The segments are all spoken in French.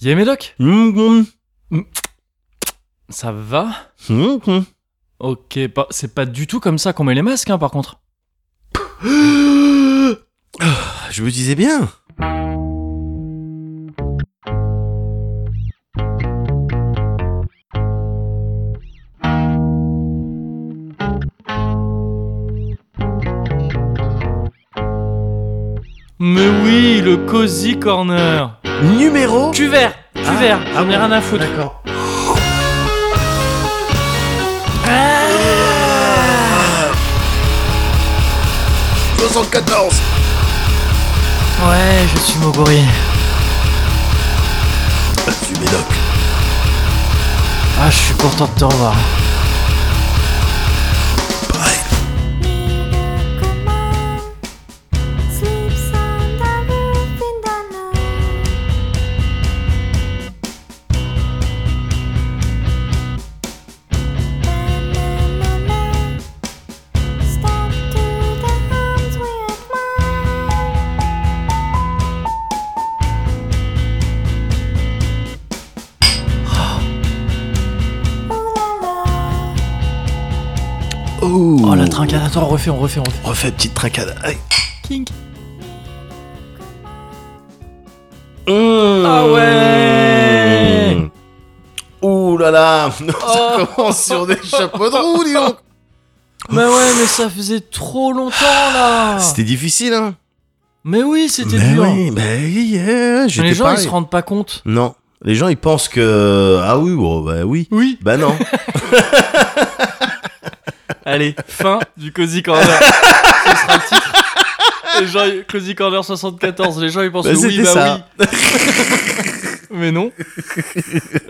Yé Médoc Mhm. Ça va Mhm. Ok, pas- c'est pas du tout comme ça qu'on met les masques, hein, par contre. Ah, Je me disais bien. Mais oui, le Cozy Corner Numéro. Cul vert Cul Ah, vert ah J'en ai bon, rien à foutre. D'accord. Ah 74. ouais, je suis Mogori. Du Médoc. Ah, je suis content de te revoir. Pareil. Sleeps on the roof in the night. Banana stuck to the arms we admire. Ooh la la. Oh. Oh, la trincade. Attends, on refait, on refait, on refait. Refais petite trincade. Aïe. Kink. Mmh. Ah ouais. Ouh là là. Non, Oh. Ça commence sur des chapeaux de roue, dis donc. Mais ouais, mais ça faisait trop longtemps, là C'était difficile, hein. Mais oui, c'était Mais dur oui, bah oui, yeah, Mais j'étais les gens, pareil. ils se rendent pas compte. Non, les gens ils pensent que ah oui, bon, bah oui, Oui bah non. Allez, fin du Cozy Corner. Ce sera le titre. Les gens, Cozy Corner 74, les gens ils pensent Bah, que oui, c'était bah ça. oui. Mais non.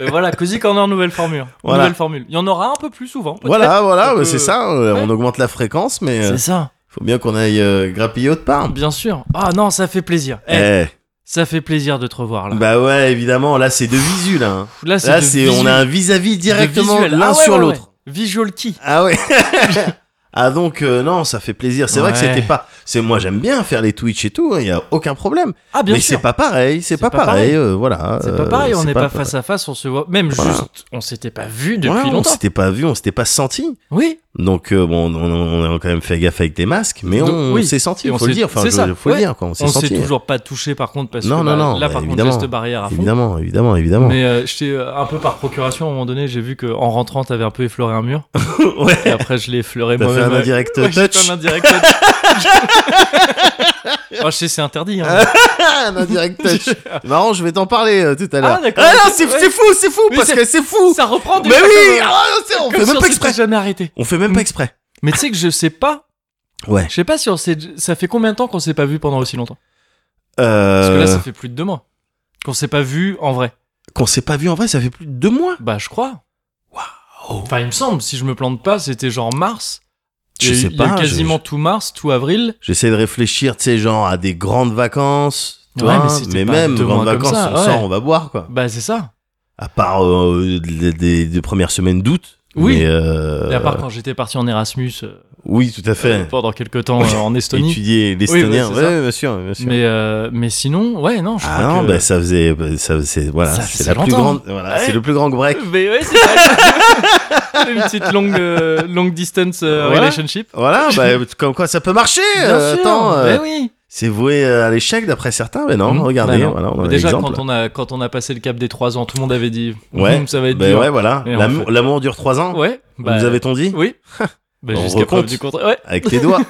Et voilà, Cozy Corner, nouvelle formule. Voilà. Nouvelle formule. Il y en aura un peu plus souvent. peut-être. voilà, voilà, On bah, peut- c'est ça. euh, On augmente la fréquence, mais euh, C'est ça. faut bien qu'on aille euh, grappiller autre part. Bien sûr. Ah non, ça fait plaisir. Eh, Eh, Ça fait plaisir de te revoir là. bah ouais, évidemment. Là, c'est de visu là. hein. là, c'est Là, de c'est on a visuel. un vis-à-vis De directement visuel. l'un Ah ouais, sur ouais, l'autre. ouais. Visual key. Ah ouais. ah donc euh, non, ça fait plaisir. C'est vrai que Ouais. c'était pas. C'est moi j'aime bien faire les Twitch et tout. hein, Il y a aucun problème. Ah bien mais sûr. c'est pas pareil. C'est C'est pas, pas pareil. euh, voilà. C'est pas euh, pareil, on n'est pas, pareil. face à face, on se voit. Même Voilà. juste, on s'était pas vu depuis Ouais, On longtemps. s'était pas vu, on s'était pas senti. Oui. Donc euh, bon, on, on- on a quand même fait gaffe avec des masques, mais Donc, on oui. s'est senti. Et on Faut le s'est- dire, enfin, c'est je- ça, faut ouais. le dire, quoi. On s'est On s'est senti. hein. toujours pas touché par contre parce Non, que non, bah, non, là par bah, contre évidemment. geste barrière à fond. Évidemment, évidemment, évidemment. Ah Mais euh, j'étais euh, un peu par procuration à un moment donné, j'ai vu qu'en rentrant t'avais un peu effleuré un mur ouais. et après je l'ai effleuré T'as fait moi-même. un indirect Ouais, j'ai fait touch. un indirect touch. oh, je sais, c'est interdit. Ah, hein. un indirect touch. Marrant, je vais t'en parler euh, tout à l'heure. Ah, d'accord. non, c'est Ouais. c'est fou, c'est fou, Oui, parce c'est- que c'est fou. Ça reprend du Mais oui, ah, non, c'est- on Comme fait si même on pas s'était exprès. jamais arrêté. On fait même pas exprès. Mais tu sais que je sais pas, Ouais. je sais pas si on s'est ça fait combien de temps qu'on s'est pas vu pendant aussi longtemps Parce que là Euh, ça fait plus de deux mois qu'on s'est pas vu en vrai. Qu'on s'est pas vu en vrai, ça fait plus de deux mois. Bah je crois. Oh, Enfin, il me semble si je me plante pas, c'était genre mars. Il y je a eu- sais il y a eu pas. je- quasiment tout mars, tout avril. J'essaie de réfléchir, tu sais, genre à des grandes vacances. tu Ouais, vois, mais c'était mais pas même deux grandes mois comme vacances, ça, on ouais. sort, on va boire quoi. Bah c'est ça. À part euh, des, des- des premières semaines d'août. Oui. mais, euh, Et à part quand j'étais parti en Erasmus euh, Oui, tout à fait. pendant quelques temps euh, en Estonie. Étudier l'estonien. Oui, ouais, c'est Oui, ça. bien sûr, bien sûr. Mais, euh, mais sinon, ouais, non, je ah crois non, que... bah, ça faisait, bah, ça faisait, voilà, Ça c'est faisait la plus longtemps. grande, voilà, Ouais. c'est le plus grand break. Mais ouais, c'est ça. Une petite longue, euh, longue distance euh, Voilà. relationship. Voilà, bah, comme quoi ça peut marcher. Bien euh, sûr, attends, euh, mais oui. c'est voué euh, à l'échec d'après certains, mais non, Mmh, regardez, bah non. voilà, on a Mais déjà, l'exemple. quand on, a, quand on a passé le cap des 3 ans, tout le monde avait dit Ouais, Hum, ça va être Bah dur. ouais, voilà, Et en L'am- l'amour dure trois ans. Ouais, bah, Nous avait-on dit Oui. bah, On Jusqu'à preuve recompte. du contraire. Ouais. Avec tes doigts.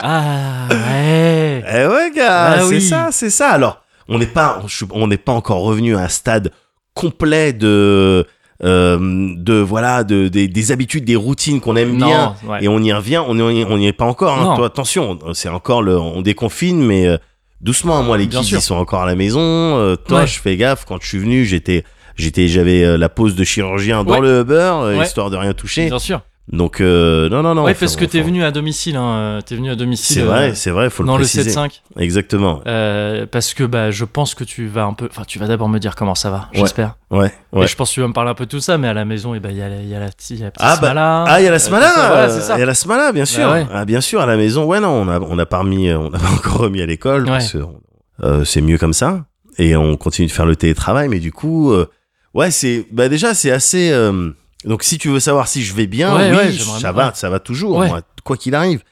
Ah, ouais. eh ouais, gars, Ah c'est oui. ça, c'est ça. Alors, on n'est pas, on- je- on n'est pas encore revenu à un stade complet de, euh, de voilà, de, des- des habitudes, des routines qu'on aime non, bien. ouais. et on y revient, on n'y on y est pas encore. hein. Non. Toi, attention, c'est encore le, on déconfine, mais euh, doucement. Moi, les Bien kids, sûr. ils sont encore à la maison. Euh, toi, Ouais. je fais gaffe. Quand je suis venu, j'étais, j'étais, j'avais euh, la pause de chirurgien dans Ouais. le Uber, euh, Ouais. histoire de rien toucher. Bien sûr. Donc, euh, non, non, non. ouais, enfin, parce que t'es enfin, venu à domicile. Hein. euh, T'es venu à domicile. C'est euh, vrai, c'est vrai, faut le Dans le préciser. 7-5. Exactement. Euh, parce que bah, je pense que tu vas un peu. Enfin, tu vas d'abord me dire comment ça va, Ouais, j'espère. Ouais, Et ouais. je pense que tu vas me parler un peu de tout ça, mais à la maison, il bah, il y, a la- il y a la petite. il y a la petite Ah, bah, Smala. Ah, il y a Euh, la smala, tout ça, voilà, c'est euh, ça. Bah il y a la smala, bien sûr. ouais. Ah, bien sûr, à la maison. Ouais, non, on a, on a pas remis, euh, on a pas encore remis à l'école parce que on- euh, c'est mieux comme ça. Et on continue de faire le télétravail, mais du coup, euh, ouais, c'est bah déjà c'est assez. euh, donc si tu veux savoir si je vais bien, Ouais, oui, ouais, j'aimerais ça bien. va, ça va toujours, Ouais. moi, quoi qu'il arrive.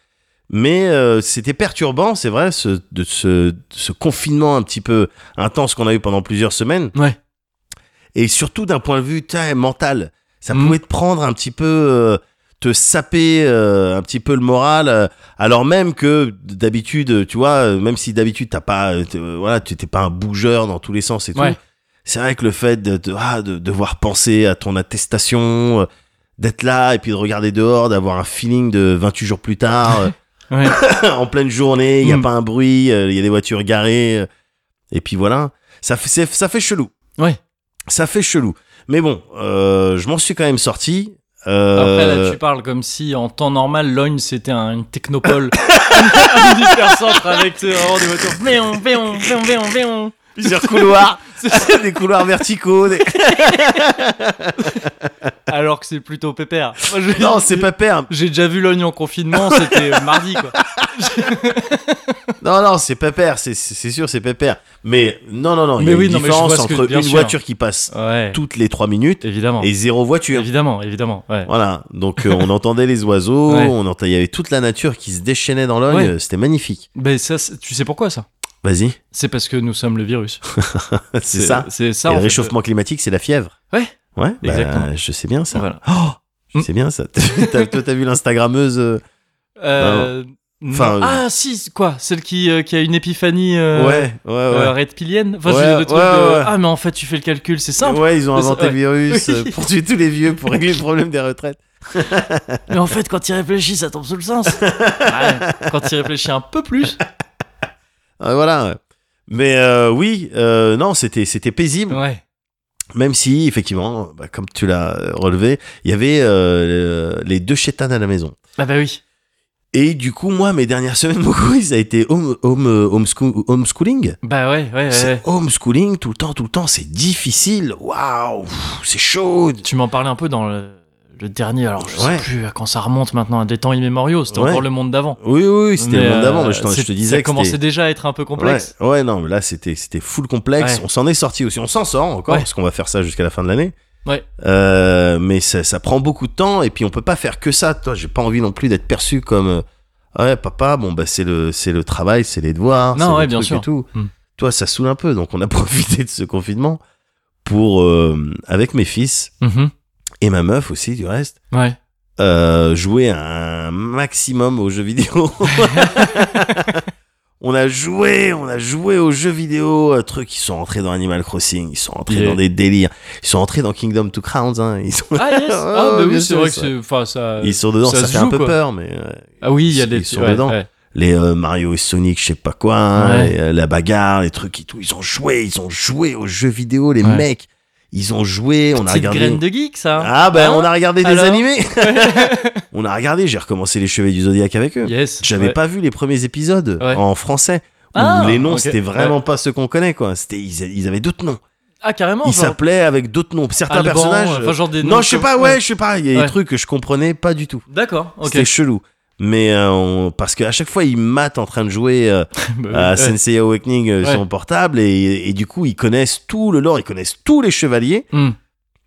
Mais euh, c'était perturbant, c'est vrai, ce, de ce, ce confinement un petit peu intense qu'on a eu pendant plusieurs semaines Ouais. et surtout d'un point de vue tiens, mental. Ça Mm. pouvait te prendre un petit peu, euh, te saper euh, un petit peu le moral, euh, alors même que d'habitude, euh, tu vois, euh, même si d'habitude t'as pas, euh, t'es- euh, voilà, tu t'es pas un bougeur dans tous les sens et Ouais. tout. C'est vrai que le fait de, de- ah, de devoir penser à ton attestation, euh, d'être là et puis de regarder dehors, d'avoir un feeling de 28 jours plus tard, euh, Ouais. en pleine journée, il n'y a Mm. pas un bruit, euh, il y a des voitures garées. euh, et puis voilà, ça fait, c'est- ça fait chelou. Ouais. Ça fait chelou. Mais bon, euh, je m'en suis quand même sorti. Euh, Après, là, tu parles comme si en temps normal, Logne c'était un, une technopole. un hypercentre avec euh, vraiment des voitures. Véon, véon, véon, véon, véon. plusieurs couloirs, des couloirs verticaux. des- Alors que c'est plutôt pépère. Moi, je- Non, c'est pas pépère. J'ai déjà vu Logne en confinement, c'était euh, mardi quoi. Non, non, c'est pépère. C'est c'est- c'est sûr, c'est pépère. Mais non, non, non. Il y Mais a oui, une non, mais je vois différence ce que- entre bien une sûr. voiture qui passe Ouais. toutes les trois minutes Évidemment. et zéro voiture. Évidemment, évidemment. Ouais. Voilà, donc euh, on entendait les oiseaux, Ouais. on entendait, il y avait toute la nature qui se déchaînait dans l'œil, Ouais. euh, c'était magnifique. Ben, ça, c'est- tu sais pourquoi ça Vas-y, C'est parce que nous sommes le virus. c'est ça. C'est ça. Et en le fait. euh, réchauffement climatique, c'est la fièvre. Ouais. Ouais, bah, Exactement. Mm. je sais bien ça. Oh! Voilà. Je sais bien ça. T'as- toi, t'as vu l'Instagrammeuse euh, Euh, non. Enfin, euh, Ah si, c'est quoi Celle qui, euh, qui a une épiphanie euh, Ouais, ouais, ouais. euh, red pillienne enfin, Ouais, c'est le truc ouais, de- ouais. Ah mais en fait tu fais le calcul, c'est simple. Ouais, ils ont Mais ça- inventé le ouais. virus Oui. euh, pour tuer tous les vieux, pour régler le problème des retraites. Mais en fait quand il réfléchit ça tombe sous le sens. Ouais, quand il réfléchit un peu plus. Ah, voilà. ouais. Mais euh, oui, euh, non, c'était c'était paisible, Ouais. même si effectivement, bah, comme tu l'as euh, relevé, il y avait euh, le- les deux chétanes à la maison. Ah bah oui. Et du coup, moi, mes dernières semaines, mon cours, ça a été home, home, euh, homeschool- homeschooling. Bah ouais, ouais, ouais, C'est ouais. homeschooling tout le temps, tout le temps. C'est difficile. Waouh, pff, c'est chaud. Tu m'en parlais un peu dans le, le dernier, alors je Ouais. sais plus à quand ça remonte maintenant, à des temps immémoriaux, c'était Ouais. encore le monde d'avant. Oui, oui, oui, c'était Mais, le monde d'avant. euh, mais Je, t'en- je c'est- te disais Ça que commençait c'était- déjà à être un peu complexe. Ouais, ouais, non, mais là, c'était, c'était full complexe. Ouais. On s'en est sorti aussi. On s'en sort encore, Ouais. parce qu'on va faire ça jusqu'à la fin de l'année. Ouais. Euh, mais ça, ça prend beaucoup de temps, et puis on peut pas faire que ça. Toi, j'ai pas envie non plus d'être perçu comme, euh, Ah ouais, papa, bon, bah, c'est le, c'est le travail, c'est les devoirs, Non, c'est le ouais, bien truc sûr. et tout. Hmm. Toi, ça saoule un peu, donc on a profité de ce confinement pour, euh, avec mes fils Mhm. et ma meuf aussi, du reste, Ouais. euh, jouer un maximum aux jeux vidéo. on a joué, on a joué aux jeux vidéo, euh, trucs qui sont rentrés dans Animal Crossing, ils sont rentrés Yeah. dans des délires, ils sont rentrés dans Kingdom to Crowns, hein, ils sont, Ah yes. Ah Ouais, bah bien oui, c'est sûr, vrai que ça. c'est enfin ça ils sont dedans, ça, ça se fait un joue, peu quoi. peur, mais euh, Ah oui, il y a Ils des sont dedans. les euh, Mario et Sonic, je sais pas quoi, hein, Ouais. et, euh, la bagarre, les trucs et tout, ils ont joué, ils ont joué aux jeux vidéo, les Ouais. mecs, ils ont joué, on a Petite regardé. graine de geek ça. Ah ben Hein on a regardé des Alors animés. Ah. on a regardé, j'ai recommencé les Cheveux du Zodiaque avec eux. Yes. J'avais ouais. pas vu les premiers épisodes Ouais. en français. Où Ah, les noms, ok. c'était vraiment pas ceux qu'on connaît, quoi. C'était, ils, ils avaient d'autres noms. Ah carrément. ils genre s'appelaient avec d'autres noms. Certains Alban, personnages. Enfin genre des non, noms je sais comme- pas, ouais, je sais pas. Il y a des euh, Ouais. trucs que je comprenais pas du tout. D'accord. Ok. C'était chelou. Mais euh, on- parce qu'à chaque fois, ils matent en train de jouer euh, Bah oui, à ouais. Sensei Awakening euh, sur Ouais. mon portable et, et du coup, ils connaissent tout le lore, ils connaissent tous les chevaliers. Hmm.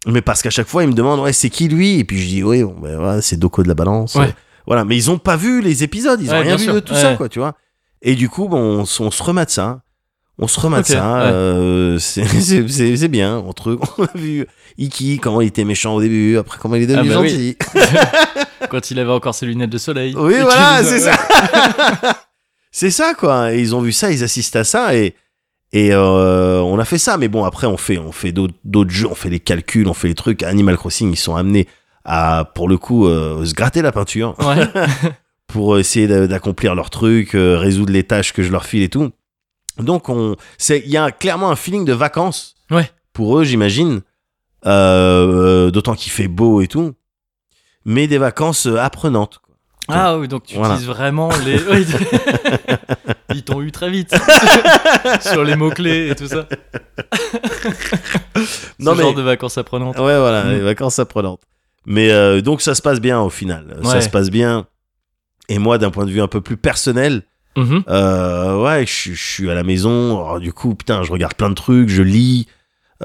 Mais parce qu'à chaque fois, ils me demandent, ouais, c'est qui lui Et puis je dis, oui, bon, ben, voilà, c'est Doko de la balance. Ouais. Voilà, mais ils ont pas vu les épisodes, ils ont Ouais, rien bien vu sûr, de tout ça, ouais. quoi, tu vois. Et du coup, bon, on, s- on se remate ça. hein. On se remate Ok, ça. ouais. euh, c'est- c'est c'est- c'est bien, entre on a vu Iki, comment il était méchant au début, après comment il est devenu Ah bah oui. gentil. Quand il avait encore ses lunettes de soleil. Oui, Et voilà, qu'il- c'est ça. C'est ça, quoi. Et ils ont vu ça, ils assistent à ça et. Et euh, on a fait ça, mais bon après on fait on fait d'autres d'autres jeux, on fait les calculs, on fait les trucs. Animal Crossing, ils sont amenés à pour le coup euh, se gratter la peinture Ouais. pour essayer d'a- d'accomplir leurs trucs, euh, résoudre les tâches que je leur file et tout. Donc on, c'est, il y a clairement un feeling de vacances. Ouais. Pour eux, j'imagine, Euh, euh, d'autant qu'il fait beau et tout, mais des vacances euh, apprenantes. quoi. Ah oui, donc tu Voilà. utilises vraiment les. Oui, Ils t'ont eu très vite sur les mots clés et tout ça. Non, Ce mais- genre de vacances apprenantes. Ouais, voilà, Mm. les vacances apprenantes. Mais euh, donc ça se passe bien au final. Ça Ouais. se passe bien. Et moi, d'un point de vue un peu plus personnel, Mhm. Euh, ouais, je, je suis à la maison. alors du coup, putain, je regarde plein de trucs, je lis,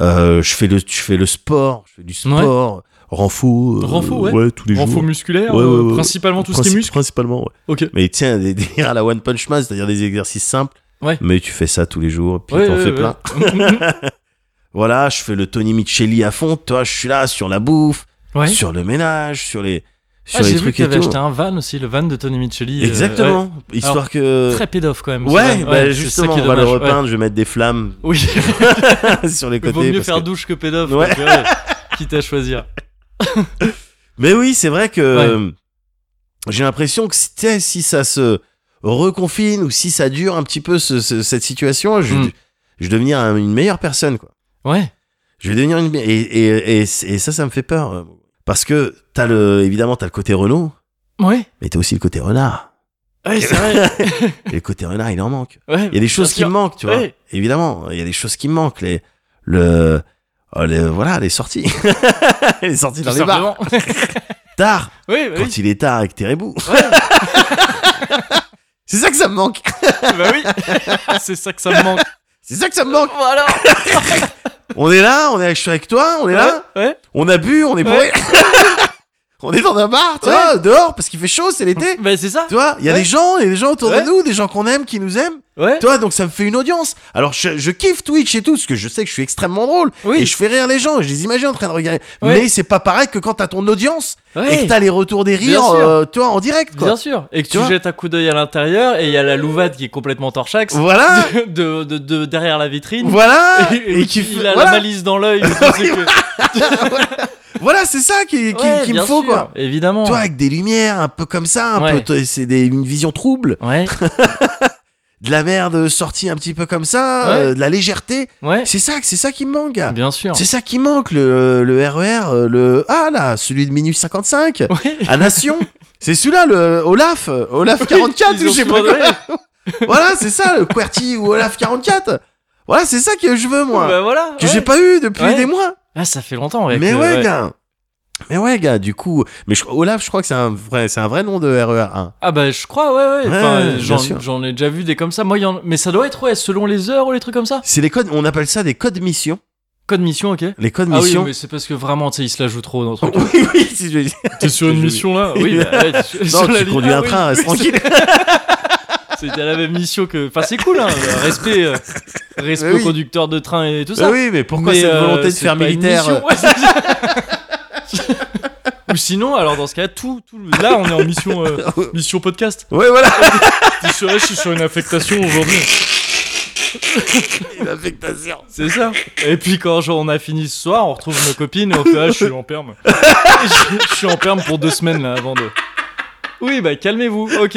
euh, je fais le, je fais le sport, je fais du sport, renfo, euh, Renfo, ouais. tous les Renfort jours. musculaire, Ouais, ouais, euh, ouais. principalement tout ce qui est Princi- muscle. Principalement, ouais. Ok. Mais tiens, des délires à la One Punch Man, c'est-à-dire des exercices simples. Ouais. Mais tu fais ça tous les jours, puis Ouais, t'en ouais, Mm, fais ouais. plein. Voilà, je fais le Tony Micheli à fond, toi, je suis là sur la bouffe, ouais. sur le ménage, sur les, sur Ah, les j'ai vu trucs qu'il et avait tout. acheté un van aussi, le van de Tony Micheli. euh, ouais. Exactement. Histoire Alors, que. Très pédof quand même. ce Ouais, van. bah, c'est ça justement, qui est on va le dommage, ouais. repeindre, je vais mettre des flammes Oui, sur les il côtés. vaut mieux parce faire que- douche que pédof. Ouais. donc, ouais, quitte à choisir. Mais oui, c'est vrai que euh, j'ai l'impression que si, tu sais, si ça se reconfine ou si ça dure un petit peu ce- ce- cette situation, je, Mm. je vais devenir un- une meilleure personne. Quoi. Ouais. Je vais devenir une et, et, et, et ça, ça me fait peur. euh, Parce que t'as le, évidemment, t'as le côté Renault, Ouais. mais t'as aussi le côté renard. Ouais, c'est vrai. Et le côté renard, il en manque. Ouais, Il y a des choses qui me manquent, tu vois. Ouais. Évidemment, il y a des choses qui me manquent. Les, le, euh, les- voilà, les sorties. les sorties dans les bars. Simplement. Tard, oui, bah oui. quand il est tard et que t'es rebou. C'est ça que ça me manque. bah oui. c'est ça que ça me manque. C'est ça que ça me manque. Voilà. On est là, on est, je suis avec toi, on est là. Ouais. ouais. On a bu, on est Ouais. bourré. on est dans un bar, tu vois, dehors, parce qu'il fait chaud, c'est l'été. Bah c'est ça. Tu vois, il y a Ouais. des gens, il y a des gens autour Ouais. de nous, des gens qu'on aime, qui nous aiment. Ouais. Tu vois, donc ça me fait une audience. Alors je, je kiffe Twitch et tout, parce que je sais que je suis extrêmement drôle. Oui. Et je fais rire les gens, je les imagine en train de regarder. Ouais. Mais c'est pas pareil que quand t'as ton audience et Ouais. que t'as les retours des Bien rires, sûr. euh, tu vois, en direct, quoi. Bien sûr. Et que Tu tu, vois jettes un coup d'œil à l'intérieur et il y a la louvade qui est complètement torchax Voilà, de, de, de- de- derrière la vitrine. voilà, Et, et qui qui il fait- a la voilà. malice dans l'œil. tu sais que- voilà, c'est ça qui, qui, Ouais, qui me bien faut, sûr, quoi. Évidemment. Toi, avec des lumières un peu comme ça, un Ouais. peu, toi, c'est des- une vision trouble, Ouais. de la merde sortie un petit peu comme ça, Ouais. euh, de la légèreté. Ouais. C'est ça, c'est ça qui me manque. gars. Bien sûr. C'est ça qui manque, le, le RER, euh, le ah là, celui de minus 55, Ouais. à Nation. C'est celui-là, le Olaf, euh, Olaf 44, Ils ou ont je sais pas souvent- quoi. Ouais. voilà, c'est ça, le QWERTY ou Olaf 44. Voilà, c'est ça que je veux, moi. Bah voilà. que ouais. j'ai pas eu depuis Ouais. des mois. Ah, ça fait longtemps. ouais, mais que- ouais, gars. Mais ouais, gars, du coup. Mais je- Olaf, je crois que c'est un vrai, c'est un vrai nom de E RER1. Ah bah je crois ouais ouais. Ouais, Enfin, euh, ouais, bien j'en, sûr. j'en ai déjà vu des comme ça. Moi, il y en- mais ça doit être ouais selon les heures ou les trucs comme ça. C'est les codes, on appelle ça des codes missions. Code mission, ok. Les codes Ah oui, missions. mais c'est parce que vraiment, tu sais, ils se la jouent trop dans le truc. oui, oui, si je- T'es sur Je- une mission là Oui, bah, ouais, t'es sur- Non, sur la tu ligne- conduis Ah un oui, train, reste oui, tranquille. C'était la même mission que. Enfin, c'est cool, hein. euh, Respect, euh, respect Mais oui. aux conducteurs de train et tout Ah ça. oui, mais pourquoi Mais, cette euh, volonté de c'est faire pas une militaire euh mission, ouais, c'est ça. Ou sinon, alors dans ce cas, tout, tout. le- Là, on est en mission, euh, mission podcast. Ouais, voilà. T'es sur- Je suis sur une affectation aujourd'hui. Une affectation. C'est ça. Et puis quand genre, on a fini ce soir, on retrouve nos copines et on fait ah je suis en perme. je, je suis en perme pour deux semaines là avant de. Oui bah calmez-vous. Ok.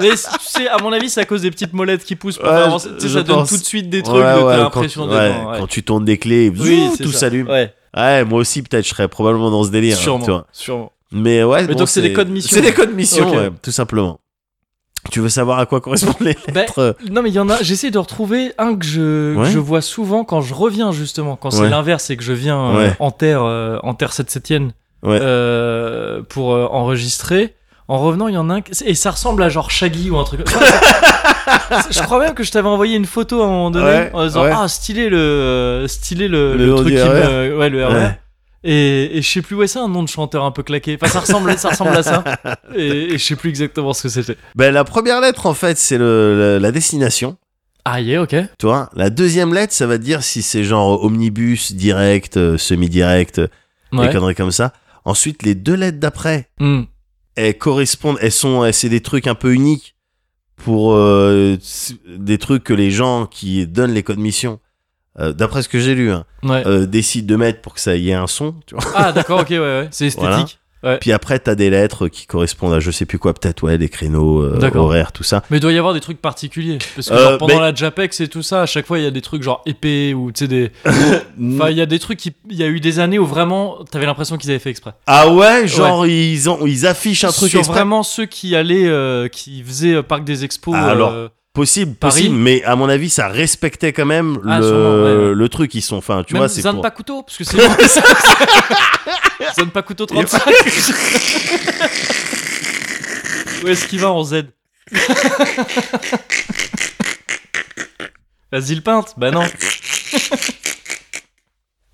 Mais c- tu sais à mon avis c'est à cause des petites molettes qui poussent. Pour Ouais, faire avancer. je- Tu sais, je ça donne pense. tout de suite des trucs Ouais, de ouais, t'as quand- l'impression ouais, d'être dans- ouais. Quand tu tournes des clés, Oui, zou, c'est tout ça. s'allume. Ouais, Ouais, moi aussi, peut-être, je serais probablement dans ce délire. hein, tu vois. sûrement, sûrement. Mais ouais. Mais bon, donc, c'est des codes missions. C'est des codes missions, Ok. ouais, tout simplement. Tu veux savoir à quoi correspondent les Ben, lettres euh, Non mais il y en a, j'essaie de retrouver un que je, que Ouais. je vois souvent quand je reviens justement, quand c'est Ouais. l'inverse et que je viens euh, Ouais. en terre euh, en terre 7 septième Ouais. euh, pour euh, enregistrer. En revenant, il y en a un que- et ça ressemble à genre Shaggy ou un truc. Enfin, c'est- je crois même que je t'avais envoyé une photo à un moment donné Ouais, en disant ouais. ah stylé le stylé le, Le le nom truc du qui me- RER. ouais le RER. Ouais. Et, et je sais plus ouais c'est un nom de chanteur un peu claqué. Enfin ça ressemble ça ressemble à ça. Et, et je sais plus exactement ce que c'était. Ben, la première lettre, en fait, c'est le, le- la destination. Ah yeah ok. Tu vois, la deuxième lettre, ça va te dire si c'est genre omnibus, direct, euh, semi-direct, euh, Ouais. des conneries comme ça. Ensuite, les deux lettres d'après, Hmm. elles correspondent, elles sont, elles- c'est des trucs un peu uniques pour euh, c- des trucs que les gens qui donnent les codes missions, euh, d'après ce que j'ai lu, hein, Ouais. euh, décident de mettre pour que ça y ait un son. Tu vois. Ah d'accord, ok, ouais, ouais. C'est Voilà. esthétique. Puis après, t'as des lettres qui correspondent à je sais plus quoi, peut-être, ouais, des créneaux, euh, D'accord. horaires, tout ça. Mais il doit y avoir des trucs particuliers. Parce que Euh, genre, pendant mais- la JAPEX et tout ça, à chaque fois, il y a des trucs genre épais ou tu sais des. Mm. Enfin, il y a des trucs qui. Il y a eu des années où vraiment, t'avais l'impression qu'ils avaient fait exprès. Ah ouais, genre ils ont ils affichent un truc Sur exprès. vraiment ceux qui allaient, euh, qui faisaient euh, Parc des Expos. Ah, euh, alors. possible, Paris. possible, mais à mon avis ça respectait quand même Ah, le, sûrement, ouais, ouais. le truc ils sont enfin tu même vois c'est pour... Zanpakuto, parce que c'est. Zanpakuto 35. où est-ce qu'il va en Z Vas-y, le peinte. Bah non.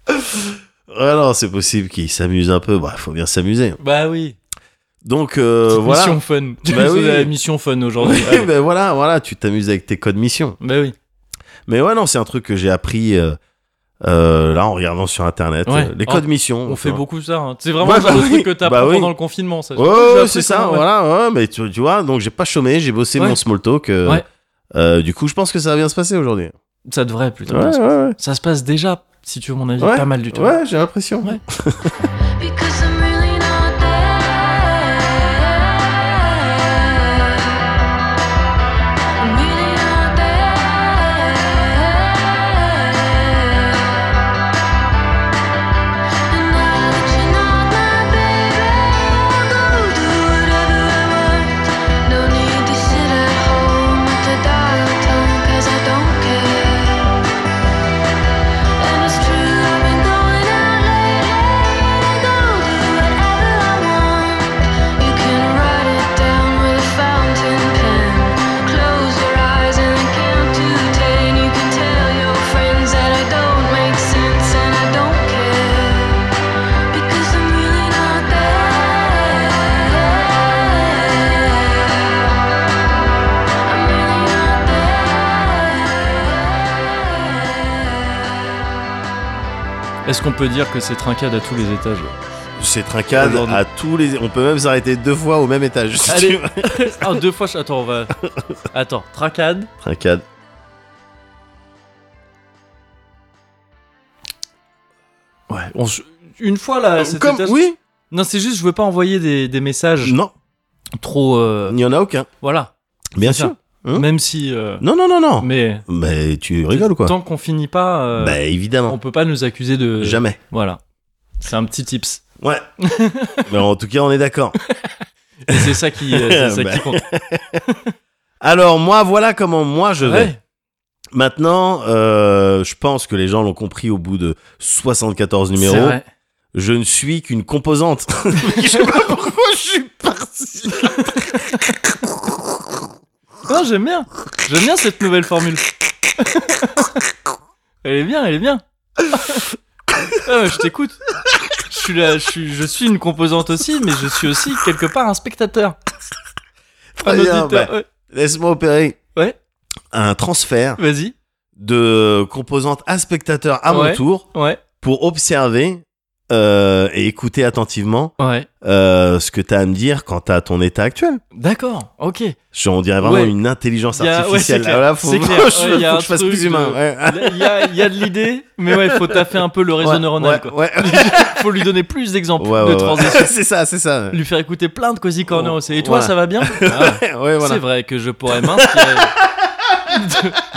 Ah non, c'est possible qu'il s'amuse un peu. Bah, faut bien s'amuser. Bah oui. Donc euh, Petite voilà. Mission fun. Bah oui. C'est la mission fun aujourd'hui. Oui, Allez. ben voilà, voilà, tu t'amuses avec tes codes mission. Bah oui. Mais ouais, non, c'est un truc que j'ai appris euh, euh, là en regardant sur internet. Ouais. Oh, Euh, Les codes missions. On fait enfin. beaucoup ça. hein. C'est vraiment Bah, le genre de bah truc oui. que t'apprends Bah oui. pendant le confinement. Ça. Ouais, J'ai ouais, appris c'est ça, ça, ouais. voilà, ouais, mais tu, tu vois, donc j'ai pas chômé, j'ai bossé Ouais. mon small talk. euh, Ouais. euh, du coup, je pense que ça va bien se passer aujourd'hui. Ça devrait plutôt. Ouais, ouais, ouais. Ça se passe déjà, si tu veux mon avis, Ouais. pas mal du tout. Ouais, j'ai l'impression. Ouais. Because I'm really not there. I'm really not there. And now that you're not my baby, I'll go do whatever I want. No need to sit at home with the dial tone, 'cause I don't care. And it's true, I've been going out lately. Go do whatever I want. You can write it down with a fountain pen. Close your eyes and count to ten. You can tell your friends that I don't make sense and I don't care because I'm really not there. I'm really not there. Est-ce qu'on peut dire que c'est trincade à tous les étages C'est trincade Aujourd'hui. à tous les. On peut même s'arrêter deux fois au même étage. si tu Allez. veux. Ah, deux fois. je- Attends, on va. Attends, trincade. trincade. Ouais. on se- Une fois là, cet Euh, Comme, étage- oui, Non, c'est juste, je veux pas envoyer des, des messages non, trop. euh, il n'y en a aucun. Voilà. Bien C'est ça. sûr. Hein Même si. euh, Non, non, non, non. Mais. Mais tu rigoles ou quoi Tant qu'on finit pas, euh, Bah évidemment, on peut pas nous accuser de. jamais. Voilà. C'est un petit tips. Ouais. Mais en tout cas, on est d'accord. Et c'est ça qui. euh, c'est ça Bah, qui compte. Alors moi, voilà comment moi je vais. Ouais. Maintenant, euh, je pense que les gens l'ont compris au bout de 74 C'est numéros. vrai. Je ne suis qu'une composante. je sais pas pourquoi je suis parti. Non, j'aime bien. J'aime bien cette nouvelle formule. elle est bien, elle est bien. Ah, mais je t'écoute. Je suis là, je suis, je suis une composante aussi, mais je suis aussi quelque part un spectateur. Un Très bien, auditeur. bah, Laisse-moi opérer Ouais, un transfert ouais, vas-y. de composante à spectateur à Ouais. mon tour Ouais, pour observer euh, et écouter attentivement ouais. euh, ce que tu as à me dire quant à ton état actuel. D'accord, ok. Genre, on dirait vraiment Ouais. une intelligence Y a- ouais, artificielle. c'est clair. Ah, là, faut, C'est clair. je, Ouais, faut y a un que je fasse truc plus de- humain. ouais. Il y a, il y a de l'idée, mais ouais, faut taffer un peu le réseau Ouais, neuronal, ouais, quoi. ouais. Faut lui donner plus d'exemples Ouais, de ouais, ouais. transitions. c'est ça, c'est ça. Lui faire écouter plein de Cozy Corner aussi. Et toi, Voilà. ça va bien Ah. Ouais, ouais, voilà. C'est vrai que je pourrais m'inspirer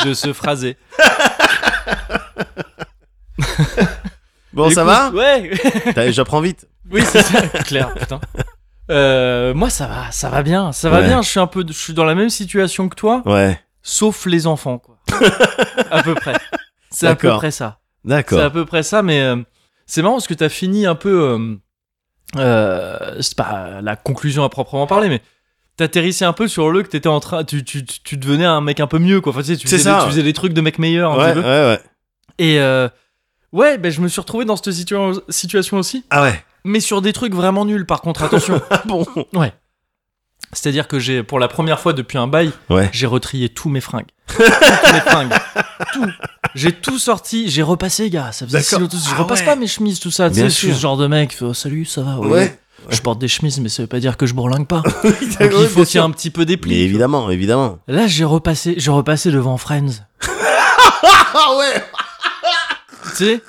de, de ce phrasé. Bon, ça Écoute, va Ouais. T'as- J'apprends vite. oui, c'est ça. Claire, putain. Euh, moi, ça va, ça va bien, ça va Ouais. bien. Je suis un peu, je suis dans la même situation que toi, Ouais, sauf les enfants, quoi. à peu près. C'est à peu D'accord. près ça. C'est à d'accord. peu près ça, mais euh, c'est marrant parce que t'as fini un peu. euh, euh, c'est pas la conclusion à proprement parler, mais t'atterrissais un peu sur le que t'étais en train. Tu, tu, tu devenais un mec un peu mieux, quoi. Enfin, tu sais, tu C'est faisais, ça, des, tu ouais. faisais des trucs de mec meilleur, un Ouais, petit peu. ouais, ouais. Et euh, ouais, ben je me suis retrouvé dans cette situa- situation aussi, Ah ouais. mais sur des trucs vraiment nuls par contre, attention. Ah bon C'est-à-dire que j'ai, pour la première fois depuis un bail, Ouais. j'ai retrié tous mes fringues. Toutes mes fringues. Tout. J'ai tout sorti, j'ai repassé, gars. Ça faisait si D'accord. longtemps- Je Ah repasse ouais. pas mes chemises, tout ça. Tu sais, Bien je suis sûr. ce genre de mec. qui fait, Oh, salut, ça va. ouais. Ouais. Je porte des chemises, mais ça veut pas dire que je bourlingue pas. Donc, Ouais, il faut bien qu'il y ait sûr. un petit peu des Mais plis. évidemment, évidemment. Là, j'ai repassé, j'ai repassé devant Friends. Ah ouais Tu sais,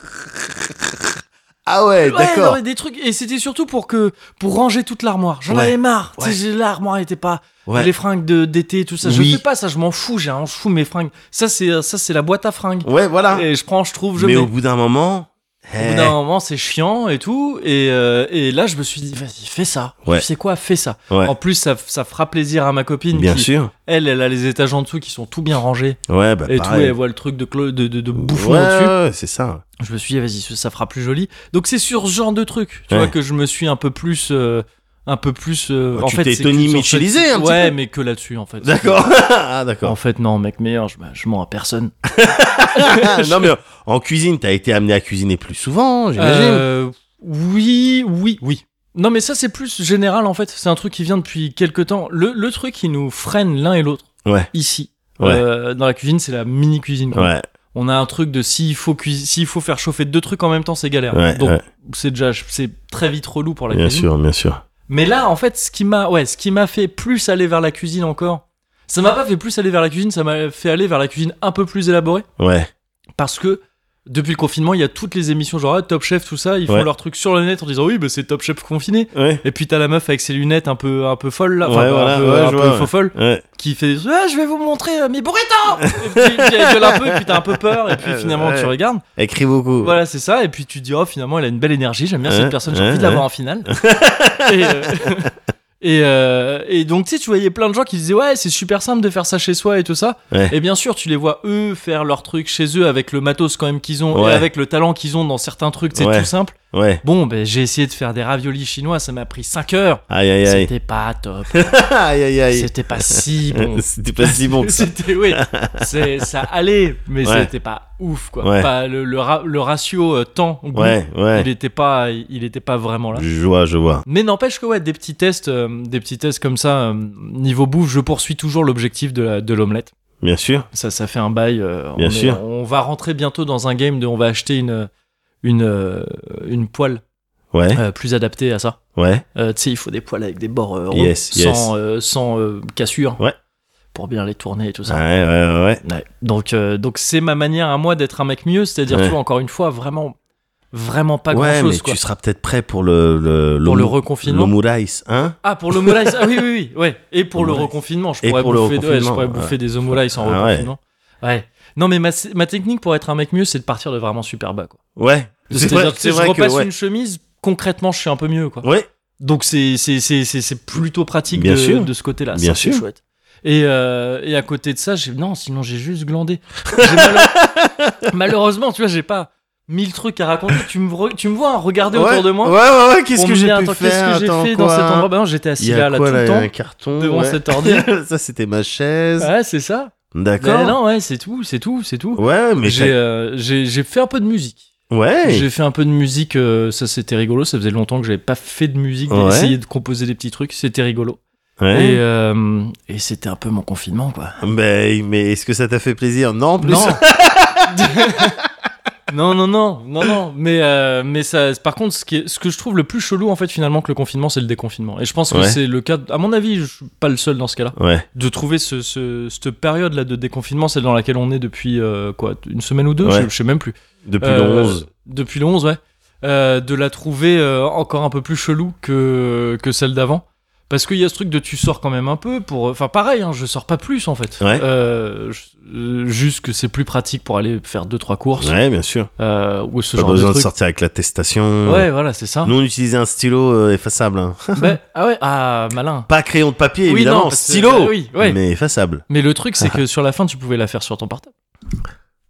Ah ouais, Ouais, non, d'accord. mais des trucs et c'était surtout pour que pour ranger toute l'armoire. J'en Ouais. avais marre. Tu sais, Ouais. j'ai- l'armoire était pas Ouais. les fringues de d'été tout ça. Je Oui. fais pas ça, je m'en fous, j'ai un je fous mes fringues. Ça c'est euh, ça c'est la boîte à fringues. Ouais, voilà. Et je prends, je trouve, je Ah. Mais mets. au bout d'un moment. Au bout eh, d'un moment, c'est chiant et tout. Et, euh, et là, je me suis dit, vas-y, fais ça. Ouais. Tu sais quoi, fais ça. Ouais. En plus, ça, ça fera plaisir à ma copine. Bien qui, sûr. Elle, elle a les étages en dessous qui sont tout bien rangés. Ouais, bah et tout, pareil. elle voit le truc de, clo- de, de, de bouffon Ouais, au-dessus. ouais, c'est ça. je me suis dit vas-y ça, ça fera plus joli donc c'est sur ce genre de truc tu Ouais. vois que je me suis un peu plus euh, un peu plus. euh, Oh, en tu fait, t'es c'est que Tony sur cette- Mitchellisé un petit Ouais, peu. mais que là-dessus, en fait. D'accord. ah, En d'accord. fait, non, mec meilleur, je, bah, je mens à personne. non, mais en cuisine, t'as été amené à cuisiner plus souvent, j'imagine. Euh, oui, oui, oui. Non, mais ça, c'est plus général, en fait. C'est un truc qui vient depuis quelques temps. Le, le truc qui nous freine l'un et l'autre, Ouais. ici, Ouais. euh, dans la cuisine, c'est la mini-cuisine. quoi. ouais, On a un truc de s'il faut, cuis- s'il faut faire chauffer deux trucs en même temps, c'est galère. ouais, Donc, ouais, c'est déjà c'est très vite relou pour la bien cuisine. sûr, bien sûr. Mais là, en fait, ce qui m'a ouais, ce qui m'a fait plus aller vers la cuisine encore, ça m'a pas fait plus aller vers la cuisine, ça m'a fait aller vers la cuisine un peu plus élaborée. Ouais, Parce que depuis le confinement, il y a toutes les émissions genre ah, Top Chef, tout ça, ils font Ouais. leur truc sur le net en disant oui, bah, c'est Top Chef confiné. ouais, Et puis t'as la meuf avec ses lunettes un peu un peu folle là, enfin, Ouais, un voilà, peu, ouais, un je peu vois, ouais. fofolle, ouais. qui fait ah, je vais vous montrer euh, mes burritos. et puis puis elle gueule un peu, et puis t'as un peu peur, et puis Ouais, finalement ouais. tu regardes. Écris beaucoup. Voilà, c'est ça. Et puis tu te dis, oh, finalement, elle a une belle énergie. J'aime bien Ouais, cette personne. J'ai ouais, envie de l'avoir en finale. et, euh, et, euh, et donc, tu sais, tu voyais plein de gens qui disaient, ouais, c'est super simple de faire ça chez soi et tout ça. Ouais. Et bien sûr, tu les vois eux faire leur truc chez eux avec le matos quand même qu'ils ont Ouais. et avec le talent qu'ils ont dans certains trucs. C'est Ouais. tout simple. Ouais. Bon, ben, j'ai essayé de faire des raviolis chinois. Ça m'a pris 5 heures. Aïe, aïe, aïe. C'était pas top. aïe, aïe, aïe. C'était pas si bon. C'était pas si bon que ça. C'était, oui, c'est, ça allait, mais Ouais. c'était pas ouf, quoi. Ouais. Pas le, le, ra- le ratio euh, temps-goût Ouais, ouais. il était pas il était pas vraiment là Je vois, je vois. mais n'empêche que ouais des petits tests euh, des petits tests comme ça euh, niveau bouffe je poursuis toujours l'objectif de la- de l'omelette Bien sûr. ça ça fait un bail euh, Bien on est- sûr. on va rentrer bientôt dans un game de on va acheter une une euh, une poêle Ouais, euh, plus adaptée à ça ouais. Euh, tu sais il faut des poêles avec des bords euh, ronds, Yes, yes. sans euh, sans euh, cassure Ouais. pour bien les tourner et tout Ouais, ça ouais, ouais. Ouais. Donc, euh, donc c'est ma manière à moi d'être un mec mieux, c'est-à-dire, Ouais. tu vois, encore une fois, vraiment, vraiment pas ouais, grand-chose, mais quoi. tu seras peut-être prêt pour le le Pour le reconfinement. l'omurice, hein Ah, pour le moulais, ah oui, oui, oui, ouais. Et pour le Omelette. reconfinement, je Et pourrais, pour le bouffer, ouais, je reconfinement, pourrais ouais. bouffer des omoulices en Ah ouais. reconfinement. Ouais. Non, mais ma, ma technique pour être un mec mieux, c'est de partir de vraiment super bas, quoi. Ouais. C'est C'est-à-dire vrai, que c'est si je vrai que repasse ouais. une chemise, concrètement, je suis un peu mieux, quoi. Ouais, Donc, c'est, c'est, c'est, c'est, c'est plutôt pratique Bien de, sûr. de ce côté-là. Bien Ça, c'est sûr. chouette. Et, euh, et à côté de ça, j'ai, non, sinon, j'ai juste glandé. J'ai malheure- Malheureusement, tu vois, j'ai pas mille trucs à raconter. Tu me, re- tu me vois hein, regarder ouais, autour de moi. Ouais, ouais, ouais, qu'est-ce On que me j'ai dit, pu attends, faire Qu'est-ce que Attends, j'ai fait dans quoi cet endroit Bah non, j'étais assis Il y a là, là quoi, tout le Il y a temps. un carton devant ouais. cet ordi. ça, c'était ma chaise. Bah Ouais, c'est ça. Mais D'accord. non, ouais, c'est tout, c'est tout, c'est tout. Ouais, mais j'ai, j'ai. euh, j'ai, j'ai fait un peu de musique. Ouais. J'ai fait un peu de musique, euh, ça c'était rigolo. Ça faisait longtemps que j'avais pas fait de musique, Ouais. d'essayer de composer des petits trucs, c'était rigolo. Et, Ouais. euh, et c'était un peu mon confinement, quoi. Mais, Ben, mais est-ce que ça t'a fait plaisir Non, en plus. Non. non, non, non, non, non. Mais, euh, mais ça, par contre, ce, qui est- ce que je trouve le plus chelou, en fait, finalement, que le confinement, c'est le déconfinement. Et je pense que Ouais. c'est le cas, à mon avis, je suis pas le seul dans ce cas-là, Ouais. de trouver ce, ce- cette période-là de déconfinement, celle dans laquelle on est depuis, euh, quoi, une semaine ou deux, Ouais. je, je sais même plus. Depuis Euh, le 11. Depuis le 11, ouais. Euh, de la trouver euh, encore un peu plus chelou que, que celle d'avant. Parce qu'il y a ce truc de tu sors quand même un peu pour. Enfin, pareil, hein, je sors pas plus en fait. Ouais. Euh, je- euh, juste que c'est plus pratique pour aller faire deux trois courses Ouais, bien sûr. euh, ou ce Pas genre besoin de, de truc. sortir avec l'attestation. Ouais, voilà, c'est ça. Nous, on utilisait un stylo euh, effaçable. hein. Ben, ah ouais, ah malin. Pas crayon de papier, Oui, évidemment. non, parce que- bah stylo. oui, ouais. Mais Ah. effaçable. Mais le truc, c'est que sur la fin, tu pouvais la faire sur ton portable.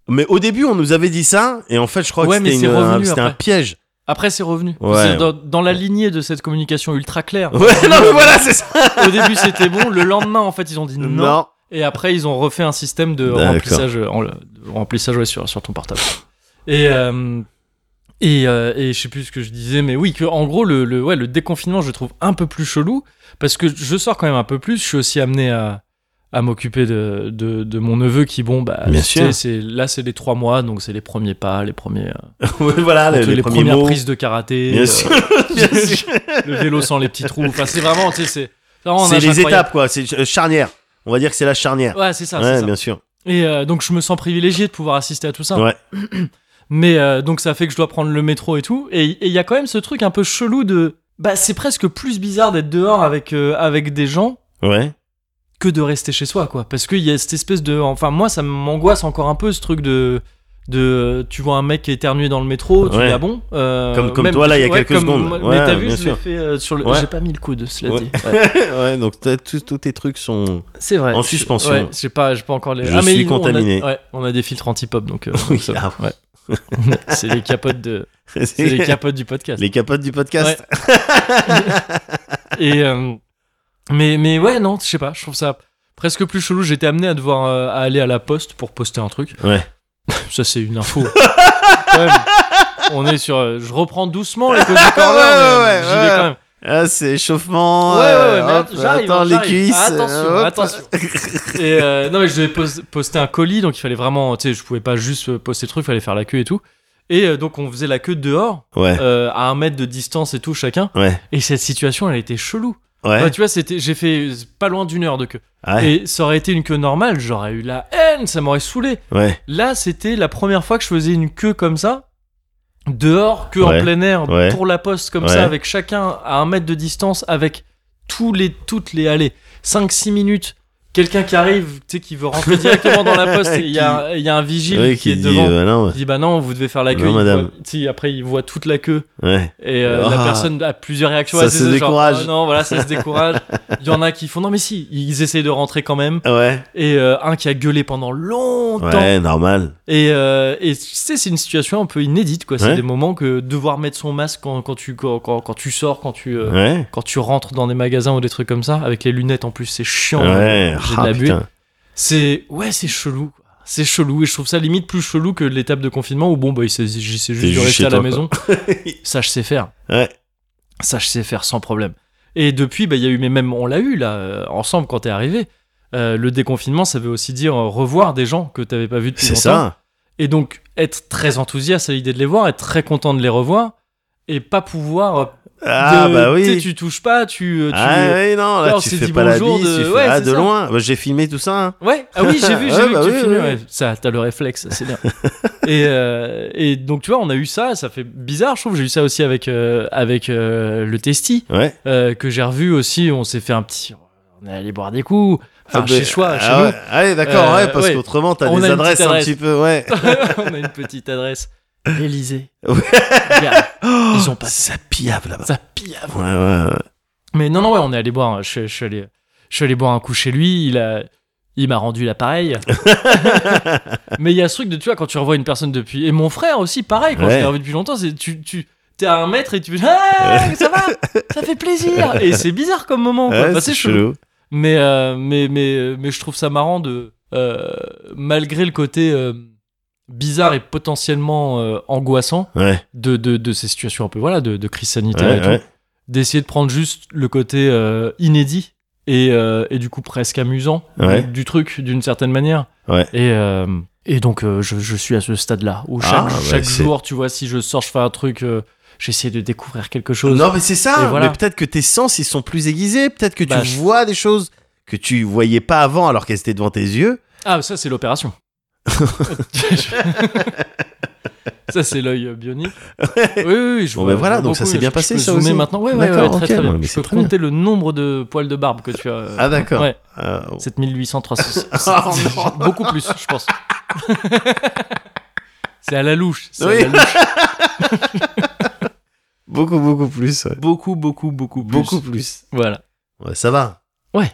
Mais au début, on nous avait dit ça, et en fait, je crois Ouais, que mais c'était c'est une- un, revenu c'était un après. piège. Après, c'est revenu. Ouais. C'est Dans, dans la lignée de cette communication ultra claire. Ouais, non, mais voilà, c'est ça. Au début, c'était bon. Le lendemain, en fait, ils ont dit non. Et après, ils ont refait un système de D'accord. remplissage, euh, en- de remplissage ouais, sur, sur ton portable. Et, euh, et, euh, et je sais plus ce que je disais, mais oui, que, en gros, le, le, ouais, le déconfinement, je le trouve un peu plus chelou, parce que je sors quand même un peu plus, je suis aussi amené à, à m'occuper de, de, de mon neveu qui, bon, bah, Bien tu sais, sûr. c'est- là, c'est les trois mois, donc c'est les premiers pas, les, premiers, euh, Ouais, voilà, Ah, les, les, les premiers premières mots. prises de karaté, Bien euh, sûr, bien sûr. le vélo sans les petits trous, enfin, c'est vraiment, tu sais, c'est... c'est vraiment un C'est âge les incroyable. étapes, quoi. C'est euh, charnière. On va dire que c'est la charnière. Ouais, c'est ça, c'est ouais, ça. bien sûr. Et euh, donc je me sens privilégié de pouvoir assister à tout ça. Ouais. Mais euh, donc ça fait que je dois prendre le métro et tout. Et et il y a quand même ce truc un peu chelou de... Bah c'est presque plus bizarre d'être dehors avec, euh, avec des gens Ouais. que de rester chez soi, quoi. Parce qu'il y a cette espèce de... Enfin moi ça m'angoisse encore un peu ce truc de... De, tu vois un mec éternué dans le métro, tu Ouais. dis ah bon Euh, Comme- comme toi, là, il y a quelques secondes. moi- Ouais, mais t'as vu, bien je l'ai sûr. fait euh, sur le. Ouais. J'ai pas mis le coude, cela Ouais. dit. ouais, donc t'as- tous tous tes trucs sont. C'est vrai. En suspension. Ouais, j'ai pas, j'ai pas encore les. Je suis nous, on a- contaminé. ouais, on a des filtres anti-pop donc. euh, Oui, ça va, ah ouais. C'est les capotes de, c'est les capotes du podcast. Les capotes du podcast. Et euh, mais mais ouais non, je sais pas, je trouve ça presque plus chelou. J'étais amené à devoir euh, à aller à la poste pour poster un truc. Ouais. Ça c'est une info. Quand même, on est sur. euh, Je reprends doucement les codes du corner, mais, Ouais, ouais, euh, ouais, j'y vais ouais. quand même. Ah, c'est échauffement. Ouais, ouais, euh, ouais, mais hop, att- j'arrive, attends les j'arrive. cuisses. Attention, euh, hop. attention. Et euh, non, mais je devais pos- poster un colis, donc il fallait vraiment, tu sais, je pouvais pas juste euh, poster le truc, fallait faire la queue et tout. Et euh, donc on faisait la queue dehors, Ouais, euh, à un mètre de distance et tout chacun. ouais, Et cette situation, elle était chelou. ouais. Enfin, Bah, tu vois, c'était, j'ai fait euh, pas loin d'une heure de queue. ouais, Et ça aurait été une queue normale, j'aurais eu la haine, ça m'aurait saoulé. ouais, Là, c'était la première fois que je faisais une queue comme ça, dehors, queue Ouais, en plein air, ouais. pour la poste, comme Ouais. ça, avec chacun à un mètre de distance, avec tous les, toutes les allées. 5-6 minutes, quelqu'un qui arrive, tu sais, qui veut rentrer directement dans la poste, et il y, a un- il y a un vigile Ouais, qui, est dit, devant. euh, non, ouais. Il dit bah non vous devez faire la Non, queue il madame. voit- tu sais, après il voit toute la queue ouais. et euh, la Ah. personne a plusieurs réactions Ça à ces se deux, décourage. genre, Ah non voilà ça se décourage il y en a qui font non mais si ils essayent de rentrer quand même Ah Ouais, et euh, un qui a gueulé pendant longtemps ouais, normal. et, euh, et tu sais, c'est une situation un peu inédite, quoi. C'est Ouais. des moments que devoir mettre son masque quand, quand tu, quand, quand- quand tu sors, quand tu, euh, Ouais, quand tu rentres dans des magasins ou des trucs comme ça, avec les lunettes en plus, c'est chiant. ouais. J'ai de Ah, la buée. putain. C'est, ouais, c'est chelou. quoi. C'est chelou. Et je trouve ça limite plus chelou que l'étape de confinement où, bon, bah, il s'agissait juste T'es de juste rester chez à la toi, maison. ça, je sais faire. Ouais. Ça, je sais faire sans problème. Et depuis, bah, il y a eu, mais même, on l'a eu, là, euh, ensemble, quand t'es arrivé. Euh, le déconfinement, ça veut aussi dire euh, revoir des gens que t'avais pas vus depuis C'est longtemps. ça. Et donc, être très enthousiaste à l'idée de les voir, être très content de les revoir, et pas pouvoir. euh, Ah, de- bah tu sais, oui. Tu touches pas, tu. euh, tu- Ah, ouais, non, là, Alors, tu c'est fais dit pas la bonjour bise, de- tu fais, ouais, ah, c'est de ça. loin. Bah, J'ai filmé tout ça. hein. Ouais, ah oui, j'ai vu, j'ai Ouais, vu bah que tu oui, filmais, oui. ouais. Ça, t'as le réflexe, c'est bien. et, euh, et donc, tu vois, on a eu ça, ça fait bizarre, je trouve. J'ai eu ça aussi avec, euh, avec euh, le Testi, Ouais. euh, que j'ai revu aussi. On s'est fait un petit. On est allé boire des coups. Enfin, Ah, chez bah, soi, ah, chez ouais. Allez, d'accord, Euh, ouais, parce ouais. qu'autrement, t'as On des a une petite adresses un adresse. petit peu, ouais. nous. on a une petite adresse. L'Elysée. Ouais. Oh. Ils ont pas Ça piave là-bas. ça pire. Ouais, ouais, ouais. Mais non, non, ouais, on est allé boire. Je, je suis allé, je suis allé boire un coup chez lui. Il a, il m'a rendu l'appareil. Mais il y a ce truc de, tu vois, quand tu revois une personne depuis. Et mon frère aussi, pareil, quand Ouais. je l'ai revu depuis longtemps, c'est tu, tu, t'es à un mètre et tu fais, ah, ça va, ça fait plaisir. Et c'est bizarre comme moment. quoi. Ouais, Enfin, c'est chelou. Mais, euh, mais, mais, mais je trouve ça marrant de, euh, malgré le côté euh, bizarre et potentiellement euh, angoissant Ouais, de, de, de ces situations un peu, voilà, de, de crise sanitaire et ouais, tout ouais. d'essayer de prendre juste le côté euh, inédit et, euh, et du coup presque amusant Ouais. du, du truc d'une certaine manière. Ouais. Et, euh, et donc euh, je, je suis à ce stade-là où chaque, Ah, ouais, chaque c'est- jour, tu vois, si je sors, je fais un truc, euh, j'essaie de découvrir quelque chose. Non, mais c'est ça. Et voilà. Mais peut-être que tes sens, ils sont plus aiguisés. Peut-être que tu Bah, je- vois des choses que tu voyais pas avant alors qu'elles étaient devant tes yeux. Ah, ça c'est l'opération. ça c'est l'œil euh, bionique. Oui, oui, oui, je Bon, vois- ben voilà, je vois donc ça beaucoup, s'est bien je- passé, je peux ça zoomer aussi. maintenant. Ouais, ouais, D'accord, ouais, très, ok, très bien. non, mais Je c'est peux très bien. compter le nombre de poils de barbe que tu as. euh, Ah, d'accord. ouais. Euh, 7800, 300. Oh, non. beaucoup plus, je pense. c'est à la louche. c'est à Oui. la louche. beaucoup, beaucoup plus. ouais. Beaucoup, beaucoup, beaucoup plus. Beaucoup plus. Voilà. Ouais, ça va. Ouais.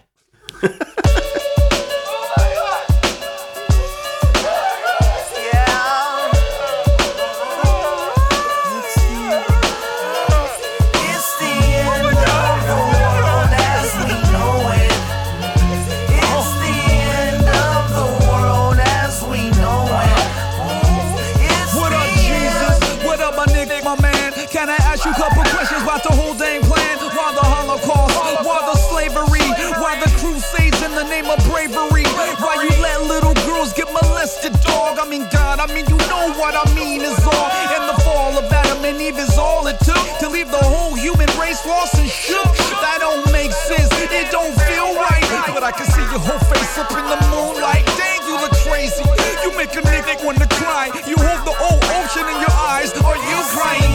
What up, Jesus? What up, my nigga, my man? Can I ask you a couple questions about the whole dang plan? Why the Holocaust? Why the slavery? Why the crusades in the name of bravery? Why you let little girls get molested, dog? I mean, God, I mean, you know what I mean is all. And the fall of Adam and Eve is all it took to leave the whole human race lost and shook. That don't make sense. It don't feel right. But I can see your whole face up in the moonlight. Dang, you look crazy. You make a nigga wanna cry. You hold the old ocean in your eyes. Are you crying?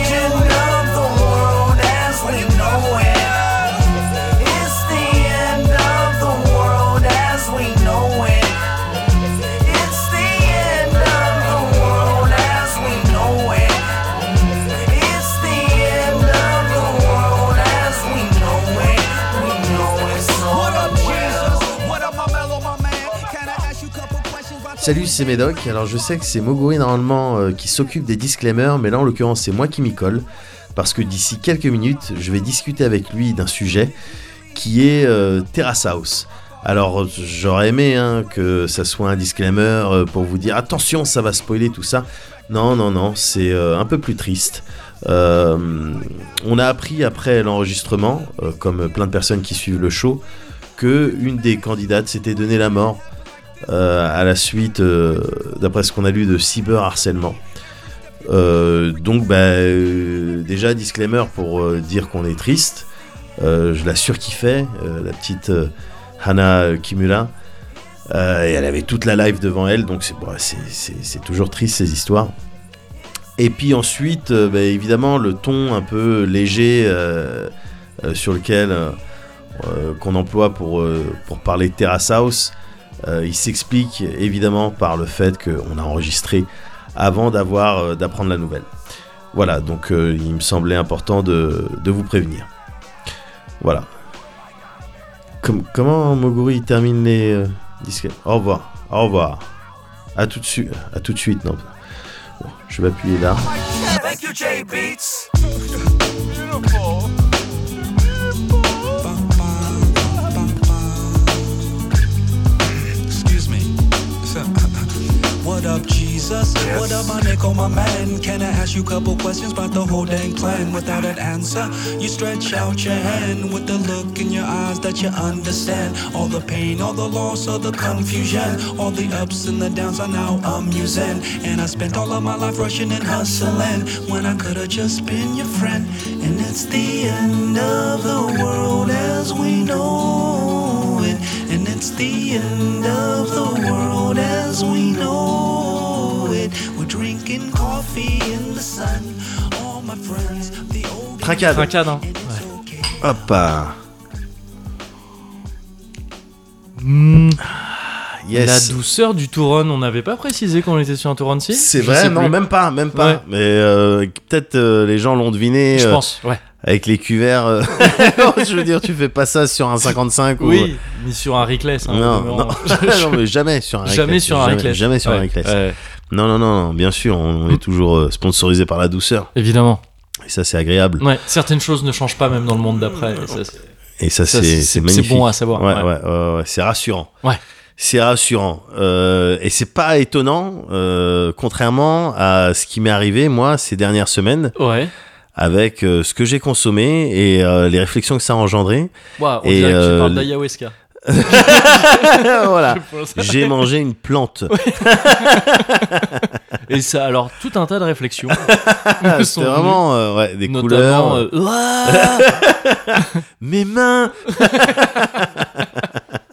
What up, Jesus? What up, my mellow, my man? Can Salut, c'est Médoc. Alors, je sais que c'est Moguri normalement euh, qui s'occupe des disclaimers, mais là en l'occurrence, c'est moi qui m'y colle. Parce que d'ici quelques minutes, je vais discuter avec lui d'un sujet qui est euh, Terrace House. Alors, euh, j'aurais aimé hein, que ça soit un disclaimer euh, pour vous dire attention, ça va spoiler tout ça. Non, non, non, c'est euh, un peu plus triste. Euh, on a appris après l'enregistrement, euh, comme plein de personnes qui suivent le show, que une des candidates s'était donné la mort euh, à la suite, euh, d'après ce qu'on a lu, de cyberharcèlement. Euh, donc, bah, euh, déjà, disclaimer pour euh, dire qu'on est triste. Euh, je la surkiffais, euh, la petite euh, Hana Kimura. Euh, et elle avait toute la live devant elle, donc c'est bon, c'est- c'est- c'est toujours triste ces histoires. Et puis ensuite, euh, bah, évidemment, le ton un peu léger euh, euh, sur lequel euh, euh, qu'on emploie pour, euh, pour parler de Terrace House, euh, il s'explique évidemment par le fait qu'on a enregistré avant d'avoir euh, d'apprendre la nouvelle. Voilà, donc euh, il me semblait important de, de vous prévenir. Voilà. Com- comment Moguri termine les euh, disques Au revoir, au revoir. À tout de suite, à tout de suite, non. Bon, je vais appuyer là. Thank you, J Beats. Excuse me. What up, Jesus? What up, my nickel, my man? Can I ask you a couple questions about the whole dang plan? Without an answer, you stretch out your hand with the look in your eyes that you understand. All the pain, all the loss, all the confusion, all the ups and the downs are now amusing. And I spent all of my life rushing and hustling when I could have just been your friend. And it's the end of the world as we know it. And it's the end of the world as we know it. We're drinking coffee in the sun. All my friends, the old Trincade. Trincade, hein. and it's okay. Hop. ah. Yes. La douceur du Touron, on n'avait pas précisé qu'on était sur un Touron 6 C'est vrai, non, même pas, même pas. Ouais. Mais euh, peut-être euh, les gens l'ont deviné Je euh, pense, ouais. avec les cuverts. euh, non, je veux dire, tu fais pas ça sur un 55 ou. euh, Oui, ni sur un Rickless. hein, Non, vraiment. non. Non, mais jamais sur un Reckless. Jamais sur un Jamais- Rickless. Jamais sur un Ouais, Reckless. ouais, Non, non, non, non, bien sûr, on, on est toujours euh, sponsorisé par la douceur. Évidemment. Et ça, c'est agréable. Ouais, certaines choses ne changent pas même dans le monde d'après. et ça, c'est- Et ça, ça, c'est c'est magnifique. bon à savoir. Ouais, ouais. ouais, ouais, ouais, c'est rassurant. Ouais. C'est rassurant. Euh, et c'est pas étonnant, euh, contrairement à ce qui m'est arrivé, moi, ces dernières semaines, Ouais. avec euh, ce que j'ai consommé et euh, les réflexions que ça a engendré. Ouah, on Et, dirait que euh, tu parles le- d'ayahuasca. voilà. J'ai J'ai- mangé une plante. Et ça, alors, tout un tas de réflexions. C'était vraiment euh, ouais, des Notamment, couleurs. euh, Ouah Mes mains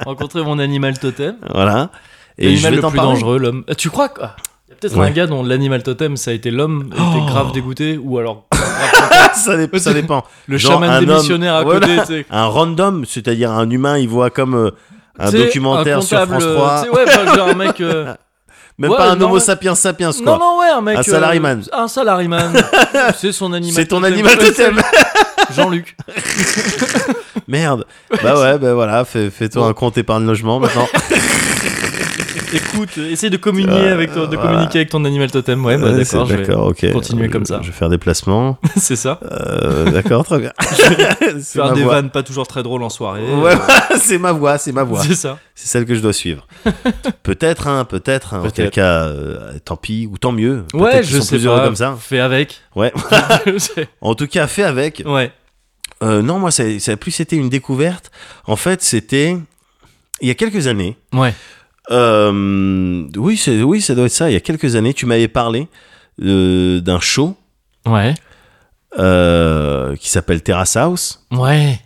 rencontrer mon animal totem. Voilà. Et je L'animal vais le t'en plus parler. dangereux, l'homme. Euh, Tu crois que. ah, Il y a peut-être Ouais. Oh. un gars dont l'animal totem, ça a été l'homme, il était grave dégoûté, ou alors. ça, dé- ça dépend. Le Genre chaman un homme- démissionnaire à côté, Voilà. tu sais. un random, c'est-à-dire un humain, il voit comme euh, un Tu sais, documentaire un sur comptable, France euh, 3. tu sais, ouais, bah, genre un mec. euh, Même ouais, pas un non, homo ouais. sapiens sapiens, quoi. Non, non, ouais, un mec. Un euh, salaryman. un salaryman. c'est son animal. C'est ton totem. animal Ouais, totem. c'est- Jean-Luc. Merde. Bah ouais, bah voilà, fais- fais-toi Bon. un compte épargne logement maintenant. Écoute, essaye de communier Euh, avec ton, de voilà. communiquer avec ton animal totem. Ouais, bah, Ouais, d'accord. c'est- je vais- d'accord, ok. continuer Euh, comme ça. Je vais faire des placements. C'est ça. Euh, d'accord, très bien. C'est Faire ma des voix. vannes pas toujours très drôles en soirée. Ouais, c'est ma voix, c'est ma voix. C'est ça. C'est celle que je dois suivre. peut-être, hein, peut-être. Hein, en Peut-être. quel cas, euh, tant pis ou tant mieux. Peut-être Ouais, qu'ils je sont sais plus heureux pas. comme ça. Fais avec. Ouais. En tout cas, fait avec. ouais. Euh, non, moi, ça, ça a plus été une découverte. En fait, c'était il y a quelques années. Ouais. Euh, oui, c'est- oui, ça doit être ça. Il y a quelques années, tu m'avais parlé euh, d'un show Ouais. euh, qui s'appelle Terrace House. Ouais.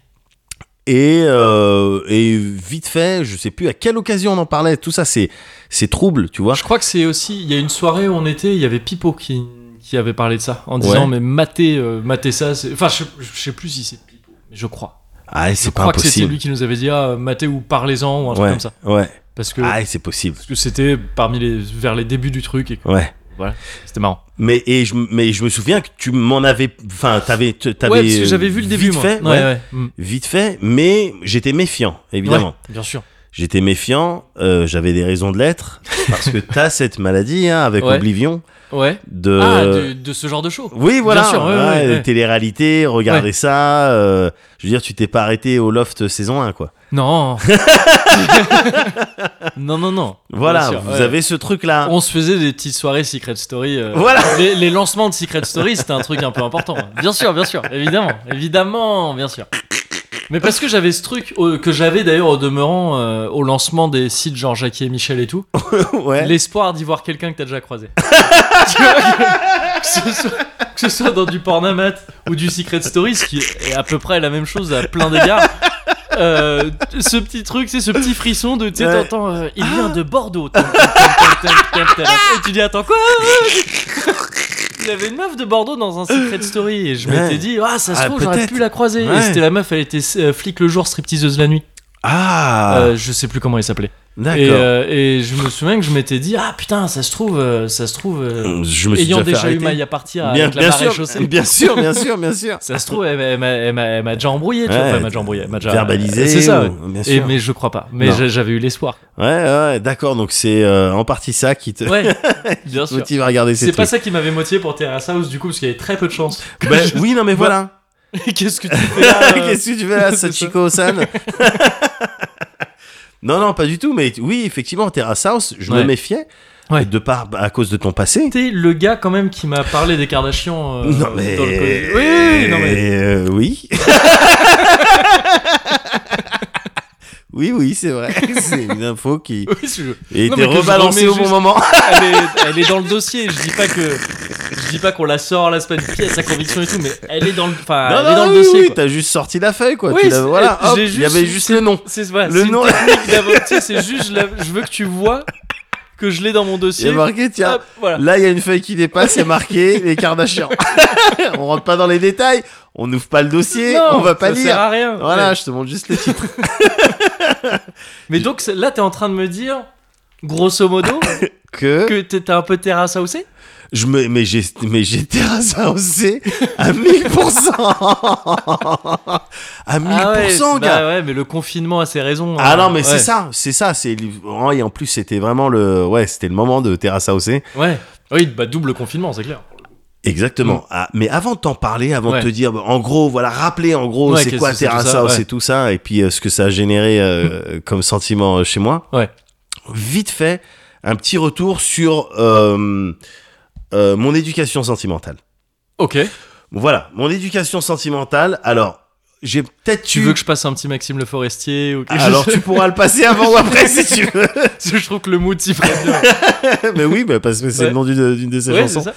Et, euh, et vite fait, je sais plus à quelle occasion on en parlait. Tout ça, c'est c'est trouble, tu vois. Je crois que c'est aussi. Il y a une soirée où on était, il y avait Pipo qui, qui avait parlé de ça en Ouais. disant mais matez, euh, matez ça. c'est- Enfin, je, je sais plus si c'est Pipo, mais je crois. Ah, Je c'est pas crois que c'était lui impossible. qui nous avait dit ah, matez ou parlez-en ou un truc Ouais, comme ça. ouais. Parce que Ah, c'est possible. parce que c'était parmi les vers les débuts du truc et que Ouais. c'était marrant. Mais et je mais je me souviens que tu m'en avais. Enfin, t'avais t'avais. ouais, parce que euh, j'avais vu le début Vite moi. fait. ouais, ouais. Mm. Vite fait, mais j'étais méfiant, évidemment. Ouais, bien sûr. J'étais méfiant, euh, j'avais des raisons de l'être, parce que t'as cette maladie hein, avec Ouais. Oblivion Ouais. de. Ah, de, de ce genre de show. Oui, voilà. sûr, ouais, hein, ouais, les ouais. téléréalités, regardez ça. euh, je veux dire, tu t'es pas arrêté au loft euh, saison 1, quoi. Non. non, non, non. Voilà, Bien sûr, vous ouais. avez ce truc-là. On se faisait des petites soirées Secret Story. euh, Voilà. Les, les lancements de Secret Story, c'était un truc un peu important. Bien sûr, bien sûr, évidemment, évidemment, bien sûr. Mais parce que j'avais ce truc euh, que j'avais d'ailleurs au demeurant euh, au lancement des sites genre Jackie et Michel et tout, ouais. l'espoir d'y voir quelqu'un que t'as déjà croisé. Tu vois, que, que ce soit, que ce soit dans du pornamat ou du Secret Story, ce qui est à peu près la même chose à plein d'égards. Euh, ce petit truc, c'est ce petit frisson de, tu sais, Ouais. Ah. t'entends, euh, il vient de Bordeaux. Tam, tam, tam, tam, tam, tam, tam. Et tu dis, attends quoi Il y avait une meuf de Bordeaux dans un Secret Story et je Ouais. m'étais dit, ah ça se Ah, trouve j'aurais peut-être. pu la croiser. Ouais. Et c'était la meuf, elle était euh, flic le jour, stripteaseuse la nuit. Ah, Euh, je sais plus comment elle s'appelait. d'accord. Et, euh, et je me souviens que je m'étais dit, ah putain, ça se trouve, euh, ça se trouve, euh, je me suis ayant déjà, déjà fait eu maille arrêter. à partir bien, Ah, avec la bien marée sûr, chaussée. bien sûr, bien sûr, bien sûr. Ça se trouve, elle, m'a- elle m'a- elle m'a- elle m'a déjà embrouillé, tu vois. Ouais, Enfin, elle m'a déjà embrouillé. elle m'a déjà- euh, verbalisé Ah, C'est ça, ou- ouais. bien Et, sûr. mais je crois pas. Mais Non. j'a- j'avais eu l'espoir. Ouais, ouais, d'accord. Donc c'est euh, en partie ça qui te Ouais, bien sûr. motive à regarder ces C'est pas trucs. ça qui m'avait motivé pour Terrace House du coup, parce qu'il y avait très peu de chance. Bah, oui, non, mais voilà. Qu'est-ce que tu fais là euh Qu'est-ce que tu veux là, c'est ça. Sachiko San Non, non, pas du tout. Mais oui, effectivement, Terrace House, je me Ouais. méfiais Ouais. de part à cause de ton passé. T'es le gars quand même qui m'a parlé des Kardashians. euh, non mais dans le Covid. Oui, oui, non mais. Euh, oui. oui, oui, c'est vrai. C'est une info qui Oui, je- Et Non, était mais que je rebalancée remets au bon juste- moment. elle, est, elle est dans le dossier. Je dis pas que je dis pas qu'on la sort là, c'est pas une pièce à conviction et tout, mais elle est dans le, enfin, elle est dans le oui, dossier. oui, quoi. t'as juste sorti la feuille, quoi. Ah, Oui, Tu l'as- c'est- voilà, j'ai hop, il juste- y avait juste le nom. C'est voilà, Le c'est une nom- technique d'avocat. C'est juste, je, la- je veux que tu vois que je l'ai dans mon Il y dossier. a marqué, tiens, Hop, voilà. là, il y a une feuille qui dépasse, il y a marqué les Kardashians. on rentre pas dans les détails, on n'ouvre pas le dossier, Non, on va pas ça Sert lire. à rien. Voilà, Ouais. je te montre juste les titres. Mais donc c'est- là, t'es en train de me dire, grosso modo, Que, que t'es t'as un peu terrasse à hausser je me, mais j'ai, mais j'étais à ça aussi à 1000%! à 1000%, Ah ouais, gars! bah ouais, mais le confinement a ses raisons. Ah euh, non mais ouais. c'est ça, c'est ça, c'est et en plus c'était vraiment le ouais, c'était le moment de Terrace House. Ouais. Oui, bah double confinement, c'est clair. Exactement. Ah, mais avant de t'en parler, avant Mm. Ouais. de te dire bah, en gros, voilà, rappeler en gros Ouais, c'est qu'est-ce quoi que c'est Terrace tout ça, House ouais. Mm. et tout ça et puis euh, ce que ça a généré euh, comme sentiment euh, chez moi. Ouais. Vite fait, un petit retour sur euh, euh, mon éducation sentimentale. Ok. Voilà, mon éducation sentimentale. Alors, j'ai peut-être Tu eu- veux que je passe un petit Maxime Le Forestier ou quelque Mm. Ah, alors chose tu pourras le passer avant ou après si tu veux. Parce que je trouve que le mood s'y prête bien. mais oui, mais parce que c'est Ouais. le nom d'une d'une de ces Ouais, chansons. c'est ça.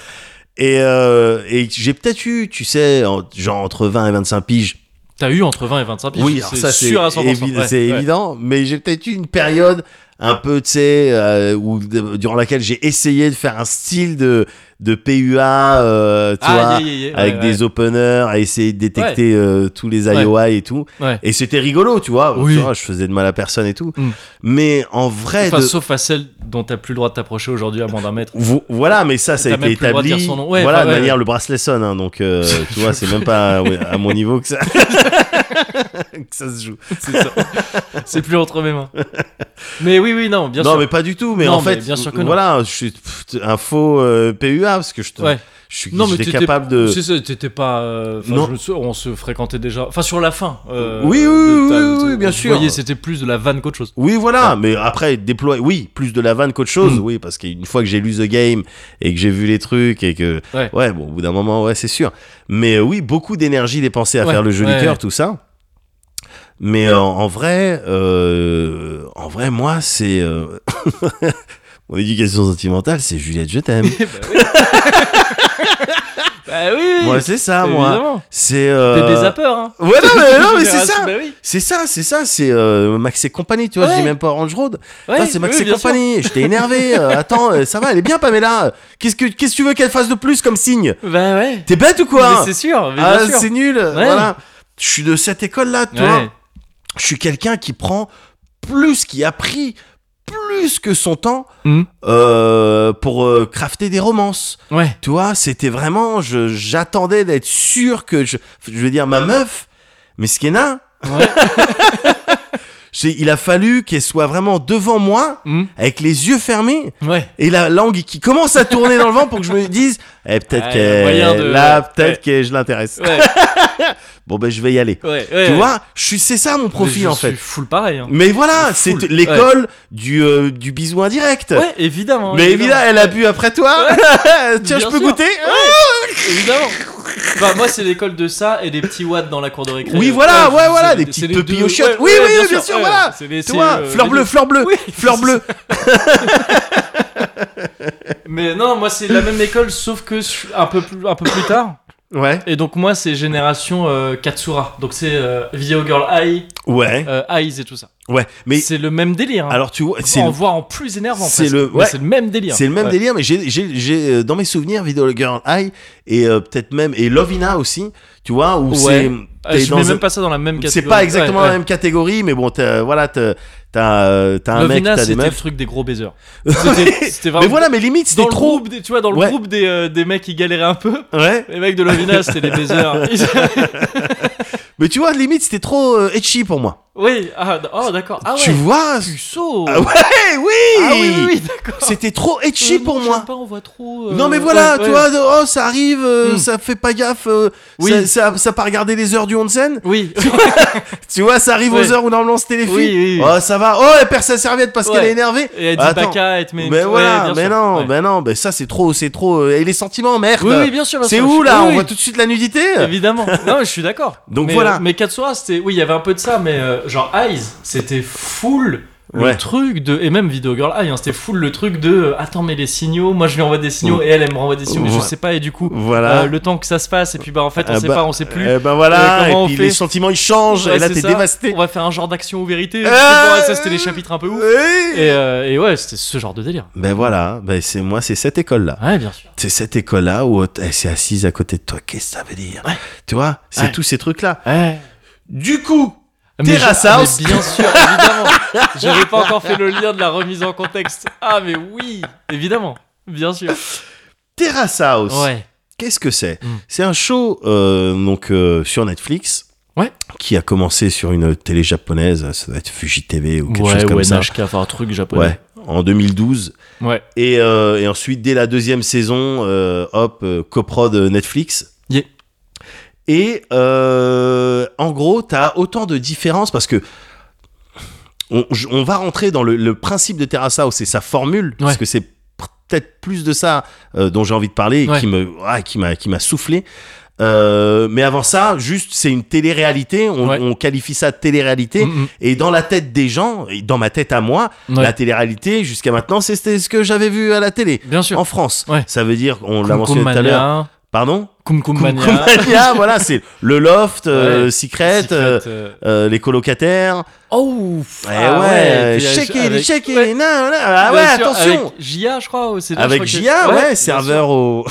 Et, euh, et j'ai peut-être eu, tu sais, en- genre entre 20 et 25 piges. T'as eu entre 20 et 25 piges. oui, alors ça c'est sûr à 100%. évi- ouais, c'est ouais. évident, mais j'ai peut-être eu une période un peu, tu sais, euh, où- de- durant laquelle j'ai essayé de faire un style de, de PUA, euh, tu vois, Ah, yeah, yeah, yeah, avec ouais, ouais. des openers, à essayer de détecter euh, tous les IOI et tout. Ouais. Et c'était rigolo, tu vois, Oui. tu vois, je faisais de mal à personne et tout. Mm. Mais en vrai, Enfin, de- sauf à celle dont t'as plus le droit de t'approcher aujourd'hui à moins d'un mètre. Vo- Voilà, mais ça, ça a T'as été même plus le droit de établi. dire son nom. Ouais, voilà, enfin, ouais, de manière ouais. le bracelet sonne, hein, donc euh, tu vois, c'est même pas ouais, à mon niveau que ça, que ça se joue. C'est ça. c'est plus entre mes mains. Mais oui, oui, non, bien non, sûr. mais pas du tout. Mais Non, en mais fait, bien sûr que non. voilà, je suis pff, un faux euh, PUA parce que je, te- Ouais. je suis Non, mais j'étais t'étais- capable de. C'est ça, t'étais pas. euh, enfin, Non. je me souviens, on se fréquentait déjà. Enfin, sur la fin. euh, Oui, oui, de ta- oui, oui, de- bien on se sûr. voyait, c'était plus de la vanne qu'autre chose. Oui, voilà, mais après, déployer, oui, plus de la vanne qu'autre chose, Hmm. oui, parce qu'une fois que j'ai lu The Game et que j'ai vu les trucs et que, Ouais. bon, au bout d'un moment, ouais, c'est sûr. Mais euh, oui, beaucoup d'énergie dépensée à Ouais, faire le jeu ouais, du cœur, ouais. tout ça. Mais en, en vrai, euh, en vrai, moi, c'est euh, mon éducation sentimentale, c'est Juliette, je t'aime. bah oui. bah oui. moi, c'est ça, moi. évidemment. C'est. euh, T'es des zappeurs, hein. Ouais, non, mais, non, mais c'est Génération- ça. Bah oui. C'est ça, c'est ça, c'est euh, Max et compagnie, tu vois, je Ouais. dis même pas Orange Road. Ouais, Ah, c'est Max oui, et bien sûr. compagnie. J'étais énervé. euh, attends, euh, ça va, elle est bien, Pamela. Qu'est-ce que, qu'est-ce que tu veux qu'elle fasse de plus comme signe Bah ouais. T'es bête ou quoi Mais c'est sûr, mais Ah, bien sûr. c'est nul. Voilà. Je suis de cette école-là, tu vois. Ouais. Je suis quelqu'un qui prend plus, qui a pris plus que son temps Mhm. euh, pour euh, crafter des romances. Ouais. Tu vois, c'était vraiment, je, j'attendais d'être sûr que je, je veux dire, ma meuf, mais ce qu'elle a, Ouais. C'est- Il a fallu qu'elle soit vraiment devant moi, Hmm. avec les yeux fermés, Ouais. et la langue qui commence à tourner dans le vent pour que je me dise, eh, peut-être Ah, il y a moyen que de- là, ouais. peut-être que je l'intéresse. Ouais, Bon ben, je vais y aller. ouais, ouais. Tu vois, je suis, c'est ça mon profil Je en fait. suis full pareil. hein. Mais voilà, c'est Full. l'école du euh, du bisou indirect. Ouais, évidemment. euh, Mais évidemment, elle a bu après toi. Tiens, Bien je peux sûr. goûter. Évidemment. Enfin, moi, c'est l'école de ça et des petits watts dans la cour de récré. Oui, voilà, ouais, c'est- voilà, c'est- des c'est petites les pupilles deux- aux chiottes. ouais, Oui, ouais, oui, bien sûr, voilà. C'est les- c'est, Toi, euh, fleur les bleue, deux. fleur bleue, Oui, fleur c'est bleue. Mais non, moi, c'est la même école, sauf que je- un peu plus, un peu plus tard. Ouais, Et donc, moi, c'est génération euh, Katsura. Donc, c'est euh, Video Girl Eye, ouais, euh, Eyes et tout ça. ouais. Mais C'est le même délire. hein. alors tu vois, c'est en le, voir en plus énervant. c'est presque. le- Mais ouais. c'est le même délire. c'est le même Ouais. délire. Mais j'ai, j'ai, j'ai euh, dans mes souvenirs, Video Girl High et euh, peut-être même et Lovina aussi. Tu vois, où Ouais. c'est Ah, t'es je dans mets un- même pas ça dans la même catégorie. c'est pas exactement Ouais, la ouais. même catégorie, mais bon, t'as, voilà, t'as, t'as, euh, t'as un Lovina, mec, t'as des c'était le meufs. truc des gros baisers. C'était c'était vraiment. Mais voilà, mais limite, dans c'était le trop. groupe, des, tu vois, dans le Ouais. groupe des, euh, des mecs qui galéraient un peu. Ouais. Les mecs de Lovina, c'était des baisers. Ils- Mais tu vois, limite, c'était trop euh, etchy pour moi. oui, ah, d- oh, d'accord. Ah ouais. Tu vois Puceau. Ah ouais, oui Ah oui, oui, oui, d'accord. C'était trop Euh, etchy non, pour j'aime moi. Pas, on voit trop. euh, Non mais voilà, ouais, ouais. tu vois, de- oh ça arrive, euh, Hmm. ça fait pas gaffe, euh, Oui. ça, ça, ça pas regarder les heures du onsen, Oui. tu vois, ça arrive Ouais. aux heures où normalement c'était les filles. Oui, oui, oui. Oh ça va, oh elle perd sa serviette parce Ouais. qu'elle est énervée. Et elle dit pas Attends. qu'à être Mais, mais. ouais, voilà, bien mais sûr. non, Ouais. mais non, mais ça c'est trop, c'est trop, euh, et les sentiments, merde. Oui, oui, bien sûr. bien c'est sûr, où je- là oui, On oui. voit tout de suite la nudité. Évidemment. Non, je suis d'accord. Donc Mais, voilà. euh, mais Katsura, c'était. Oui, il y avait un peu de ça, mais euh, genre Eyes, c'était full. Le Ouais. truc de. Et même Video Girl Eye, hein, c'était full le truc de. euh, Attends, mais les signaux, moi je lui envoie des signaux et elle, elle me renvoie des signaux, mais je Mm. Ouais. sais pas, et du coup, Voilà. euh, le temps que ça se passe, et puis bah en fait, on Ah sait bah, pas, on sait plus. Eh ben voilà, Euh, et comment puis on fait les sentiments ils changent, Ouais, et là c'est t'es ça. dévasté. On va faire un genre d'action ou vérité. Euh, c'est bon, ça, c'était les chapitres un peu ouf. Oui. Et, euh, et ouais, c'était ce genre de délire. Ben voilà, ben c'est moi, c'est cette école là. Ouais, bien sûr. C'est cette école là où elle s'est assise à côté de toi. Qu'est-ce que ça veut dire Tu vois, c'est Ouais. tous ces trucs là. Ouais. Du coup, Mais Terrace je- ah, House. mais bien sûr, évidemment. J'avais pas encore fait le lien de la remise en contexte. Ah, mais oui, évidemment. Bien sûr. Terrace House. Ouais. Qu'est-ce que c'est Mm. C'est un show euh, donc euh, sur Netflix. Ouais. Qui a commencé sur une télé japonaise, ça doit être Fuji TV ou quelque chose comme ça. NHK, enfin un truc Ouais, en 2012. Ouais. Et, euh, et ensuite, dès la deuxième saison, euh, hop, euh, coprod Netflix. Yeah. Et euh, en gros, t'as autant de différences parce que on, j- on va rentrer dans le, le principe de Terrace House et sa formule, parce Ouais. que c'est pr- peut-être plus de ça euh, dont j'ai envie de parler et Ouais. qui me, ah, qui m'a, qui m'a soufflé. Euh, mais avant ça, juste c'est une télé-réalité. On, Ouais. on qualifie ça de télé-réalité. Mm, Et dans la tête des gens, et dans ma tête à moi, mm. Ouais. la télé-réalité, jusqu'à maintenant, c'était ce que j'avais vu à la télé. Bien sûr. En France, Ouais. ça veut dire, on l'a Kum Kum mentionné tout à l'heure. Mania, Pardon Kum Kum Kum- Mania, Kum Mania, voilà, c'est le loft, euh, Ouais. Secret, Secret, euh, euh, euh, les colocataires. Oh, pff, Eh ah ouais, et puis check avec- it, check it, ouais, nan, nan, ah ouais, bien sûr, attention Avec Jia, je crois. ou c'est là, je Avec crois que- Gia, ouais, bien serveur au.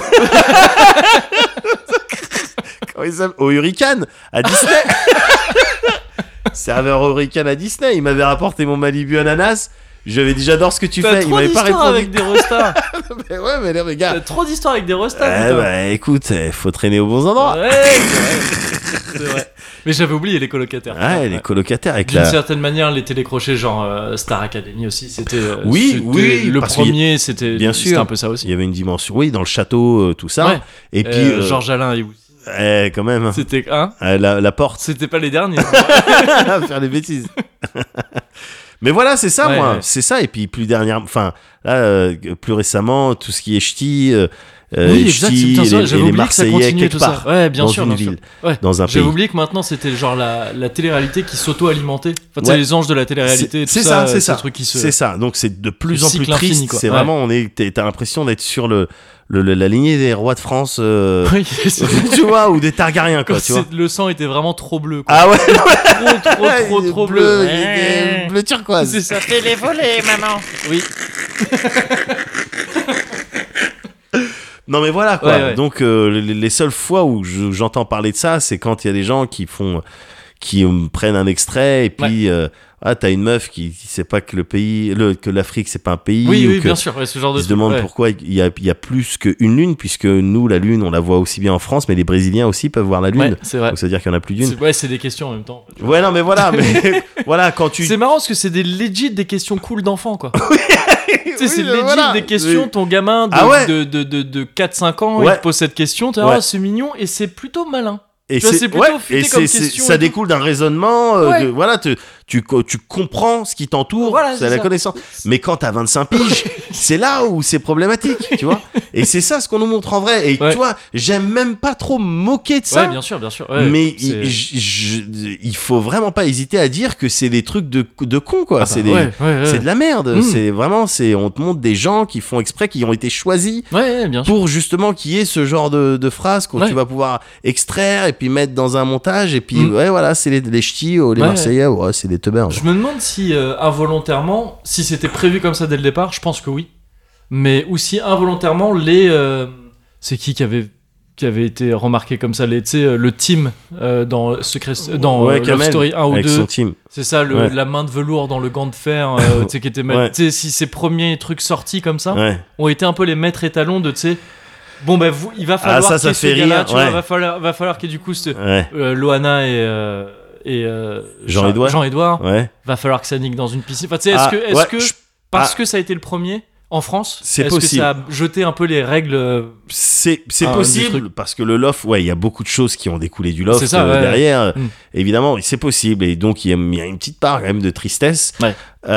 Comment il s'appelle Au Hurricane, à Disney Serveur au Hurricane à Disney, il m'avait rapporté mon Malibu ananas. J'avais dit j'adore ce que tu sûr. T'as fais, il trop m'avait pas d'histoires répondu. avec des rostas. Mais Eh ouais, mais les gars. T'as trop d'histoires avec des rostas. Eh putain. bah écoute, eh, faut traîner aux bons endroits. Ouais, c'est vrai. C'est vrai. Mais j'avais oublié les colocataires. Ouais, les colocataires avec D'une la. certaine manière, les télécrochés, genre euh, Star Academy aussi, c'était. euh, Oui, c'était oui, Le parce qu'il y- premier, c'était. Bien c'était sûr. un peu ça Il aussi. y avait une dimension, oui, dans le château, euh, tout ça. Ouais. Et puis, Euh, euh, Georges Alain et vous. eh, quand même, C'était hein euh, la, la porte, C'était pas les derniers. Euh, faire des bêtises. Mais voilà, c'est ça, Ouais, moi, ouais. c'est ça. Et puis plus dernière, enfin là, euh, plus récemment, tout ce qui est ch'ti, euh, euh, oui, exact. ch'ti, putain, et ça, les, et J'avais les oublié que ça Marseillais continuait quelque tout part, ça. Ouais, bien dans sûr. une bien sûr. ville, Ouais. dans un J'avais pays. oublié que maintenant c'était genre la, la télé-réalité qui s'auto-alimentait. Enfin, tu sais, Ouais. les anges de la télé-réalité, et tout C'est- c'est ça, c'est euh, ça. Ce truc qui se. C'est ça. Donc c'est de plus Le en plus cycle infini, triste. quoi. C'est Ouais. vraiment, on est, t'es- t'as l'impression d'être sur le, le- le- la lignée des rois de France, euh, Oui, c'est- tu vois, ou des Targaryens, quoi, tu vois. c'est- le sang était vraiment trop bleu. Quoi. Ah ouais, Trop, trop, trop, il est trop bleu. bleu, il est bleu turquoise. C'est ça. les maman. Oui. Non mais voilà quoi. Ouais, ouais. Donc euh, les, les seules fois où je- j'entends parler de ça, c'est quand il y a des gens qui font qui me prennent un extrait et puis euh, ah t'as une meuf qui, qui sait pas que le pays le, que l'Afrique c'est pas un pays Oui, ou oui, que bien sûr, ouais, ce genre de ils se truc, demandent ouais. pourquoi il y a, il y a plus qu'une lune puisque nous la lune on la voit aussi bien en France mais les Brésiliens aussi peuvent voir la lune Ouais, c'est vrai. donc ça veut dire qu'il y en a plus d'une C'est- Ouais, c'est des questions en même temps. ouais non mais voilà mais voilà quand tu C'est marrant parce que c'est des legit des questions cool d'enfants quoi. Tu sais, Oui, c'est mais legit voilà. des questions, ton gamin de, Ah ouais. de, de, de, de 4-5 ans, Ouais. il te pose cette question, t'es Ouais. ah, c'est mignon et c'est plutôt malin. Et Tu vois, c'est plutôt futé et comme c'est- question ça et tout. découle d'un raisonnement. euh, Ouais. de- voilà, te- tu, co- tu comprends ce qui t'entoure, Voilà, c'est c'est la ça. connaissance. Mais quand t'as 25 piges, c'est là où c'est problématique, tu vois. Et c'est ça ce qu'on nous montre en vrai. Et Ouais. tu vois, j'aime même pas trop me moquer de ça. ouais, bien sûr, bien sûr. ouais, mais c'est- il, je- je- il faut vraiment pas hésiter à dire que c'est des trucs de, de con, quoi. Ah bah, c'est des- ouais, ouais, ouais. c'est de la merde. Mm. C'est vraiment, c'est on te montre des gens qui font exprès, qui ont été choisis Ouais, ouais, bien sûr. pour justement qu'il y ait ce genre de, de phrase que Ouais. tu vas pouvoir extraire et puis mettre dans un montage et puis Mm. ouais voilà c'est les, les ch'tis ou les Ouais, marseillais ouais, c'est des teubers hein. Je me demande si euh, involontairement, si c'était prévu comme ça dès le départ, je pense que oui. Mais aussi involontairement, les. euh, c'est qui qui avait qui avait été remarqué comme ça les tu sais euh, le team euh, dans secret euh, dans euh, Love Kamel, story 1 ou avec 2 son team c'est ça le- Ouais. la main de velours dans le gant de fer euh, tu sais qui était ma- Ouais. tu sais si ces premiers trucs sortis comme ça ouais ont été un peu les maîtres étalons de tu sais bon ben vous il va falloir Ah, ça, qu'il y ait ça ce fait gars-là, rire, tu vois, ouais. va falloir va falloir qu'il y ait du coup ce, ouais euh, Loana et euh, et euh, Jean-Édouard. Jean-Édouard ouais va falloir que ça nique dans une piscine. Enfin, tu sais, est-ce Ah, que, est-ce ouais, que je- parce ah. que ça a été le premier en France, C'est est-ce que possible. ça a jeté un peu les règles euh, c'est c'est Ah, du possible truc. parce que le loft ouais il y a beaucoup de choses qui ont découlé du loft C'est ça, euh, ouais. derrière Mm. évidemment et c'est possible et donc il y a il y a une petite part quand même de tristesse Ouais.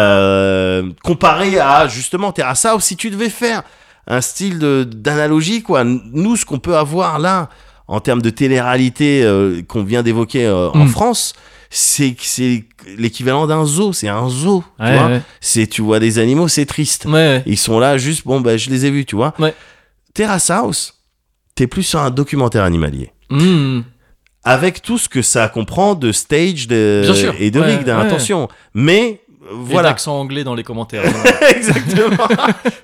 Euh, comparé à justement Terrace House si tu devais faire un style de- d'analogie quoi nous ce qu'on peut avoir là en termes de télé-réalité euh, qu'on vient d'évoquer euh, en Mm. France c'est que c'est l'équivalent d'un zoo c'est un zoo tu Ouais, vois ouais. c'est tu vois des animaux c'est triste Ouais, ouais. ils sont là juste, bon, ben, je les ai vus, tu vois. Ouais. Terrace House, t'es plus sur un documentaire animalier. Mm. Avec tout ce que ça comprend de stage de, Bien sûr. et de Ouais, rig, d'un- ouais. attention. Mais, euh, Et voilà. l'accent anglais dans les commentaires. Exactement.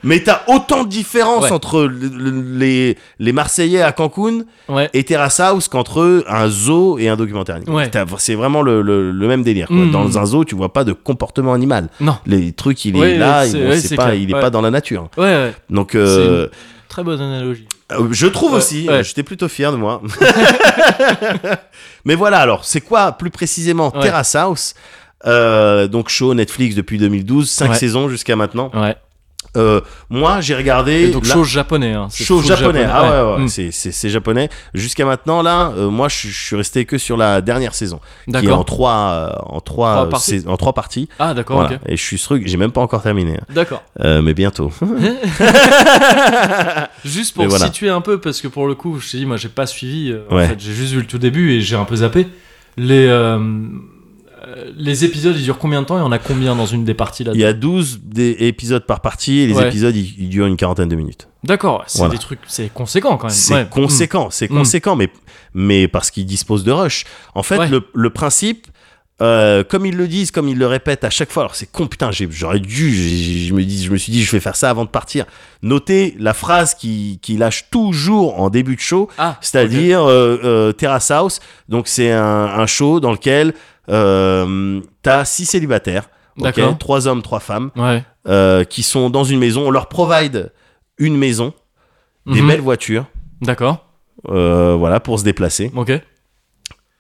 Mais t'as autant de différence Ouais. entre le- le- les, les Marseillais à Cancun ouais. et Terrace House qu'entre un zoo et un documentaire animalier. Ouais. T'as- C'est vraiment le, le- le même délire. quoi. Mm. Dans un zoo, tu vois pas de comportement animal. Non. Les trucs, il est Ouais, là, c'est- il- bon, ouais, c'est c'est pas, clair. il est Ouais. pas dans la nature. Ouais, ouais. Donc, euh, Très bonne analogie. Euh, Je trouve Ouais, aussi, ouais. euh, j'étais plutôt fier de moi. Mais voilà, alors, c'est quoi plus précisément Ouais. Terrace House Euh, donc show Netflix depuis 2012, 5 Ouais. saisons jusqu'à maintenant. Ouais. Euh, moi j'ai Et regardé donc, là- chose japonais. Hein. C'est show full japonais. Ah ouais, ouais, Mm. c'est- c'est c'est japonais. Jusqu'à maintenant là, euh, moi je je suis resté que sur la dernière saison, qui est en D'accord. trois euh, en trois, Trois euh, parties. sais- en trois parties. Ah, d'accord, Voilà. ok. Et je suis sûr que j'ai même pas encore terminé, hein. D'accord. Euh, mais bientôt. Juste pour Mais voilà. situer un peu, parce que pour le coup, je t'ai dit, moi j'ai pas suivi, euh, Ouais. en fait, j'ai juste vu le tout début et j'ai un peu zappé. Les, euh, euh, les épisodes, ils durent combien de temps et on a combien dans une des parties là Il y a 12 des épisodes par partie et les Ouais. épisodes ils- ils durent une quarantaine de minutes. D'accord, c'est Voilà. des trucs, c'est conséquent quand même. C'est ouais. conséquent, c'est Mm. conséquent, mais, mais parce qu'ils disposent de rush. En fait, Ouais. le, le principe, euh, comme ils le disent, comme ils le répètent à chaque fois, alors c'est con, putain, j'ai- j'aurais dû, j'ai- j'ai- je me, dis, je me suis dit, je vais faire ça avant de partir. Notez la phrase qui, qui lâche toujours en début de show, Ah, c'est-à-dire euh, euh, Terrace House. Donc, c'est un, un show dans lequel euh, t'as six célibataires, ok, D'accord. trois hommes, trois femmes, ok. Ouais. euh, qui sont dans une maison. On leur provide une maison, des Mhm. belles voitures D'accord, euh, voilà, pour se déplacer. ok.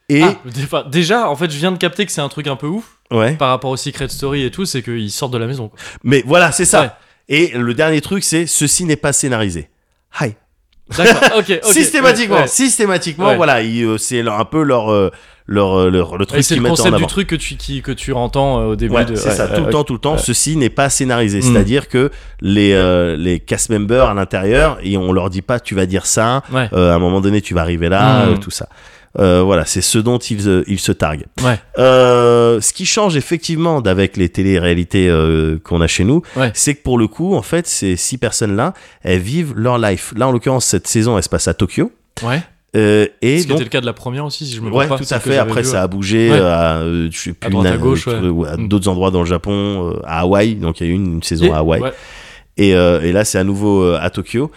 Et Ah, dé- enfin, déjà, en fait, je viens de capter que c'est un truc un peu ouf ouais. par rapport au Secret Story et tout, c'est qu'ils sortent de la maison. quoi. Mais voilà, c'est ça. Ouais. Et le dernier truc, c'est ceci n'est pas scénarisé. Hi. D'accord, ok, ok. systématiquement, ouais, ouais. systématiquement, Ouais. voilà, ils, euh, c'est leur- un peu leur euh, leur, euh, leur- le Et truc c'est qu'ils le mettent en concept avant. du truc que tu, qui, que tu entends euh, au début Ouais, de. c'est ouais, ça, ouais, tout le ok. temps, tout le temps. Ceci n'est pas scénarisé, Mm. c'est-à-dire que les euh, les cast members à l'intérieur et on leur dit pas tu vas dire ça, Ouais. euh, à un moment donné tu vas arriver là, Mm. euh, tout ça. Euh, voilà, c'est ce dont ils euh, ils se targuent. Ouais. Euh, ce qui change effectivement d'avec les téléréalités euh, qu'on a chez nous, Ouais. c'est que pour le coup, en fait, ces six personnes-là, elles vivent leur life. Là, en l'occurrence, cette saison, elle se passe à Tokyo. Ouais. Euh, et Ce qui était donc, le cas de la première aussi, si je me trompe ouais, pas. tout c'est à que fait. j'avais Après, vu, ça a bougé Ouais. à, euh, je sais plus, droite, à na- gauche, euh, ouais. ou à Mm. d'autres endroits dans le Japon, euh, à Hawaï. Donc, il y a eu une, une saison ouais. à Hawaï. Ouais. Et, euh, et là, c'est à nouveau euh, à Tokyo.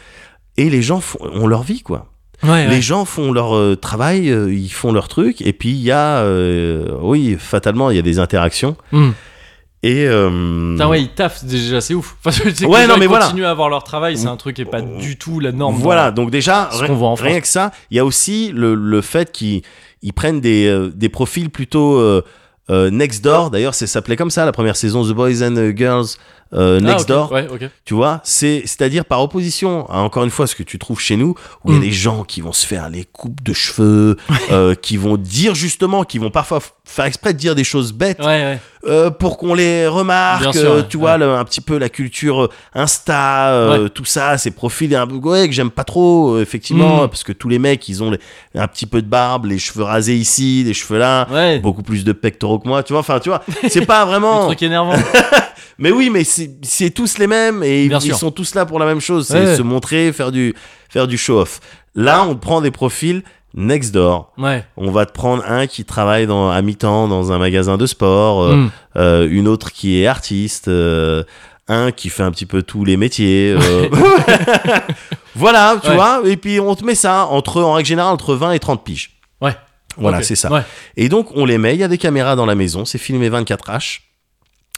Et les gens font- ont leur vie, quoi. Ouais, Les ouais. gens font leur euh, travail, euh, ils font leur truc, et puis il y a, euh, oui, fatalement, il y a des interactions. Hmm. Et euh, Putain, ouais, ils taffent déjà, c'est ouf. Enfin, je veux dire que Ouais, les non, gens, mais ils voilà. continuent à avoir leur travail, c'est un truc qui est pas Oh. du tout la norme. voilà, donc déjà, Ce ri- qu'on voit en rien France. que ça, il y a aussi le, le fait qu'ils ils prennent des, euh, des profils plutôt euh, euh, next door. D'ailleurs, ça s'appelait comme ça la première saison, The Boys and euh, Girls euh, Ah, Next ok, Door. Ouais, ok. Tu vois, c'est c'est-à-dire par opposition à encore une fois ce que tu trouves chez nous où il y a Mm. des gens qui vont se faire les coupes de cheveux, euh, qui vont dire justement, qui vont parfois f- faire exprès de dire des choses bêtes Ouais, ouais. euh, pour qu'on les Bien remarque. sûr, euh, ouais, tu ouais. vois, le- un petit peu la culture euh, Insta, euh, tout ça, ces profils un peu ouais, que j'aime pas trop euh, effectivement Mm. parce que tous les mecs ils ont les- un petit peu de barbe, les cheveux rasés ici, des cheveux là. Ouais, Beaucoup plus de pectoraux que moi, tu vois. Enfin, tu vois, c'est pas des vraiment. trucs énervants. Mais oui, mais c'est c'est tous les mêmes et ils, Bien ils sûr. sont tous là pour la même chose, c'est Ouais, ouais. se montrer, faire du, faire du show-off. Là, on prend des profils next door. Ouais. On va te prendre un qui travaille dans, à mi-temps dans un magasin de sport, euh, Hmm. euh, une autre qui est artiste, euh, un qui fait un petit peu tous les métiers. euh. voilà, tu Ouais. vois. Et puis on te met ça entre, en règle générale, entre 20 et 30 piges. Ouais. Voilà, Ok. c'est ça. Ouais. Et donc, on les met. Il y a des caméras dans la maison. C'est filmé 24H.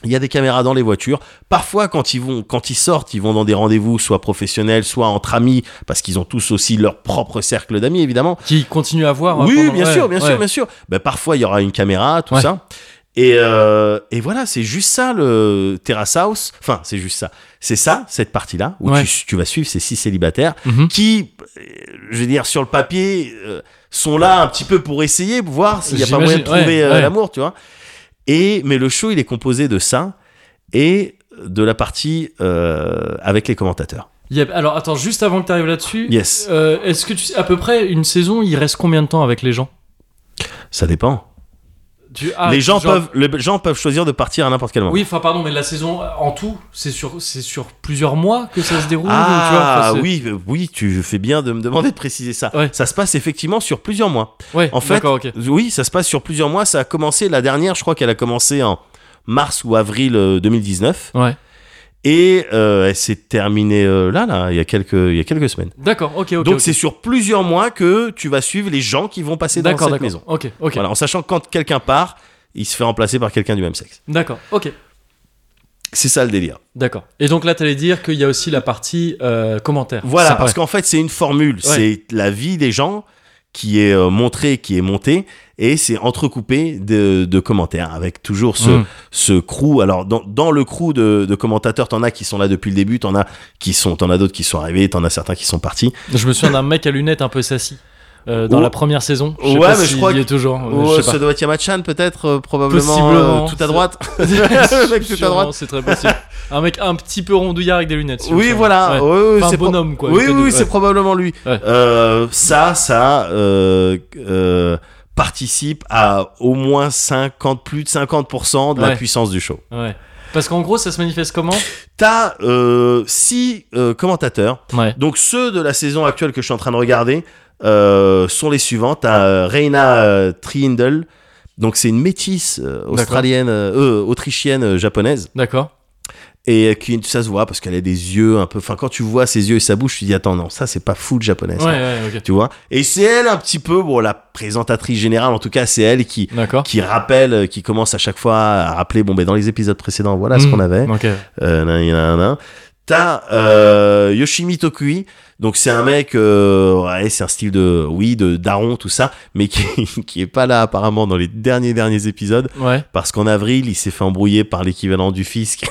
Il y a des caméras dans les voitures. Parfois, quand ils vont, quand ils sortent, ils vont dans des rendez-vous, soit professionnels, soit entre amis, parce qu'ils ont tous aussi leur propre cercle d'amis, évidemment. Qui continue à voir. hein, oui, pendant- bien ouais, sûr, bien ouais. sûr, bien sûr. Ben, parfois, il y aura une caméra, tout Ouais. ça. Et, euh, et voilà, c'est juste ça le Terrace House. Enfin, c'est juste ça. C'est ça, cette partie-là, où Ouais. tu, tu vas suivre ces six célibataires Mhm. qui, euh, je veux dire, sur le papier, euh, sont là un petit peu pour essayer, pour voir s'il n'y a pas moyen de J'imagine, trouver ouais, euh, ouais. l'amour, tu vois. Et, mais le show, il est composé de ça et de la partie euh, avec les commentateurs. Yep. Alors, attends, juste avant que tu arrives là-dessus, Yes. euh, est-ce que tu sais, à peu près une saison, il reste combien de temps avec les gens Ça dépend. Tu- ah, les, gens genre- peuvent, les gens peuvent choisir de partir à n'importe quel moment. Oui, enfin, pardon, mais la saison euh, en tout, c'est sur, c'est sur plusieurs mois que ça se déroule. ou tu vois, Ah enfin, c'est- oui, euh, oui, tu fais bien de me demander de préciser ça. Ouais. Ça se passe effectivement sur plusieurs mois. Ouais, En fait, d'accord, ok. oui, ça se passe sur plusieurs mois. Ça a commencé la dernière, je crois qu'elle a commencé en mars ou avril euh, 2019. Ouais. Et euh, elle s'est terminée euh, là, là, il y a quelques, il y a quelques semaines. D'accord, ok, ok. Donc ok. c'est sur plusieurs mois que tu vas suivre les gens qui vont passer dans D'accord, cette d'accord. maison. Ok, ok. Voilà, en sachant que quand quelqu'un part, il se fait remplacer par quelqu'un du même sexe. D'accord, ok. C'est ça le délire. D'accord. Et donc là, t'allais dire qu'il y a aussi la partie euh, commentaire. Voilà, Ça, parce ouais. qu'en fait c'est une formule, c'est la vie des gens qui est euh, montrée, qui est montée, et c'est entrecoupé de, de commentaires, avec toujours ce, Mm. ce crew. Alors, dans, dans le crew de, de commentateurs, t'en as qui sont là depuis le début, t'en as qui sont, t'en as d'autres qui sont arrivés, t'en as certains qui sont partis. Je me souviens d'un mec à lunettes un peu sassy euh, dans Oh. la première saison. Je sais Ouais, pas mais je s'il crois y que- est toujours. euh, Ou je euh, sais ça pas. doit être Yamachan peut-être, euh, probablement Possiblement, euh, tout à c'est- droite. Le mec tout à Sûrement, droite. C'est très possible. Un mec un petit peu rondouillard avec des lunettes. si je me Oui, souviens. voilà. Ouais. Ouais, ouais, Enfin, un c'est pro- bonhomme, quoi. une Oui, oui, tête de- oui, c'est ouais. probablement lui. Ouais. Euh, ça, ça euh, euh, participe à au moins 50, plus de 50% de la Ouais. puissance du show. Ouais. Parce qu'en gros, ça se manifeste comment T'as euh, six euh, commentateurs. Ouais. Donc ceux de la saison actuelle que je suis en train de regarder euh, sont les suivants. T'as euh, Reina euh, Trindle. Donc c'est une métisse euh, australienne, euh, euh, autrichienne, euh, japonaise. D'accord. Et euh, qui, ça se voit parce qu'elle a des yeux un peu... Enfin quand tu vois ses yeux et sa bouche, tu te dis attends non, ça c'est pas full japonaise. Ouais, ouais, ok. Tu vois Et c'est elle un petit peu, bon la présentatrice générale en tout cas, c'est elle qui... D'accord. Qui rappelle, euh, qui commence à chaque fois à rappeler, bon, ben dans les épisodes précédents, voilà ce Mm. qu'on avait. Ok. Euh, nan, nan, nan, nan. T'as euh, Yoshimi Tokui, donc c'est un mec, euh, ouais, c'est un style de, oui, de daron, tout ça, mais qui, qui est pas là apparemment dans les derniers derniers épisodes, Ouais. parce qu'en avril, il s'est fait embrouiller par l'équivalent du fisc,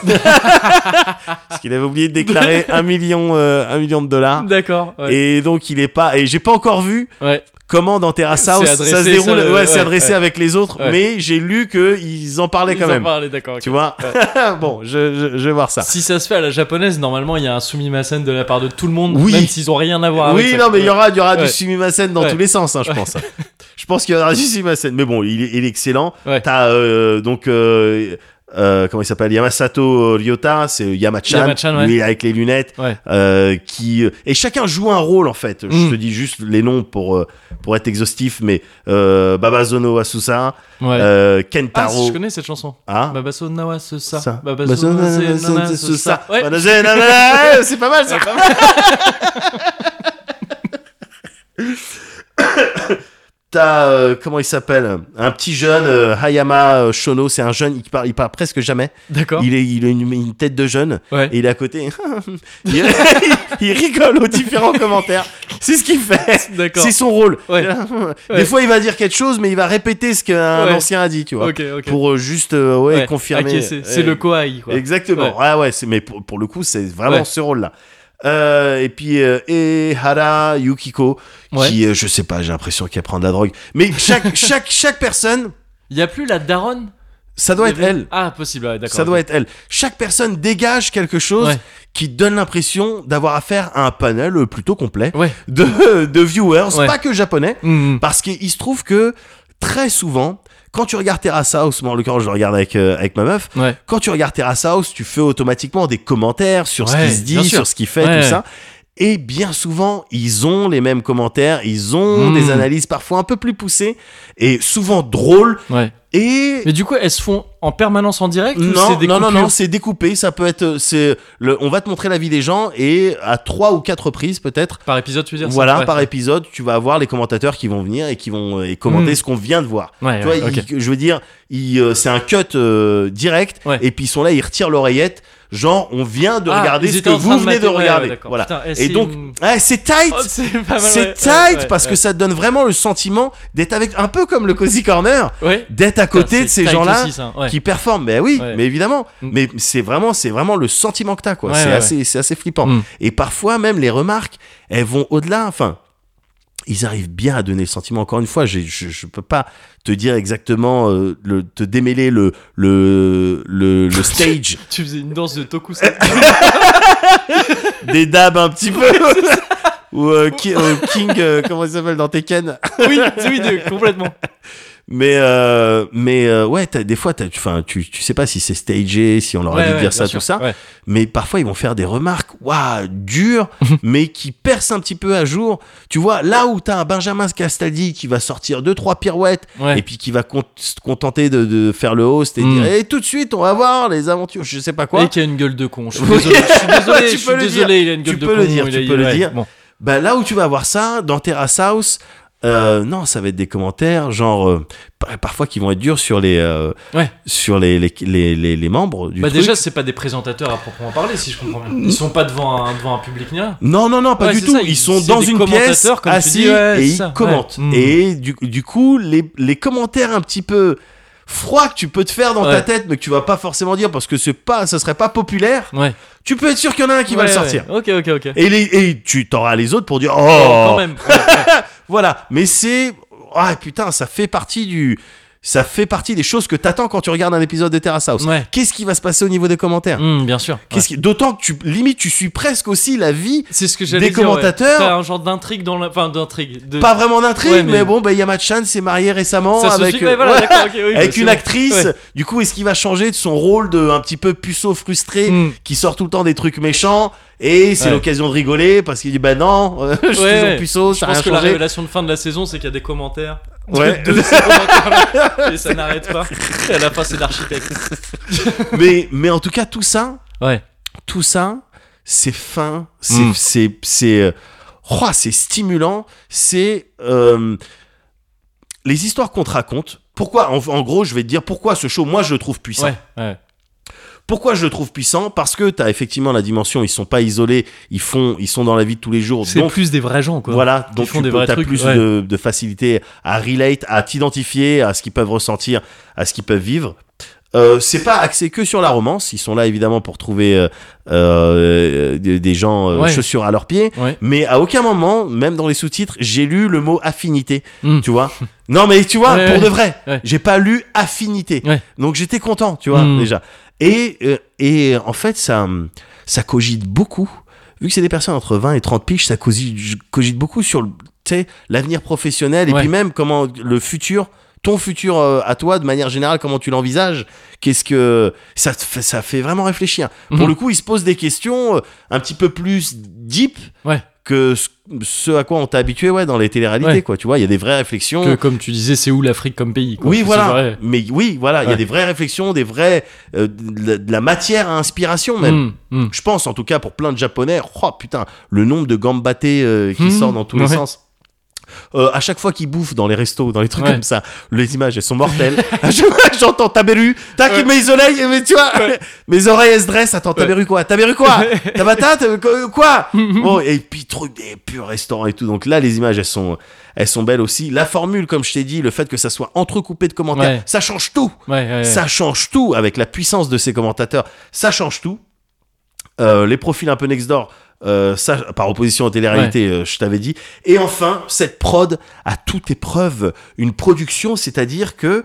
parce qu'il avait oublié de déclarer un million, euh, un million de dollars, D'accord. Ouais. et donc il est pas, et j'ai pas encore vu Ouais. comment dans Terrace C'est House ça se adressé, déroule, ça, le- ouais, c'est ouais, adressé ouais. avec les autres, Ouais. mais j'ai lu que ils en parlaient Ils quand en même, parlaient, d'accord. ok. tu vois, bon, je, je, je vais voir ça. Si ça se fait à la japonaise, normalement, il y a un sumimasen de la part de tout le monde, Oui. même s'ils ont rien à voir avec Oui, ça. non, mais il y aura, il y aura du Ouais. Sumimasen dans Ouais. tous les sens, hein, je pense. je pense qu'il y aura du Sumimasen. Mais bon, il est, il est excellent. Ouais. T'as euh, donc. euh, euh, comment il s'appelle Yamasato Ryota, c'est Yamachan, Yamachan, ouais. lui avec les lunettes, Ouais. euh, qui et chacun joue un rôle en fait. Je Mm. te dis juste les noms pour euh, pour être exhaustif, mais euh, Babazono Asusa, Ouais. euh, ah, si, Kentaro, je connais Bah, cette chanson. Ah, Babaso Nawa ce ça. ça. Babaso Nawa Babazono ce nana, ce Asusa. ça. Ouais. Bah, Babazono- c'est pas mal ça. T'as, euh, comment il s'appelle Un petit jeune, euh, Hayama euh, Shono, c'est un jeune, il parle, il parle presque jamais. D'accord. Il, est, il a une, une tête de jeune. Ouais. Et il est à côté. il, il rigole aux différents commentaires. C'est ce qu'il fait. D'accord. C'est son rôle. Ouais. Des Ouais. fois, il va dire quelque chose, mais il va répéter ce qu'un Ouais. ancien a dit, tu vois. Ok, ok. Pour euh, juste euh, ouais, Ouais, confirmer. acquiescer. C'est Ouais. le Kohai, quoi. Exactement. Ouais. Ouais, ouais, c'est, mais pour, pour le coup, c'est vraiment Ouais. ce rôle-là. Euh, et puis euh, Ehara Yukiko, Ouais. qui, euh, je sais pas, j'ai l'impression qu'elle prend de la drogue. Mais chaque, chaque, chaque personne, Il y a plus la daronne ça doit Il y être avait- elle. Ah, possible, ouais, d'accord. Ça doit être elle. Chaque personne dégage quelque chose Ouais. qui donne l'impression d'avoir affaire à un panel euh, plutôt complet Ouais. de, de viewers, Ouais. pas que japonais, Mhm. parce qu'il se trouve que très souvent, quand tu regardes Terrace House, moi en l'occurrence je le regarde avec, euh, avec ma meuf, Ouais. quand tu regardes Terrace House, tu fais automatiquement des commentaires sur ce Ouais, qui se bien dit, sûr. sur ce qu'il fait, Ouais, tout ouais. ça. Et bien souvent, ils ont les mêmes commentaires, ils ont Mm. des analyses parfois un peu plus poussées et souvent drôles. Ouais. Et Mais du coup, elles se font en permanence en direct ou non, c'est des non, non, coupures non, c'est découpé. Ça peut être, euh, c'est le, on va te montrer la vie des gens et à trois ou quatre reprises peut-être. Par épisode, tu veux dire ça Voilà, Ouais. par épisode, tu vas avoir les commentateurs qui vont venir et qui vont euh, et commenter Mm. ce qu'on vient de voir. Ouais, Tu vois, ouais, ok. il- je veux dire, il, euh, c'est un cut euh, direct, Ouais. et puis ils sont là, ils retirent l'oreillette, genre on vient de Ah, regarder ils ce étaient que en train vous venez de mater, ouais, ouais, regarder. d'accord. voilà. Putain, Et c'est donc, une- ouais, c'est tight. Oh, c'est pas mal, c'est ouais, tight ouais, ouais, parce que ouais. ça te donne vraiment le sentiment d'être avec un peu comme le cozy corner, Ouais. d'être à côté Putain, de ces c'est tight gens-là aussi, ça, ouais. qui performent. Mais oui, Ouais. mais évidemment. Mm. Mais c'est vraiment, c'est vraiment le sentiment que t'as quoi. Ouais, c'est ouais, assez, c'est assez flippant. Mm. Et parfois même les remarques, elles vont au-delà. Enfin, ils arrivent bien à donner le sentiment. Encore une fois, j'ai- je, je peux pas te dire exactement, euh, le, te démêler le le le, le stage Tu faisais une danse de tokusatsu. des dabs un petit peu. Ou euh, Ki- euh, King, euh, comment il s'appelle dans Tekken oui, oui, de- complètement. Mais euh, mais euh, ouais, t'as- des fois, t'as- enfin, tu tu sais pas si c'est stagé, si on leur a Ouais, dit de ouais, dire bien ça, sûr, tout ça. ouais. mais parfois ils vont faire des remarques waouh dures mais qui percent un petit peu à jour tu vois là où t'as un Benjamin Castaldi qui va sortir deux trois pirouettes Ouais. et puis qui va con- se contenter de, de faire le host et Mm. dire et tout de suite on va voir les aventures je sais pas quoi Et qui a une gueule de con. Je suis Oui. désolé, je suis désolé, Tu je suis peux le désolé, il a une Tu gueule de peux con. le dire, il tu a- peux le ouais, dire. bon. bah là où tu vas voir ça dans Terrace House euh, non ça va être des commentaires genre euh, par- parfois qui vont être durs sur les euh, Ouais. sur les les, les, les- les membres du Bah truc. déjà, c'est pas des présentateurs à proprement parler, si je comprends bien. Ils sont pas devant un, devant un public ni rien. Non, non, non, pas Ouais, du c'est tout. ça, ils ils- sont c'est dans des une commentateurs, pièce comme tu assis dis, ouais, et c'est ils ça, ouais. commentent. Mm. Et du, du coup, les, les commentaires un petit peu froids que tu peux te faire dans ta Ouais. tête, mais que tu vas pas forcément dire parce que c'est pas, ça serait pas populaire, Ouais. tu peux être sûr qu'il y en a un qui va Ouais, le ouais. sortir. Ok, ok, ok. Et, les, et tu t'auras les autres pour dire Bon, Quand oh, même. Ouais, ouais. voilà. Mais c'est ah putain, ça fait partie du ça fait partie des choses que t'attends quand tu regardes un épisode de Terrace House. Ouais. Qu'est-ce qui va se passer au niveau des commentaires Hum, bien sûr. Qu'est-ce qui... D'autant que tu limite tu suis presque aussi la vie, Ouais. C'est ce que j'allais des dire. ouais. commentateurs- T'as un genre d'intrigue dans la. Enfin, d'intrigue. de- pas vraiment d'intrigue, Mm. Ouais, mais... mais- bon, bah, Yamachan s'est marié récemment Ça se avec, suit, euh, ouais, voilà, ouais, d'accord, ok, oui, bah, avec c'est une bon. actrice. Ouais. Du coup, est-ce qu'il va changer de son rôle de un petit peu puceau frustré Mm. qui sort tout le temps des trucs méchants et c'est Ouais. l'occasion de rigoler parce qu'il dit bah non, euh, je suis Ouais, toujours ouais. puceau, Je ça a pense rien que la changé. révélation de fin de la saison, c'est qu'il y a des commentaires. de- Ouais. de ces commentaires-là, et ça n'arrête pas. Et à la fin, c'est l'architecte. mais mais en tout cas, tout ça, Ouais. tout ça, c'est fin, c'est Mm. c'est c'est euh, ouah, c'est stimulant, c'est euh, les histoires qu'on te raconte. Pourquoi en, en gros, je vais te dire pourquoi ce show, moi, je le trouve puissant. Ouais. Ouais. Pourquoi je le trouve puissant Parce que t'as effectivement la dimension, ils sont pas isolés, ils font, ils sont dans la vie de tous les jours. C'est Donc plus des vrais gens, quoi. voilà, donc font tu des peux, vrais t'as trucs, plus ouais. de, de facilité à relate, à t'identifier, à ce qu'ils peuvent ressentir, à ce qu'ils peuvent vivre. Euh, c'est pas axé que sur la romance, ils sont là évidemment pour trouver euh, euh, des, des gens euh, Ouais. chaussures à leurs pieds, Ouais. mais à aucun moment, même dans les sous-titres, j'ai lu le mot affinité, Mm. tu vois. Non mais tu vois, Ouais, pour ouais. de vrai, Ouais. j'ai pas lu affinité, Ouais. donc j'étais content, tu vois Mm. déjà. Et euh, et en fait ça ça cogite beaucoup. Vu que c'est des personnes entre 20 et 30 piges, ça cogite, cogite beaucoup sur le- tu sais, l'avenir professionnel et Ouais. puis même comment le futur, ton futur euh, à toi, de manière générale, comment tu l'envisages. Qu'est-ce que ça te fait, ça fait vraiment réfléchir. Pour Mhm. le coup, ils se posent des questions euh, un petit peu plus deep Ouais. que ce, ce à quoi on t'a habitué ouais, dans les téléréalités. Ouais. Quoi, tu vois, il y a des vraies réflexions. Que, comme tu disais, c'est où l'Afrique comme pays quoi. Oui, C'est voilà. vrai. Mais oui, voilà, il y a Ouais. des vraies réflexions, des vraies euh, de, la- de la matière à inspiration même. Hum, hum. Je pense en tout cas pour plein de japonais, oh putain, le nombre de gambatés euh, qui Mmh, sort dans tous les ouais. sens. Euh, à chaque fois qu'ils bouffent dans les restos, dans les trucs Ouais. comme ça, les images elles sont mortelles. À chaque fois que j'entends Taberu, tac, Ouais. mes oreilles, mais tu vois, Ouais. mes oreilles elles se dressent. Attends, Taberu quoi Taberu quoi Tabata T'as- qu- euh, Quoi Bon, et puis truc des purs restaurants et tout. Donc là, les images elles sont, elles sont belles aussi. La formule, comme je t'ai dit, le fait que ça soit entrecoupé de commentaires, Ouais. ça change tout. Ouais, ouais, ouais. Ça change tout avec la puissance de ces commentateurs. Ça change tout. Euh, les profils un peu next door, euh, ça, par opposition aux télé-réalités, euh, je t'avais dit. Et enfin, cette prod à toute épreuve, une production, c'est-à-dire que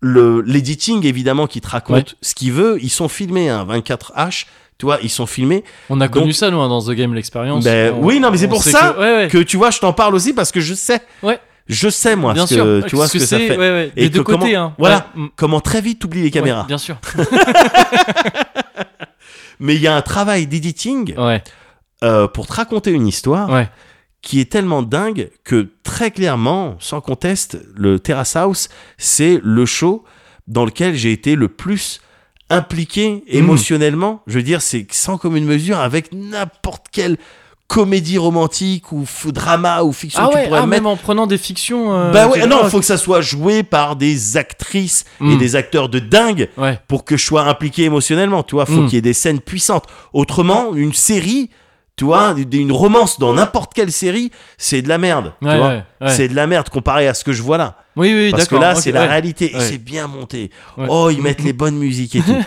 le l'editing évidemment qui te raconte ce qu'il veut, ils sont filmés hein, 24h, tu vois, ils sont filmés. On a connu Donc- ça, nous, hein, dans The Game, l'expérience. Ben, On- oui, non, mais c'est on pour sait ça que- ouais, ouais. Que tu vois, je t'en parle aussi parce que je sais. Ouais. Je sais moi bien ce sûr. que tu vois ce que, ça c'est, fait. ouais, ouais. Et Des deux que comment- côtés, hein. voilà. Ouais, mm. Comment très vite t'oublies les caméras. Ouais, bien sûr. Mais il y a un travail d'editing Ouais. euh, pour te raconter une histoire Ouais. qui est tellement dingue que très clairement, sans conteste, le Terrace House, c'est le show dans lequel j'ai été le plus Hmm. impliqué émotionnellement. Je veux dire, c'est sans commune mesure avec n'importe quelle comédie romantique ou f- drama ou fiction Ah que ouais, tu pourrais ah, mettre. même en prenant des fictions. euh, Bah ouais, etc. non, faut que ça soit joué par des actrices et Mm. des acteurs de dingue Ouais. pour que je sois impliqué émotionnellement, tu vois, faut Mm. qu'il y ait des scènes puissantes. Autrement, une série, tu vois, d- une romance dans n'importe quelle série, c'est de la merde, tu Ouais, vois. ouais, ouais. C'est de la merde comparé à ce que je vois là. Oui, oui, Parce que d'accord. là, ok, c'est la ouais. réalité. Et Ouais. c'est bien monté. Ouais. Oh, ils mettent les bonnes musiques et tout.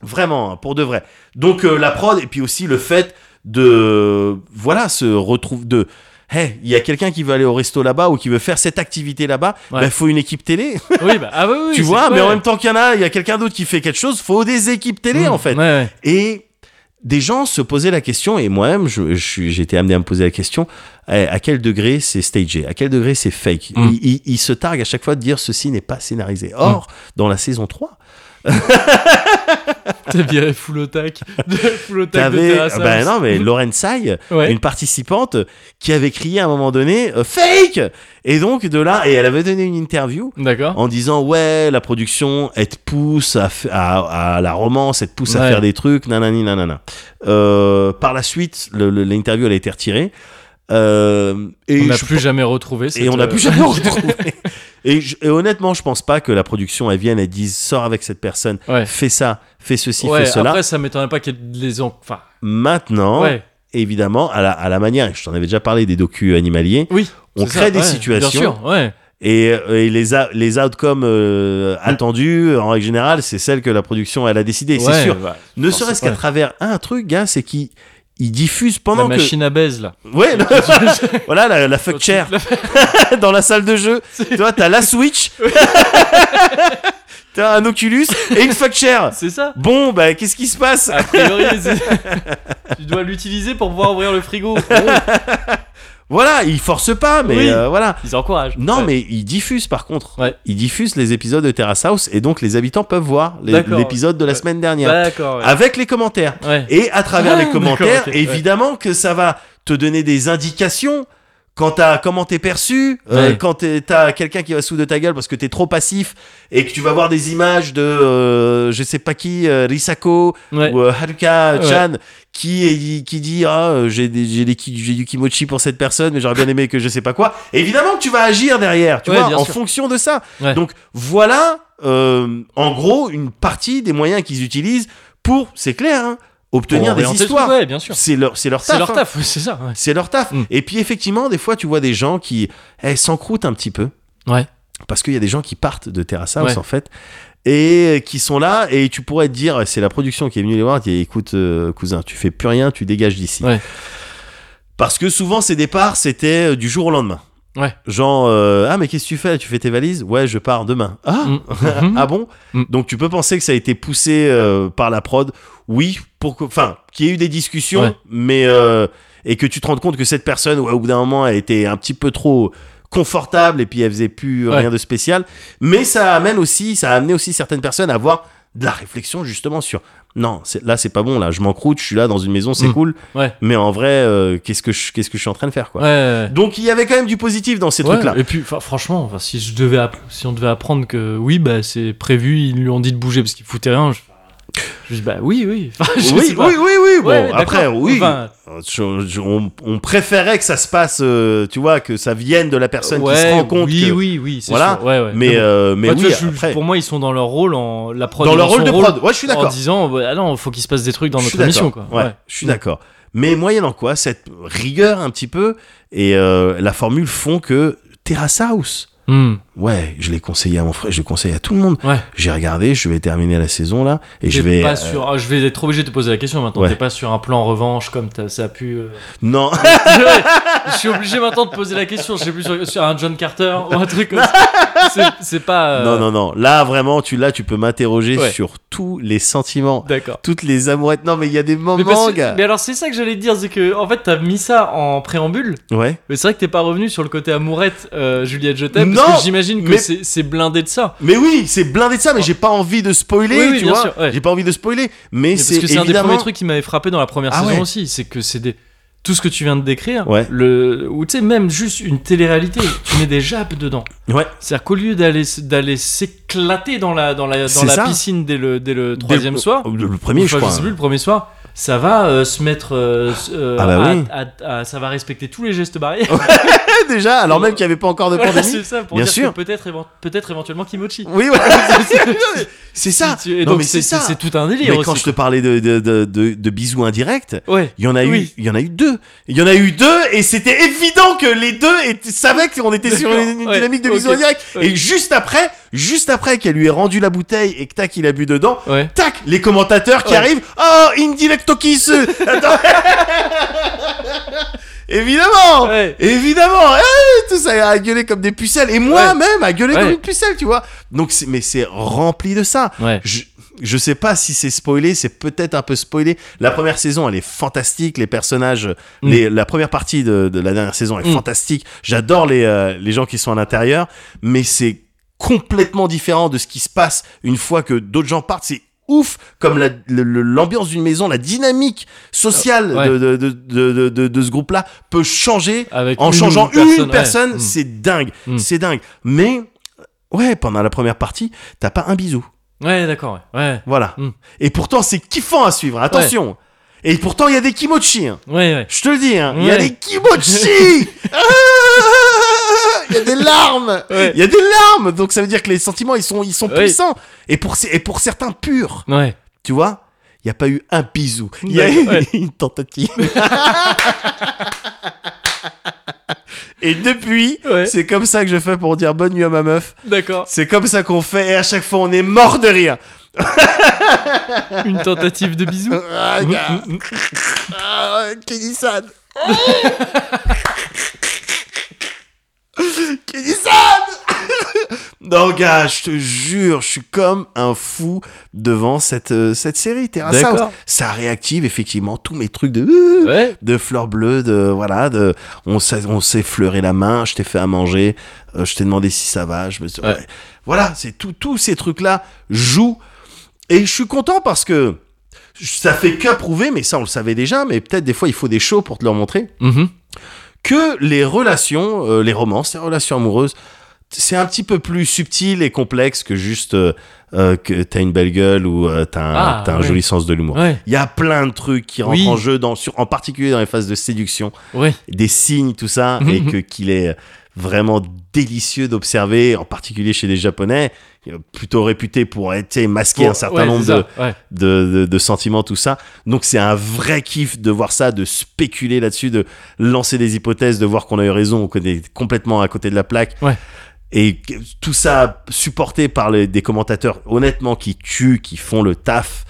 Vraiment, hein, pour de vrai. Donc, euh, la prod, et puis aussi le fait de. Voilà, se retrouve de. Hey, il y a quelqu'un qui veut aller au resto là-bas ou qui veut faire cette activité là-bas. Il Ouais. faut une équipe télé Oui, bah, ah oui, oui. tu c'est- vois, mais en ouais. même temps qu'il y en a, il y a quelqu'un d'autre qui fait quelque chose, faut des équipes télé Mm. en fait. Ouais, ouais. Et des gens se posaient la question, et moi-même, je, je suis- j'ai été amené à me poser la question, eh, à quel degré c'est stagé, à quel degré c'est fake. Mm. Ils, ils- ils se targuent à chaque fois de dire ceci n'est pas scénarisé. Or, dans la saison 3, T'as viré full attack. De full attack de t'avais, Terrace House. ben non, mais Lauren Tsai, Ouais. une participante qui avait crié à un moment donné, euh, fake! Et donc, de là, et elle avait donné une interview, D'accord. en disant ouais la production elle te pousse à, f- à, à la romance elle te pousse à Ouais. faire des trucs nanani nanana Euh, par la suite le- le- l'interview elle a été retirée Euh, et On n'a je plus pe- jamais retrouvé. cette, et on n'a euh, plus jamais retrouvé et, je- et honnêtement je pense pas que la production elle vienne elle dise sors avec cette personne Ouais. fais ça fais ceci Ouais, fais cela Hein après, ça m'étonnerait pas qu'elle les en. Enfin, maintenant ouais. évidemment à la, à la manière je t'en avais déjà parlé des docus animaliers Oui. On c'est crée ça, des ouais, situations. Bien sûr, ouais. Et, euh, et les, a- les outcomes euh, attendus, en règle générale, c'est celle que la production elle a décidé, c'est Ouais, sûr. bah, Ne forcément, serait-ce qu'à ouais. travers un truc, gars, c'est qu'ils ils diffusent La pendant que. machine à baise, là. Ouais, le- voilà, la, la fuck chair dans la salle de jeu. Tu vois, t'as la Switch, t'as un Oculus et une fuck chair. C'est ça Bon, bah, qu'est-ce qui se passe A priori, c'est- tu dois l'utiliser pour pouvoir ouvrir le frigo. Bon, Voilà, ils forcent pas, mais Oui. euh, voilà. ils encouragent. Non, Ouais. mais ils diffusent par contre. Ouais. Ils diffusent les épisodes de Terrace House et donc les habitants peuvent voir les- D'accord. l'épisode de la Ouais. semaine dernière. D'accord. ouais. avec les commentaires. Ouais. Et à travers Ah, les commentaires, d'accord, ok, ouais. évidemment que ça va te donner des indications quant à comment t'es perçu, euh, Ouais. quand t'es- t'as quelqu'un qui va sous de ta gueule parce que t'es trop passif et que tu vas voir des images de euh, je sais pas qui, euh, Risako Ouais. ou euh, Haruka Ouais. Chan qui, est- qui dit ah euh, j'ai des- j'ai des ki- j'ai du kimochi pour cette personne mais j'aurais bien aimé que je sais pas quoi. Évidemment que tu vas agir derrière, tu Ouais, vois, bien en sûr. fonction de ça. Ouais. Donc voilà, euh, en gros, une partie des moyens qu'ils utilisent pour, c'est clair, hein, Pour obtenir des orienter le histoires. truc, Ouais, bien sûr. C'est leur, c'est leur taf. C'est leur hein. taf, ouais, c'est ça. ouais. C'est leur taf. Mm. Et puis effectivement, des fois, tu vois des gens qui eh, s'encroutent un petit peu. Ouais. Parce qu'il y a des gens qui partent de Terrace House, Ouais. en fait, et euh, qui sont là, et tu pourrais te dire, c'est la production qui est venue les voir, qui dit, écoute, euh, cousin, tu fais plus rien, tu dégages d'ici. Ouais. Parce que souvent, ces départs, c'était euh, du jour au lendemain. Ouais. Genre, euh, ah, mais qu'est-ce que tu fais Tu fais tes valises Ouais, je pars demain. Ah Mm. ah bon Mm. Donc tu peux penser que ça a été poussé euh, par la prod. Oui, pour que- enfin, qu'il y ait eu des discussions, Ouais. mais euh, et que tu te rendes compte que cette personne, ouais, au bout d'un moment, elle était un petit peu trop confortable et puis elle faisait plus Ouais. rien de spécial. Mais ça amène aussi, ça a amené aussi certaines personnes à avoir de la réflexion justement sur non, c'est- là c'est pas bon, là je m'encroute, je suis là dans une maison, c'est Mm. cool, Ouais. mais en vrai, euh, qu'est-ce que je, qu'est-ce que je suis en train de faire quoi. Ouais, ouais. Donc il y avait quand même du positif dans ces Ouais, trucs-là. Et puis, enfin, franchement, enfin, si je devais, app- si on devait apprendre que oui, bah c'est prévu, ils lui ont dit de bouger parce qu'il foutait rien. je- Je dis, bah oui, oui. Enfin, je oui, sais pas. oui, oui, oui, bon, Ouais, ouais, après, d'accord. oui. Enfin, Euh, Je- je- on, on préférait que ça se passe, euh, tu vois, que ça vienne de la personne qui se ouais, rend compte. Oui, que- oui, oui, c'est Voilà. sûr. Ouais, ouais. Mais, bon. euh, mais Moi, tu oui, vois, je- après, pour moi, ils sont dans leur rôle en la prod dans est leur son rôle de prod, ouais, je suis en d'accord. disant, bah, ah non, faut qu'il se passe des trucs dans Je suis notre émission, quoi. d'accord. Ouais, je suis d'accord. Mais moyennant quoi, cette rigueur un petit peu et euh, la formule font que Terrace House. Hmm. Ouais, je l'ai conseillé à mon frère, je le conseille à tout le monde. Ouais. J'ai regardé, je vais terminer la saison là et je T'es vais. pas euh, sur- ah, je vais être obligé de te poser la question maintenant. Ouais. T'es pas sur un plan revanche comme t'as- ça a pu. euh, Non, je suis obligé maintenant de poser la question. Je sais plus sur, sur un John Carter ou un truc comme ça. C'est- C'est pas. euh, non, non, non. Là vraiment, tu là, tu peux m'interroger Ouais. sur tous les sentiments, D'accord. toutes les amourettes. Non, mais il y a des Mais, moments, parce que- gars. mais alors c'est ça que j'allais te dire, c'est que en fait t'as mis ça en préambule, Ouais. mais c'est vrai que t'es pas revenu sur le côté amourette euh, Juliette Je t'aime, Non, parce que j'imagine que mais- c'est c'est blindé de ça. Mais oui, c'est blindé de ça, mais j'ai pas envie de spoiler, Oui, oui, tu bien vois. sûr, ouais. J'ai pas envie de spoiler, mais, Mais c'est parce que c'est un des évidemment. premiers trucs qui m'avait frappé dans la première Ah saison ouais. aussi, c'est que c'est des tout ce que tu viens de décrire, Ouais. le ou tu sais même juste une télé-réalité, tu mets des jappes dedans. Ouais. C'est-à-dire qu'au lieu d'aller d'aller s'éclater dans la dans la dans C'est la ça. piscine dès le dès le Dès- troisième soir, Le, le premier, je Enfin, crois. sais plus, le premier soir, ça va euh, se mettre. euh, s- euh, Ah bah à- oui. à- à- ça va respecter tous les gestes barrières. Eh, déjà, alors même qu'il n'y avait pas encore de Voilà, pandémie. c'est ça, pour Bien dire sûr. que peut-être évent- peut-être éventuellement Kimochi. Oui, voilà. c'est ça. Si tu- Et Non, donc mais c'est c'est ça. c'est tout un délire Mais quand aussi. je te parlais de, de, de, de, de bisous indirects, Ouais. il y en a eu, Oui. il y en a eu deux. Il y en a eu deux, et c'était évident que les deux étaient- savaient qu'on était sur D'accord, une, une ouais, dynamique de ok, bisous indirects. ouais. Et juste après, juste après qu'elle lui ait rendu la bouteille et que tac, il a bu dedans, Ouais. tac, les commentateurs qui Ouais. arrivent, oh, indirecto kiss. Attends. Évidemment. Ouais. Évidemment, eh, tout ça à gueuler comme des pucelles et moi Ouais. même à gueuler Ouais. comme une pucelle, tu vois. Donc c'est- mais c'est rempli de ça. Ouais. Je je sais pas si c'est spoilé, c'est peut-être un peu spoilé. La première saison, elle est fantastique, les personnages, Mm. les, la première partie de, de la dernière saison est Mm. fantastique. J'adore les euh, les gens qui sont à l'intérieur, mais c'est complètement différent de ce qui se passe une fois que d'autres gens partent. C'est ouf comme la- le- le- l'ambiance d'une maison, la dynamique sociale Ah, Ouais. de, de, de, de, de- de- de ce groupe-là peut changer Avec une en changeant personne, une ouais. personne, Mm. c'est dingue, Mm. c'est dingue. Mais ouais, pendant la première partie, t'as pas un bisou, Ouais, d'accord. Ouais. voilà. Mm. Et pourtant, c'est kiffant à suivre. hein, Attention. Et pourtant, il y a des kimochi. hein. Ouais, ouais. ouais. Je te le dis, hein, il y a Ouais. des kimochi. Ah Il y a des larmes. Ouais. Il y a des larmes. Donc ça veut dire que les sentiments, ils sont, ils sont Ouais. puissants. Et pour, ce- et pour certains, purs. Ouais. Tu vois Il n'y a pas eu un bisou. Il y a eu Ouais. une tentative. Et depuis, Ouais. c'est comme ça que je fais pour dire bonne nuit à ma meuf. D'accord. C'est comme ça qu'on fait et à chaque fois on est mort de rire. Une tentative de bisous. Ah, gars. Ah, Kenny-san. Kenny-san. Non, gars, je te jure, je suis comme un fou devant cette, euh, cette série Terrace House. D'accord. Ça réactive effectivement tous mes trucs de Ouais. de fleurs bleues, de voilà, de on s'est on s'est fleuré la main, je t'ai fait à manger, euh, je t'ai demandé si ça va, je me suis- Ouais. voilà, c'est tout tous ces trucs là jouent et je suis content parce que ça fait que prouver, mais ça on le savait déjà, mais peut-être des fois il faut des shows pour te leur montrer Mhm. que les relations, euh, les romances, les relations amoureuses, c'est un petit peu plus subtil et complexe que juste euh, euh, que t'as une belle gueule ou euh, t'as un, Ah, t'as un ouais. joli sens de l'humour. Ouais. Il y a plein de trucs qui rentrent Oui. en jeu, dans, sur, en particulier dans les phases de séduction, Ouais. des signes, tout ça, Mhm. et que qu'il est vraiment délicieux d'observer, en particulier chez les Japonais, euh, plutôt réputés pour être tu sais, masquer Pour- un certain ouais, nombre c'est de, ça, Ouais. de, de- de sentiments, tout ça. Donc c'est un vrai kiff de voir ça, de spéculer là-dessus, de lancer des hypothèses, de voir qu'on a eu raison, qu'on est complètement à côté de la plaque. Ouais. Et que- tout ça supporté par les- des commentateurs, honnêtement, qui tuent, qui font le taf.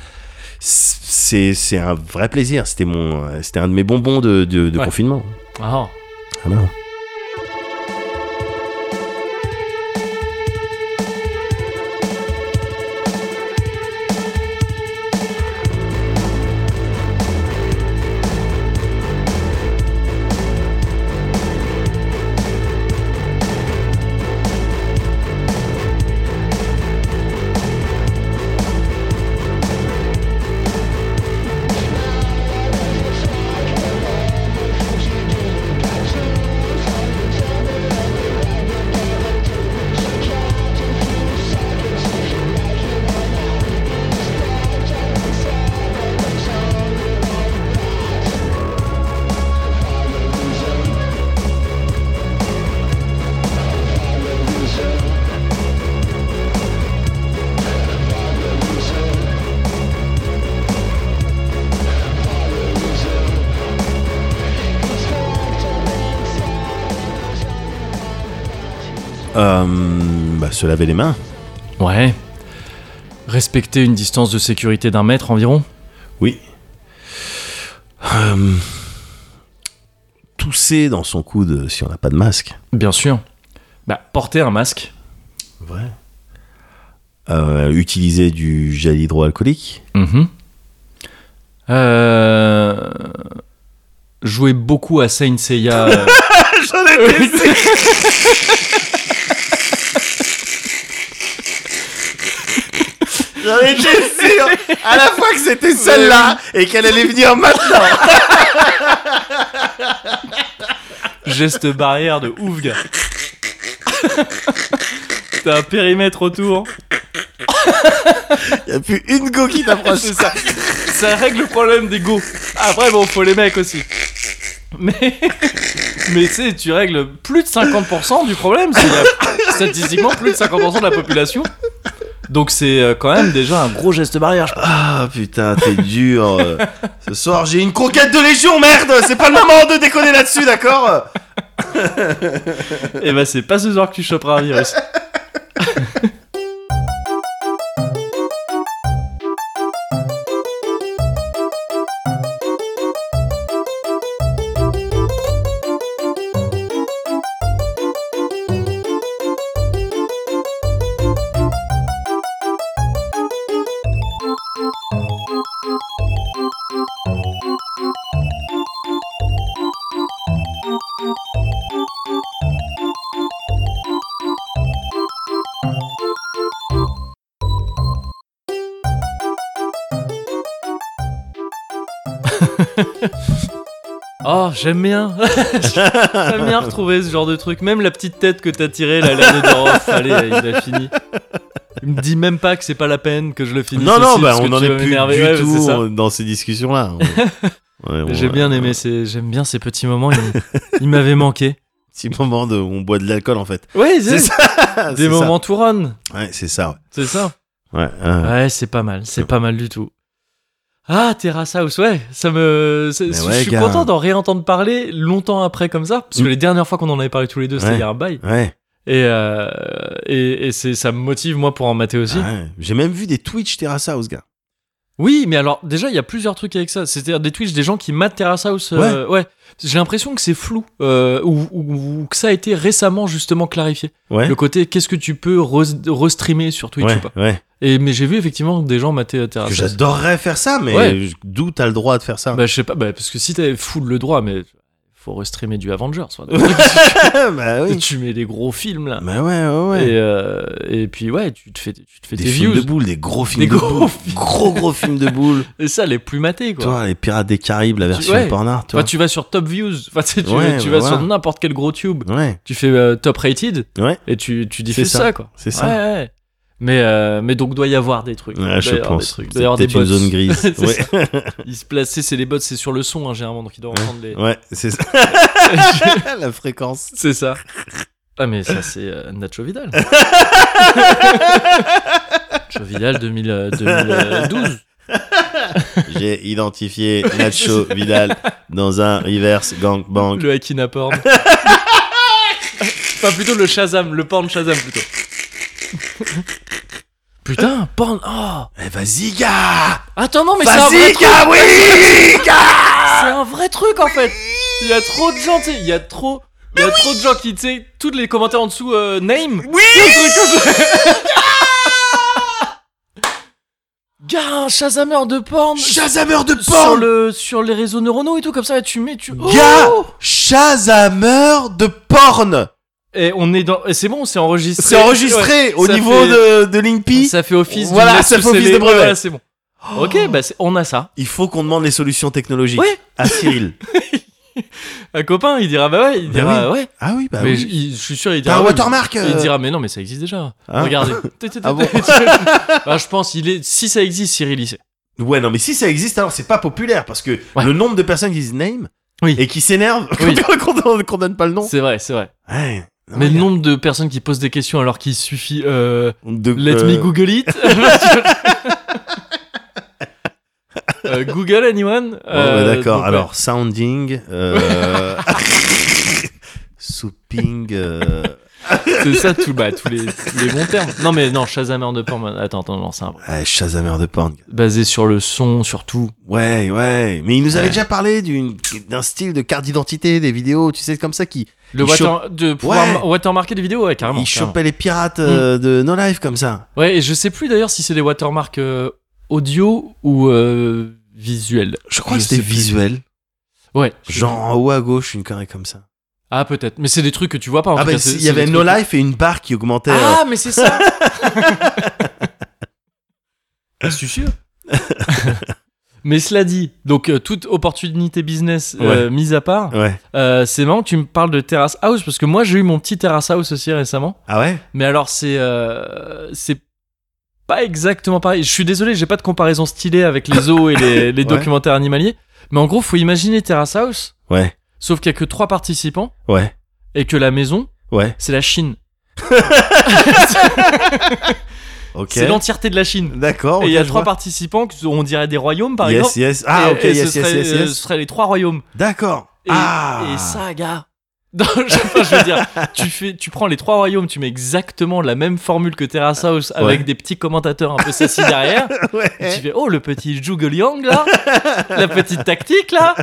C'est c'est un vrai plaisir. C'était mon, euh, c'était un de mes bonbons de, de, de Ouais. confinement. Ah. Voilà. Thank Euh, bah, se laver les mains. Ouais. Respecter une distance de sécurité d'un mètre environ Oui. Euh, tousser dans son coude si on n'a pas de masque. Bien sûr. Bah, porter un masque. Ouais. euh, utiliser du gel hydroalcoolique. Mhm. Euh... Jouer beaucoup à Saint Seiya. euh, J'en étais sûr à la fois que c'était celle-là et qu'elle allait venir maintenant. Geste barrière de ouf, gars. T'as un périmètre autour. Il a plus une go qui t'approche. C'est ça. Ça règle le problème des go. Après, bon, faut les mecs aussi. Mais, mais tu sais, tu règles plus de 50% du problème. s'il y a statistiquement, plus de 50% de la population. Donc, c'est euh, quand même déjà un gros geste barrière, je pense. Ah putain, t'es dur. euh. Ce soir, j'ai une conquête de légion, merde C'est pas le moment de déconner là-dessus, d'accord Et bah, c'est pas ce soir que tu choperas un virus. Oh, j'aime bien. j'aime bien retrouver ce genre de truc. Même la petite tête que t'as tirée, la l'année d'or. Allez, il a fini. Il me dit même pas que c'est pas la peine que je le finisse. Non, non, aussi, bah, parce on que en tu est vas plus m'énerver. du Ouais, bah, tout c'est ça. euh, dans ces discussions-là. Ouais, on- J'aime bien euh, aimer ces, j'aime bien ces petits moments. Ils, ils m'avaient manqué. Petit moment de, on boit de l'alcool en fait. Ah, Ouais, C'est ça. Des moments tout run. Ouais, c'est ça. C'est ça. Ouais. Ouais, euh, Ouais, c'est pas mal. C'est pas mal du tout. Ah, Terrace House, ouais, ça me. c'est- Mais Je ouais, suis gars. content d'en réentendre parler longtemps après comme ça, parce que Mm. les dernières fois qu'on en avait parlé tous les deux, c'était Ouais. il y a un bail. ouais. Et, euh, et, et c'est, ça me motive, moi, pour en mater aussi. Ouais. J'ai même vu des Twitch Terrace House, gars. Oui, mais alors, déjà, il y a plusieurs trucs avec ça. C'est-à-dire des Twitch des gens qui matent Terrace House. euh, ouais. J'ai l'impression que c'est flou, euh, ou, ou- ou que ça a été récemment, justement, clarifié. Ouais. Le côté, qu'est-ce que tu peux re- restreamer sur Twitch Hein ouais, ou pas. ouais. Et, mais j'ai vu, effectivement, des gens mater que Terrace House. j'adorerais faire ça, mais Ah, Ouais. je- d'où t'as le droit de faire ça Bah, je sais pas, bah, parce que si t'avais full le droit, mais faut restreamer du Avengers. hein, Soit. Bah oui. Tu mets des gros films, là. Bah ouais, ouais, ouais. Et, euh, et puis, ouais, tu te fais, tu te fais des tes films views. de boules, des gros films Des de gros boules. films. Gros, gros films de boules. Et ça, les plus matés, quoi. Toi, les Pirates des Caraïbes, la version ouais. Pornard, Enfin, toi. tu vas sur Top Views, enfin, tu, sais, tu- Ouais, tu bah vas voilà. sur n'importe quel gros tube, Ouais, tu fais euh, Top Rated ouais. et tu, tu diffuses C'est ça. ça. quoi. C'est ça. Ouais, ouais. Mais, euh, mais donc, doit y avoir des trucs. Ouais, je Doit y avoir Des pense. trucs. C'est D'ailleurs, des peut-être une bots. zone grise. C'est ouais, ça. Ils se placent, c'est- c'est les bots, c'est sur le son, hein, généralement, donc ils doivent entendre les. ouais, c'est ça. la fréquence. C'est ça. Ah, mais ça, c'est euh, Nacho Vidal. Nacho Vidal 2000, euh, 2012. J'ai identifié Nacho Vidal dans un reverse gangbang. Le Akina porn. enfin, plutôt le Shazam, le porn Shazam plutôt. Putain, porn. Oh Eh, vas-y, gars Attends, non, mais c'est un, vrai Vas-y, truc, gars, oui Ah. c'est un vrai truc en fait. Il y a trop de gens, tu sais, il y a trop. Il y a trop de gens qui, tu sais, tous les commentaires en dessous, euh, name. Oui! Gars, un Shazameur de porn. Shazameur de Sur, porn le, sur les réseaux neuronaux et tout, comme ça, tu mets, tu. Gars Oh Shazameur de porn Et on est dans. et C'est bon, c'est enregistré. C'est enregistré Ouais, au ça niveau fait- de, de l'INPI. Ça fait office. Voilà, d'une ça lettre fait office scellée. de brevet. Oh. Voilà, c'est bon. Ok, bah c'est- on a ça. Il faut qu'on demande les solutions technologiques Ouais. à Cyril. Un copain, il dira bah ouais, il Bah dira ouais. Ah oui, bah mais oui. je- il- je suis sûr, il T'as dira. un ouais, watermark, mais- euh. Il dira mais non, mais ça existe déjà. Hein Regardez. Ah bon Bah, je pense, il est. Si ça existe, Cyril, il sait. Ouais, non, mais si ça existe, alors c'est pas populaire parce que Ouais. le nombre de personnes qui disent name Oui. et qui s'énervent Oui. qu'on donne- qu'on donne pas le nom. C'est vrai, c'est vrai. Ouais. Non, mais le regarde. nombre de personnes qui posent des questions alors qu'il suffit. Euh, De- Let euh, me Google it. Euh, Google anyone bon, bah, Euh, D'accord, donc, ouais. alors sounding, euh... souping, euh, C'est ça tout, bah, tous, les, tous les bons termes. Non, mais non, Shazam Heure de porn. Attends, attends, non, c'est un. Ouais, Shazammer de porn. Basé sur le son, surtout. Ouais, ouais. Mais il nous avait Ouais. déjà parlé d'une- d'un style de carte d'identité, des vidéos, tu sais, comme ça, qui Le Il water, de pouvoir Ouais. ma- watermarker des vidéos, ouais, carrément. il carrément. Mm. chopait les pirates euh, de No Life comme ça. Ouais, et je sais plus d'ailleurs si c'est des watermarks euh, audio ou euh, visuels. Je crois Je que c'était sais plus. visuel. Ouais. Genre en haut à gauche, une carrée comme ça. Ah, peut-être. Mais c'est des trucs que tu vois pas en ah, tout bah, cas, c'est- il y c'est avait des No euh. trucs- Life et une barre qui augmentait. Ah, mais c'est ça Je Ah, suis sûr. mais cela dit, donc euh, toute opportunité business euh, mise à part, euh, Ouais. euh, c'est marrant que tu me parles de Terrace House parce que moi j'ai eu mon petit Terrace House aussi récemment. Ah ouais Mais alors c'est euh, c'est pas exactement pareil. Je suis désolé, j'ai pas de comparaison stylée avec les zoos et les, les Ouais. documentaires animaliers. Mais en gros, faut imaginer Terrace House, Ouais. sauf qu'il y a que trois participants Ouais. et que la maison, Ouais. c'est la Chine. Ok. C'est l'entièreté de la Chine. D'accord. Et il ok, y a je trois vois. participants participants, qui sont- on dirait des royaumes par Yes, exemple. yes. Ah, Et- ok, et yes, ce yes, serait, yes, euh, yes. ce serait les trois royaumes. D'accord. Et, Ah. et ça, gars. Non, je, enfin, je veux dire, tu, fais, tu prends les trois royaumes, tu mets exactement la même formule que Terrace House avec Ouais. Eh. des petits commentateurs un peu sassy derrière. Et tu Ouais. fais, oh, le petit Zhuge Liang là, la petite tactique là,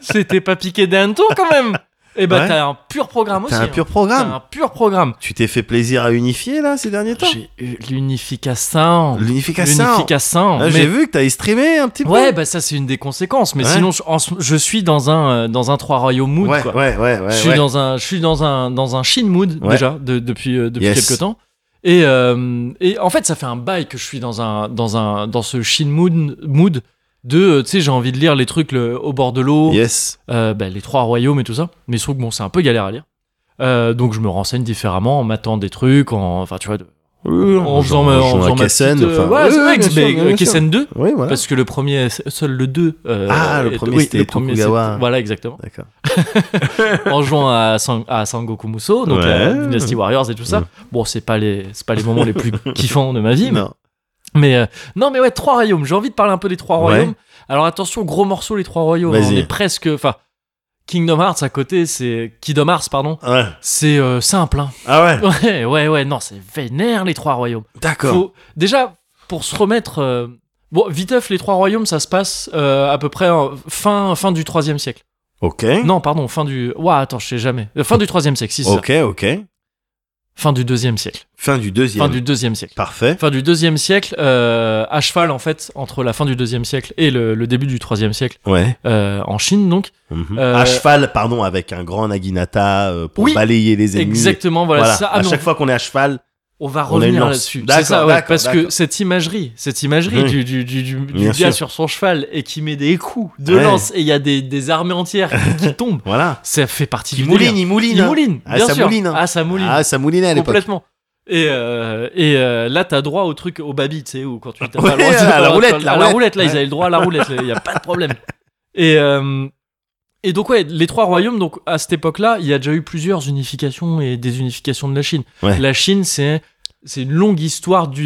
c'était pas piqué d'un ton quand même. Et bah, Ouais. t'as un pur programme aussi. T'as un hein. pur T'as programme. un pur programme. Tu t'es fait plaisir à unifier là ces derniers temps J'ai eu l'unification. L'unification. L'unification. Là, Mais- J'ai vu que t'avais streamé un petit peu. Ouais, bah ça c'est une des conséquences. Mais Ouais. sinon, je, en ce- je suis dans un euh, dans un trois royaumes mood. ouais, quoi. ouais, ouais, ouais, je suis ouais. dans un je suis dans un dans un Shin mood Ouais. déjà de- depuis euh, depuis Yes. quelques temps. Et, euh, et en fait, ça fait un bail que je suis dans un dans un dans ce Shin mood mood de euh, tu sais j'ai envie de lire les trucs le- au bord de l'eau, Yes. euh, bah, les trois royaumes et tout ça. Mais je trouve que bon, c'est un peu galère à lire. Euh, donc je me renseigne différemment en m'attendant des trucs, en enfin tu vois, de- en faisant ma, en jouant à faisant ma Kessen, petite, euh, enfin, ouais, ouais, c'est ouais, vrai que- bien sûr, mais, bien euh, sûr. Kessen 2, Oui, voilà. parce que le premier, seul le 2. euh, Hein Ah, le est- premier, oui, c'était le premier, Tokugawa. c'était- Voilà, exactement. D'accord. En jouant à, Sang- à Sangoku Muso, donc la Ouais. Dynasty Warriors et tout ça. Mm. Bon, c'est pas les, c'est pas les moments les plus kiffants de ma vie, mais, Non. mais, euh, non, mais ouais, trois royaumes. J'ai envie de parler un peu des trois Ouais. royaumes. Alors attention, gros morceau, les trois royaumes. hein. Vas-y. On est presque, enfin, Kingdom Hearts à côté, c'est Kingdom Hearts, pardon. Ouais. C'est euh, simple, hein. Ah Ouais, ouais. ouais, ouais. Non, c'est vénère les trois royaumes. D'accord. Faut- déjà, pour se remettre. euh, Bon, viteuf, les trois royaumes, ça se passe euh, à peu près en fin, fin du 3 siècle. Ok. Non, pardon, fin du. Ouah, attends, je sais jamais. Euh, Fin du 3 siècle, si, c'est ça. Hmm. Ok, ok. Fin du 2 siècle. Fin du deuxième. Fin du 2 siècle. Parfait. Fin du 2 siècle, euh, à cheval, en fait, entre la fin du 2 siècle et le, le début du 3 siècle, Ouais. euh, en Chine, donc. Mhm. Euh, À cheval, pardon, avec un grand naginata euh, pour Oui. balayer les ennemis. Exactement, voilà, Voilà. c'est ça. Ah, à mais on- chaque fois qu'on est à cheval, On va On les revenir lance. là-dessus. C'est D'accord, ça, ouais, d'accord, parce que d'accord. cette imagerie, cette imagerie Oui. du, du, du, du- du Bien gars sûr. sur son cheval et qui met des coups de Ouais. lance et il y a des, des armées entières qui, qui tombent, voilà. ça fait partie Il du mouline, délire. il mouline. Il hein. mouline, Ah, bien ça sûr. mouline, hein. Ah, ça mouline. Ah, ça moulinait à l'époque. complètement. Et, euh, et euh, là, t'as droit au truc, au babi, tu sais, ou quand tu tapes Ouais, à l'envoi- à la roulette, à la la roulette. roulette, là, ils Ouais. avaient le droit à la roulette, il n'y a pas de problème. Et, euh, et donc, ouais, les trois royaumes, donc à cette époque-là, il y a déjà eu plusieurs unifications et désunifications de la Chine. Ouais. La Chine, c'est. C'est une longue histoire de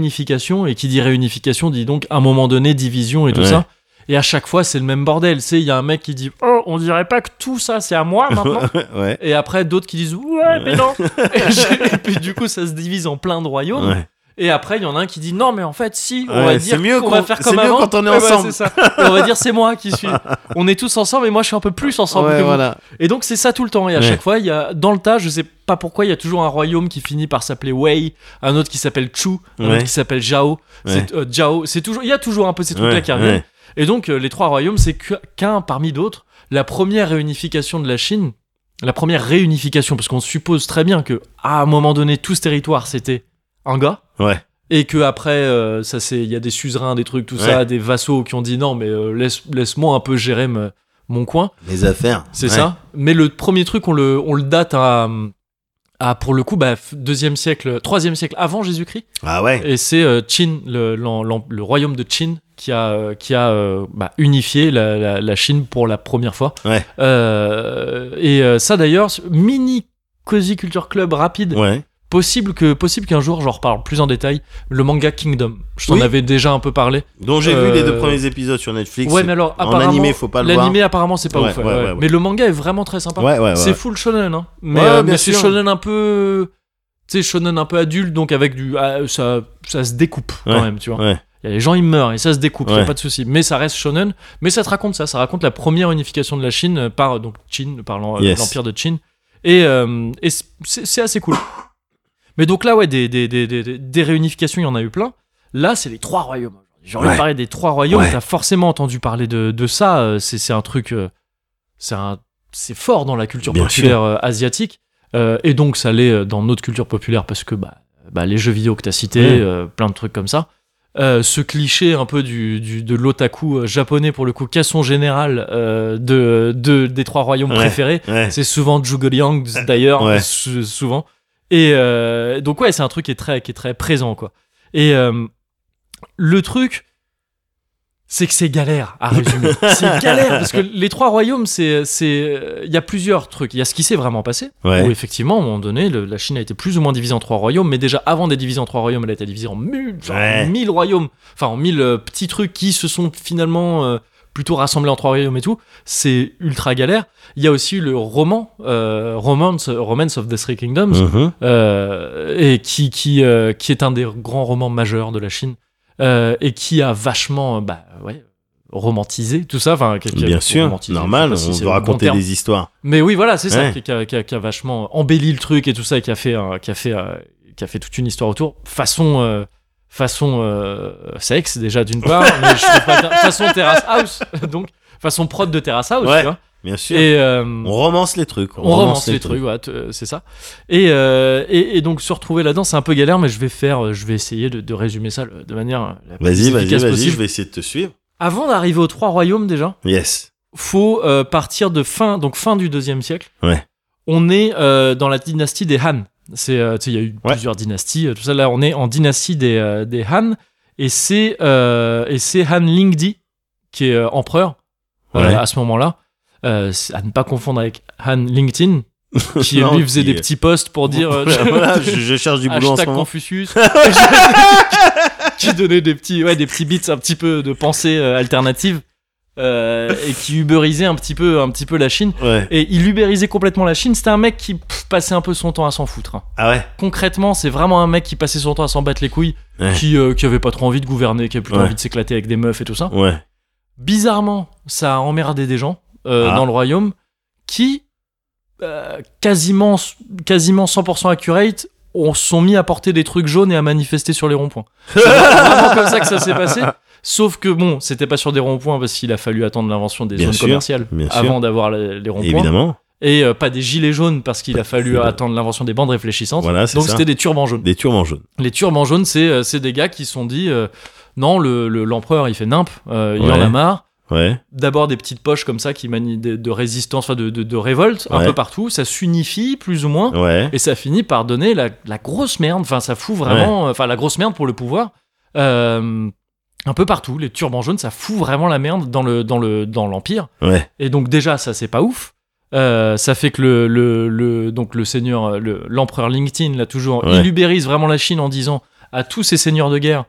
réunification, et qui dit réunification dit donc à un moment donné division et tout Ouais. ça. Et à chaque fois, c'est le même bordel. C'est il y a un mec qui dit Oh, on dirait pas que tout ça c'est à moi maintenant. ouais. Et après, d'autres qui disent Ouais, mais non et, je- et puis, du coup, ça se divise en plein de royaumes. Ouais. Et après, il y en a un qui dit Non, mais en fait, si, on Ouais, va c'est dire mieux qu'on va qu'on- faire c'est comme mieux avant. quand on est Ouais, voilà, ensemble. c'est ça. Et on va dire C'est moi qui suis. On est tous ensemble et moi, je suis un peu plus ensemble Ouais, que vous. voilà. Et donc, c'est ça tout le temps. Et à Ouais. chaque fois, il y a, dans le tas, je sais pas pourquoi, il y a toujours un royaume qui finit par s'appeler Wei, un autre qui s'appelle Chu, un Ouais. autre qui s'appelle Zhao. Ouais. C'est, euh, Zhao. C'est toujours, il y a toujours un peu ces trucs-là Ouais, qui reviennent. ouais. Et donc, euh, les trois royaumes, c'est que- qu'un parmi d'autres. La première réunification de la Chine, la première réunification, parce qu'on suppose très bien que à un moment donné, tout ce territoire, c'était un gars. Ouais. Et que après, euh, ça c'est, il y a des suzerains, des trucs, tout ça, Ouais. des vassaux qui ont dit non, mais euh, laisse, laisse-moi un peu gérer me- mon coin. Les affaires. C'est Ouais. ça. Mais le premier truc, on le, on le date à, à, pour le coup, bah, f- deuxième siècle, troisième siècle avant Jésus-Christ. Ah ouais. Et c'est euh, Qin, le, l'en- l'en- le royaume de Qin, qui a, euh, qui a euh, bah, unifié la, la- la Chine pour la première fois. Ouais. Euh, et euh, ça d'ailleurs, ce mini Cozy Culture Club rapide. Ouais. Possible que possible qu'un jour j'en reparle plus en détail. Le manga Kingdom, je t'en Oui. avais déjà un peu parlé. Dont j'ai Euh, vu les deux premiers épisodes sur Netflix. Ouais, mais alors en apparemment animé, faut pas le voir. l'animé apparemment c'est pas Ouais, ouf. ouais, ouais, ouais. Mais le manga est vraiment très sympa. Ouais, ouais, ouais. C'est full shonen, hein. Mais, Ouais, euh, bien mais c'est sûr. shonen un peu. tu sais, shonen un peu adulte, donc avec du. ah, ça, ça se découpe quand Ouais, même, tu vois. ouais. Y a les gens, ils meurent et ça se découpe, y a Ouais. pas de souci. Mais ça reste shonen. Mais ça te raconte ça. Ça raconte la première unification de la Chine euh, par euh, donc Chine, par l'en- Yes. l'empire de Chine. Et, euh, et c'est- c'est c'est assez cool. Mais donc là, ouais, des, des, des, des, des- des réunifications, il y en a eu plein. Là, c'est les trois royaumes. J'ai envie de Ouais. parler des trois royaumes. Ouais. T'as forcément entendu parler de, de ça. euh, C'est c'est un truc. euh, C'est un- c'est fort dans la culture Bien populaire euh, asiatique. Euh, et donc, ça l'est euh, dans notre culture populaire parce que bah, bah, les jeux vidéo que t'as cités, Ouais. euh, plein de trucs comme ça. Euh, ce cliché un peu du, du- de l'otaku euh, japonais, pour le coup, casson général euh, de, de- des trois royaumes Ouais. préférés. Ouais. Euh, C'est souvent Zhuge-Liang, d'ailleurs, Ouais. sou- souvent. Et euh, donc, ouais, c'est un truc qui est très, qui est très présent, quoi. Et euh, le truc, c'est que c'est galère à résumer. c'est galère, parce que les trois royaumes, c'est. c'est- Il y a plusieurs trucs. Il y a ce qui s'est vraiment passé, Ouais. où effectivement, à un moment donné, le- la Chine a été plus ou moins divisée en trois royaumes, mais déjà avant d'être divisée en trois royaumes, elle a été divisée en mille, genre, Ouais. mille royaumes, enfin en mille euh, petits trucs qui se sont finalement euh, plutôt rassemblés en trois royaumes et tout. C'est ultra galère. Il y a aussi le roman, euh, Romance, Romance of the Three Kingdoms, Mhm. euh, et qui qui euh, qui est un des grands romans majeurs de la Chine euh, et qui a vachement euh, bah ouais romantisé tout ça enfin qui a- qui a- Bien sûr, romantisé, normal, je sais pas si on c'est veut le bon raconter terme. des histoires. mais oui voilà c'est ça Ouais. qui, qui a, qui a- qui a vachement embelli le truc et tout ça et qui a fait un- qui a fait euh, qui a fait toute une histoire autour façon euh, façon euh, sexe déjà d'une part mais je trouve pas ter- façon terrace house donc façon prod de terrace house Ouais, tu vois. Bien sûr. et euh, on romance les trucs. on romance les trucs, ouais, t- euh, c'est ça. Et, euh, et, et donc se retrouver là-dedans, c'est un peu galère, mais je vais faire, euh, je vais essayer de, de résumer ça le- de manière euh, la plus Vas-y, vas-y, efficace vas-y, possible. je vais essayer de te suivre. Avant d'arriver aux trois royaumes déjà, Yes. faut euh, partir de fin, donc fin du deuxième siècle. Ouais. On est euh, dans la dynastie des Han. C'est, euh, tu sais, il y a eu Ouais. plusieurs dynasties. euh, Tout ça, là, on est en dynastie des, euh, des Han, et c'est euh, et c'est Han Lingdi qui est euh, empereur euh, Ouais. à ce moment-là. Euh, c'est- à ne pas confondre avec Han LinkedIn, qui Non, lui faisait qui- des petits posts pour dire euh, voilà, je, je cherche du boulot en ce hashtag moment. Confucius, qui donnait des petits, ouais, des petits bits un petit peu de pensée euh, alternative euh, et qui uberisait un petit peu, un petit peu la Chine. Ouais. Et il ubérisait complètement la Chine. C'était un mec qui pff, passait un peu son temps à s'en foutre. hein. Ah ouais. Concrètement, c'est vraiment un mec qui passait son temps à s'en battre les couilles, Ouais. qui, euh, qui avait pas trop envie de gouverner, qui avait plutôt Ouais. envie de s'éclater avec des meufs et tout ça Ouais. bizarrement, ça a emmerdé des gens euh, Ah. dans le royaume qui, euh, quasiment, quasiment 100% accurate, on se sont mis à porter des trucs jaunes et à manifester sur les ronds-points. C'est vraiment comme ça que ça s'est passé. Sauf que bon, c'était pas sur des ronds-points parce qu'il a fallu attendre l'invention des Bien zones sûr, commerciales bien sûr. avant d'avoir les, les ronds-points. Évidemment. Et euh, pas des gilets jaunes parce qu'il a fallu Euh, attendre l'invention des bandes réfléchissantes. Voilà, c'est Donc ça. c'était des turbans jaunes. Des turbans jaunes. Les turbans jaunes, c'est euh, c'est des gars qui se sont dit euh, non, l'empereur le, l'empereur il fait nimp, euh, il en a Ouais. marre Ouais. d'abord des petites poches comme ça qui manient de, de résistance, enfin de, de- de révolte un Ouais. peu partout, ça s'unifie plus ou moins, Ouais. et ça finit par donner la, la grosse merde, enfin ça fout vraiment, enfin la grosse merde pour le pouvoir, euh, un peu partout, les turbans jaunes, ça fout vraiment la merde dans le dans le dans l'empire, Ouais. et donc déjà ça c'est pas ouf. Euh, ça fait que le, le, le- donc le seigneur euh, le- l'empereur LinkedIn là toujours Ouais. il ubérise vraiment la Chine en disant à tous ces seigneurs de guerre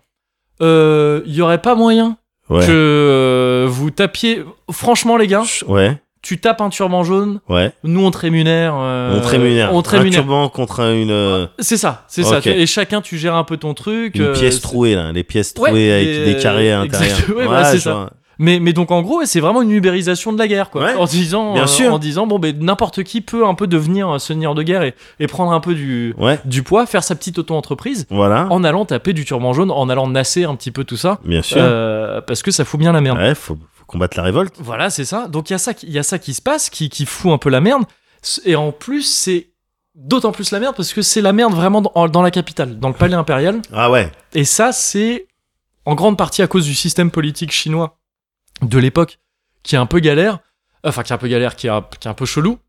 euh, il y aurait pas moyen Ouais. que euh, vous tapiez. Franchement, les gars, Ch- Ouais. tu tapes un turban jaune, Ouais. nous on te rémunère. euh, on te rémunère. On Ah, te Un rémunère. turban contre un- une, euh, C'est ça, c'est Ok. ça. Et chacun, tu gères un peu ton truc. une euh, pièce c'est- trouée, là. Les pièces Ouais, trouées avec et, des carrés à euh, l'intérieur. exact- ouais, voilà, c'est je ça. vois. Mais, mais donc, en gros, ouais, c'est vraiment une ubérisation de la guerre, quoi. Ouais. En disant, Bien euh, sûr. en disant, bon, ben n'importe qui peut un peu devenir un seigneur de guerre et, et prendre un peu du, Ouais. du poids, faire sa petite auto-entreprise Voilà. en allant taper du turban jaune, en allant nasser un petit peu tout ça, Bien sûr. euh, parce que ça fout bien la merde. Ouais, faut, faut combattre la révolte. Voilà, c'est ça. Donc il y, a ça qui- il y a ça qui se passe, qui, qui fout un peu la merde. Et en plus, c'est d'autant plus la merde parce que c'est la merde vraiment dans, dans la capitale, dans le palais impérial. Ah ouais. Et ça, c'est en grande partie à cause du système politique chinois de l'époque, qui est un peu galère, enfin qui est un peu galère, qui est un, qui est un peu chelou,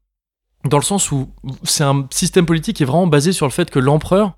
dans le sens où c'est un système politique qui est vraiment basé sur le fait que l'empereur,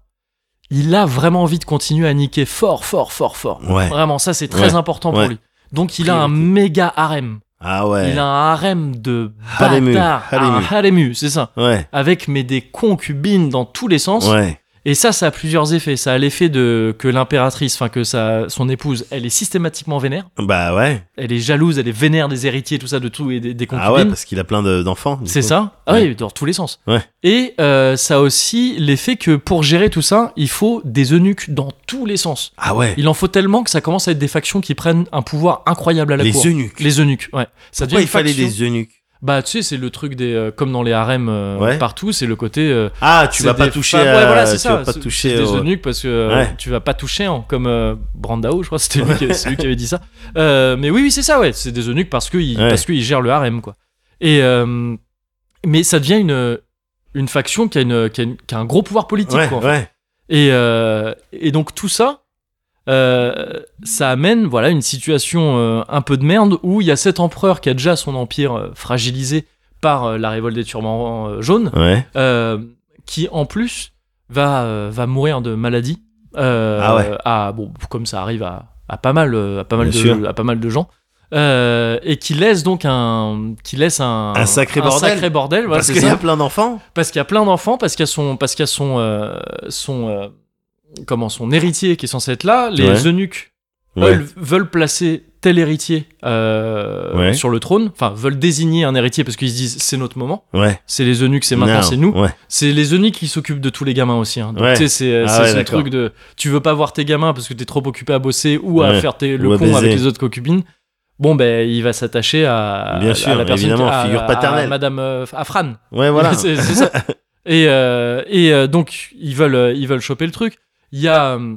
il a vraiment envie de continuer à niquer fort, fort, fort, fort. Ouais. Vraiment, ça c'est très Ouais. important pour Ouais. lui. Donc il a un Priorité. méga harem. Ah ouais. Il a un harem de Harému, bâtards. harému. Un harému, c'est ça. Ouais. Avec mais des concubines dans tous les sens. Ouais. Et ça, ça a plusieurs effets. Ça a l'effet de que l'impératrice, enfin que sa, son épouse, elle est systématiquement vénère. Bah ouais. Elle est jalouse, elle est vénère des héritiers, tout ça, de tout et des, des concubines. Ah ouais, parce qu'il a plein de- d'enfants. du C'est coup. ça Ah Ouais. oui, dans tous les sens. Ouais. Et euh, ça a aussi l'effet que pour gérer tout ça, il faut des eunuques dans tous les sens. Ah ouais. Il en faut tellement que ça commence à être des factions qui prennent un pouvoir incroyable à la cour. Les eunuques. Les eunuques, ouais. Ça devient Pourquoi une il fallait faction. des eunuques Bah tu sais, c'est le truc des euh, comme dans les harems euh, Ouais. partout, c'est le côté. euh, Ah, tu c'est vas pas des toucher. femmes- à- ouais, voilà, c'est tu ça. vas pas c'est- toucher. c'est des au- eunuques parce que euh, Ouais. tu vas pas toucher hein, comme euh, Brandao, je crois, c'était lui, qui- c'est lui qui avait dit ça. Euh, mais oui, oui, c'est ça, ouais. C'est des eunuques parce que ils- Ouais. parce qu'ils gèrent le harem, quoi. Et euh, mais ça devient une une faction qui a une qui a, une- qui a un gros pouvoir politique, Ouais, quoi. en fait. ouais. Et euh, et donc tout ça. euh, ça amène voilà une situation euh, un peu de merde où il y a cet empereur qui a déjà son empire euh, fragilisé par euh, la révolte des turbans euh, jaunes Ouais. euh, qui en plus va, euh, va mourir de maladie. euh, Ah ouais. à- bon, comme ça arrive à, à pas mal, euh, à pas mal Bien de, sûr. à pas mal de gens. Euh, et qui laisse donc un, qui laisse un, Un sacré bordel. sacré bordel, voilà, Parce c'est qu'il y a ça. plein d'enfants. parce qu'il y a plein d'enfants, parce qu'il y a son, parce qu'il y a son, euh, son, euh, comment, son héritier qui est censé être là, les Ouais. eunuques Ouais. veulent, veulent placer tel héritier euh, Ouais. sur le trône, enfin veulent désigner un héritier parce qu'ils se disent c'est notre moment, Ouais. c'est les eunuques, c'est maintenant, Non, c'est nous. Ouais. C'est les eunuques qui s'occupent de tous les gamins aussi. Hein. Donc, Ouais. tu sais, c'est euh, Ah c'est ouais, ce d'accord. truc de tu veux pas voir tes gamins parce que t'es trop occupé à bosser ou à Ouais. faire tes- le Ou à con avec baiser. les autres concubines. Bon, ben, il va s'attacher à, Bien à sûr, la personne, évidemment, à- figure à- paternelle. à Madame, euh, à Fran. Ouais, voilà. c'est c'est ça. Et, euh, et euh, donc, ils veulent, euh, ils veulent choper le truc. Il y a, euh,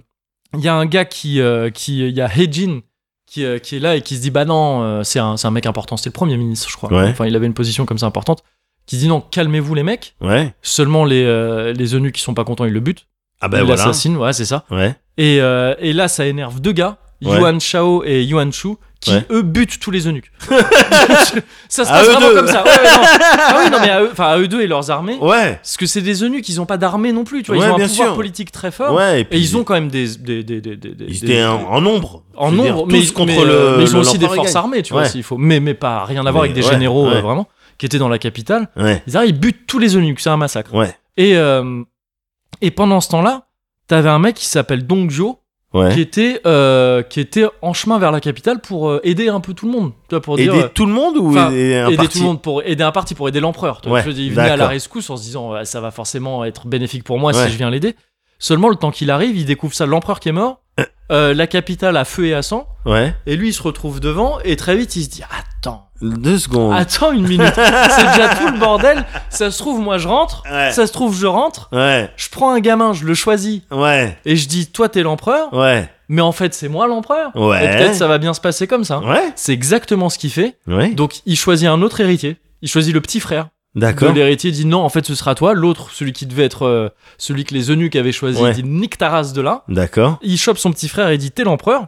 il y a un gars qui, euh, qui, il y a Heijin qui, euh, qui est là et qui se dit, bah non, euh, c'est un, c'est un mec important. C'était le premier ministre, je crois. Ouais. Enfin, il avait une position comme ça importante. Qui dit non, calmez-vous les mecs. Ouais. Seulement les, euh, les eunuques qui sont pas contents, ils le butent. Ah bah ils voilà. l'assassinent, ouais, c'est ça. Ouais. Et, euh, et là, ça énerve deux gars, Ouais. Yuan Shao et Yuan Chu, qui Ouais. eux butent tous les eunuques. ça se À passe eux vraiment deux. comme ça. Ouais, ouais, non. Ah oui, non, mais à eux, enfin, à eux deux et leurs armées. Ouais. Parce que c'est des eunuques, ils ont pas d'armée non plus, tu vois. Ouais, ils ont un bien pouvoir sûr. politique très fort. ouais. Et puis ils ont quand même des. des, des, des, des- Ils des- étaient en, en nombre. en Je veux dire, nombre, tous mais, contre mais, le. euh, mais ils ont le aussi des l'empereur forces Reagan. armées, tu vois, Ouais. s'il faut. Mais, mais pas rien à voir Mais avec des ouais, généraux, euh, ouais. vraiment, qui étaient dans la capitale. Ouais. Ils arrivent, ils butent tous les eunuques, c'est un massacre. Ouais. Et, euh, et pendant ce temps-là, t'avais un mec qui s'appelle Dongjo, qui Ouais. était, euh, qui était en chemin vers la capitale pour euh, aider un peu tout le monde. Tu vois, pour dire, Aider euh, tout le monde ou enfin, aider un aider parti tout le monde, pour aider un parti, pour aider l'empereur. tu vois. Ouais, Je veux dire, il venait à la d'accord. rescousse en se disant, euh, ça va forcément être bénéfique pour moi Ouais. si je viens l'aider. Seulement, le temps qu'il arrive, il découvre ça, l'empereur qui est mort, euh, la capitale à feu et à sang, Ouais. et lui, il se retrouve devant, et très vite, il se dit, attends. Deux secondes. Attends une minute, c'est déjà tout le bordel. Ça se trouve, moi je rentre. Ouais. Ça se trouve, je rentre. Ouais. Je prends un gamin, je le choisis Ouais. et je dis Toi, t'es l'empereur, Ouais. mais en fait, c'est moi l'empereur. Ouais. Et peut-être ça va bien se passer comme ça. Ouais. C'est exactement ce qu'il fait. Ouais. Donc, il choisit un autre héritier. Il choisit le petit frère. De D'accord. l'héritier dit Non, en fait, ce sera toi. L'autre, celui qui devait être euh, celui que les eunuques avaient choisi, Ouais. dit Nique ta race de là. D'accord. Il chope son petit frère et dit T'es l'empereur.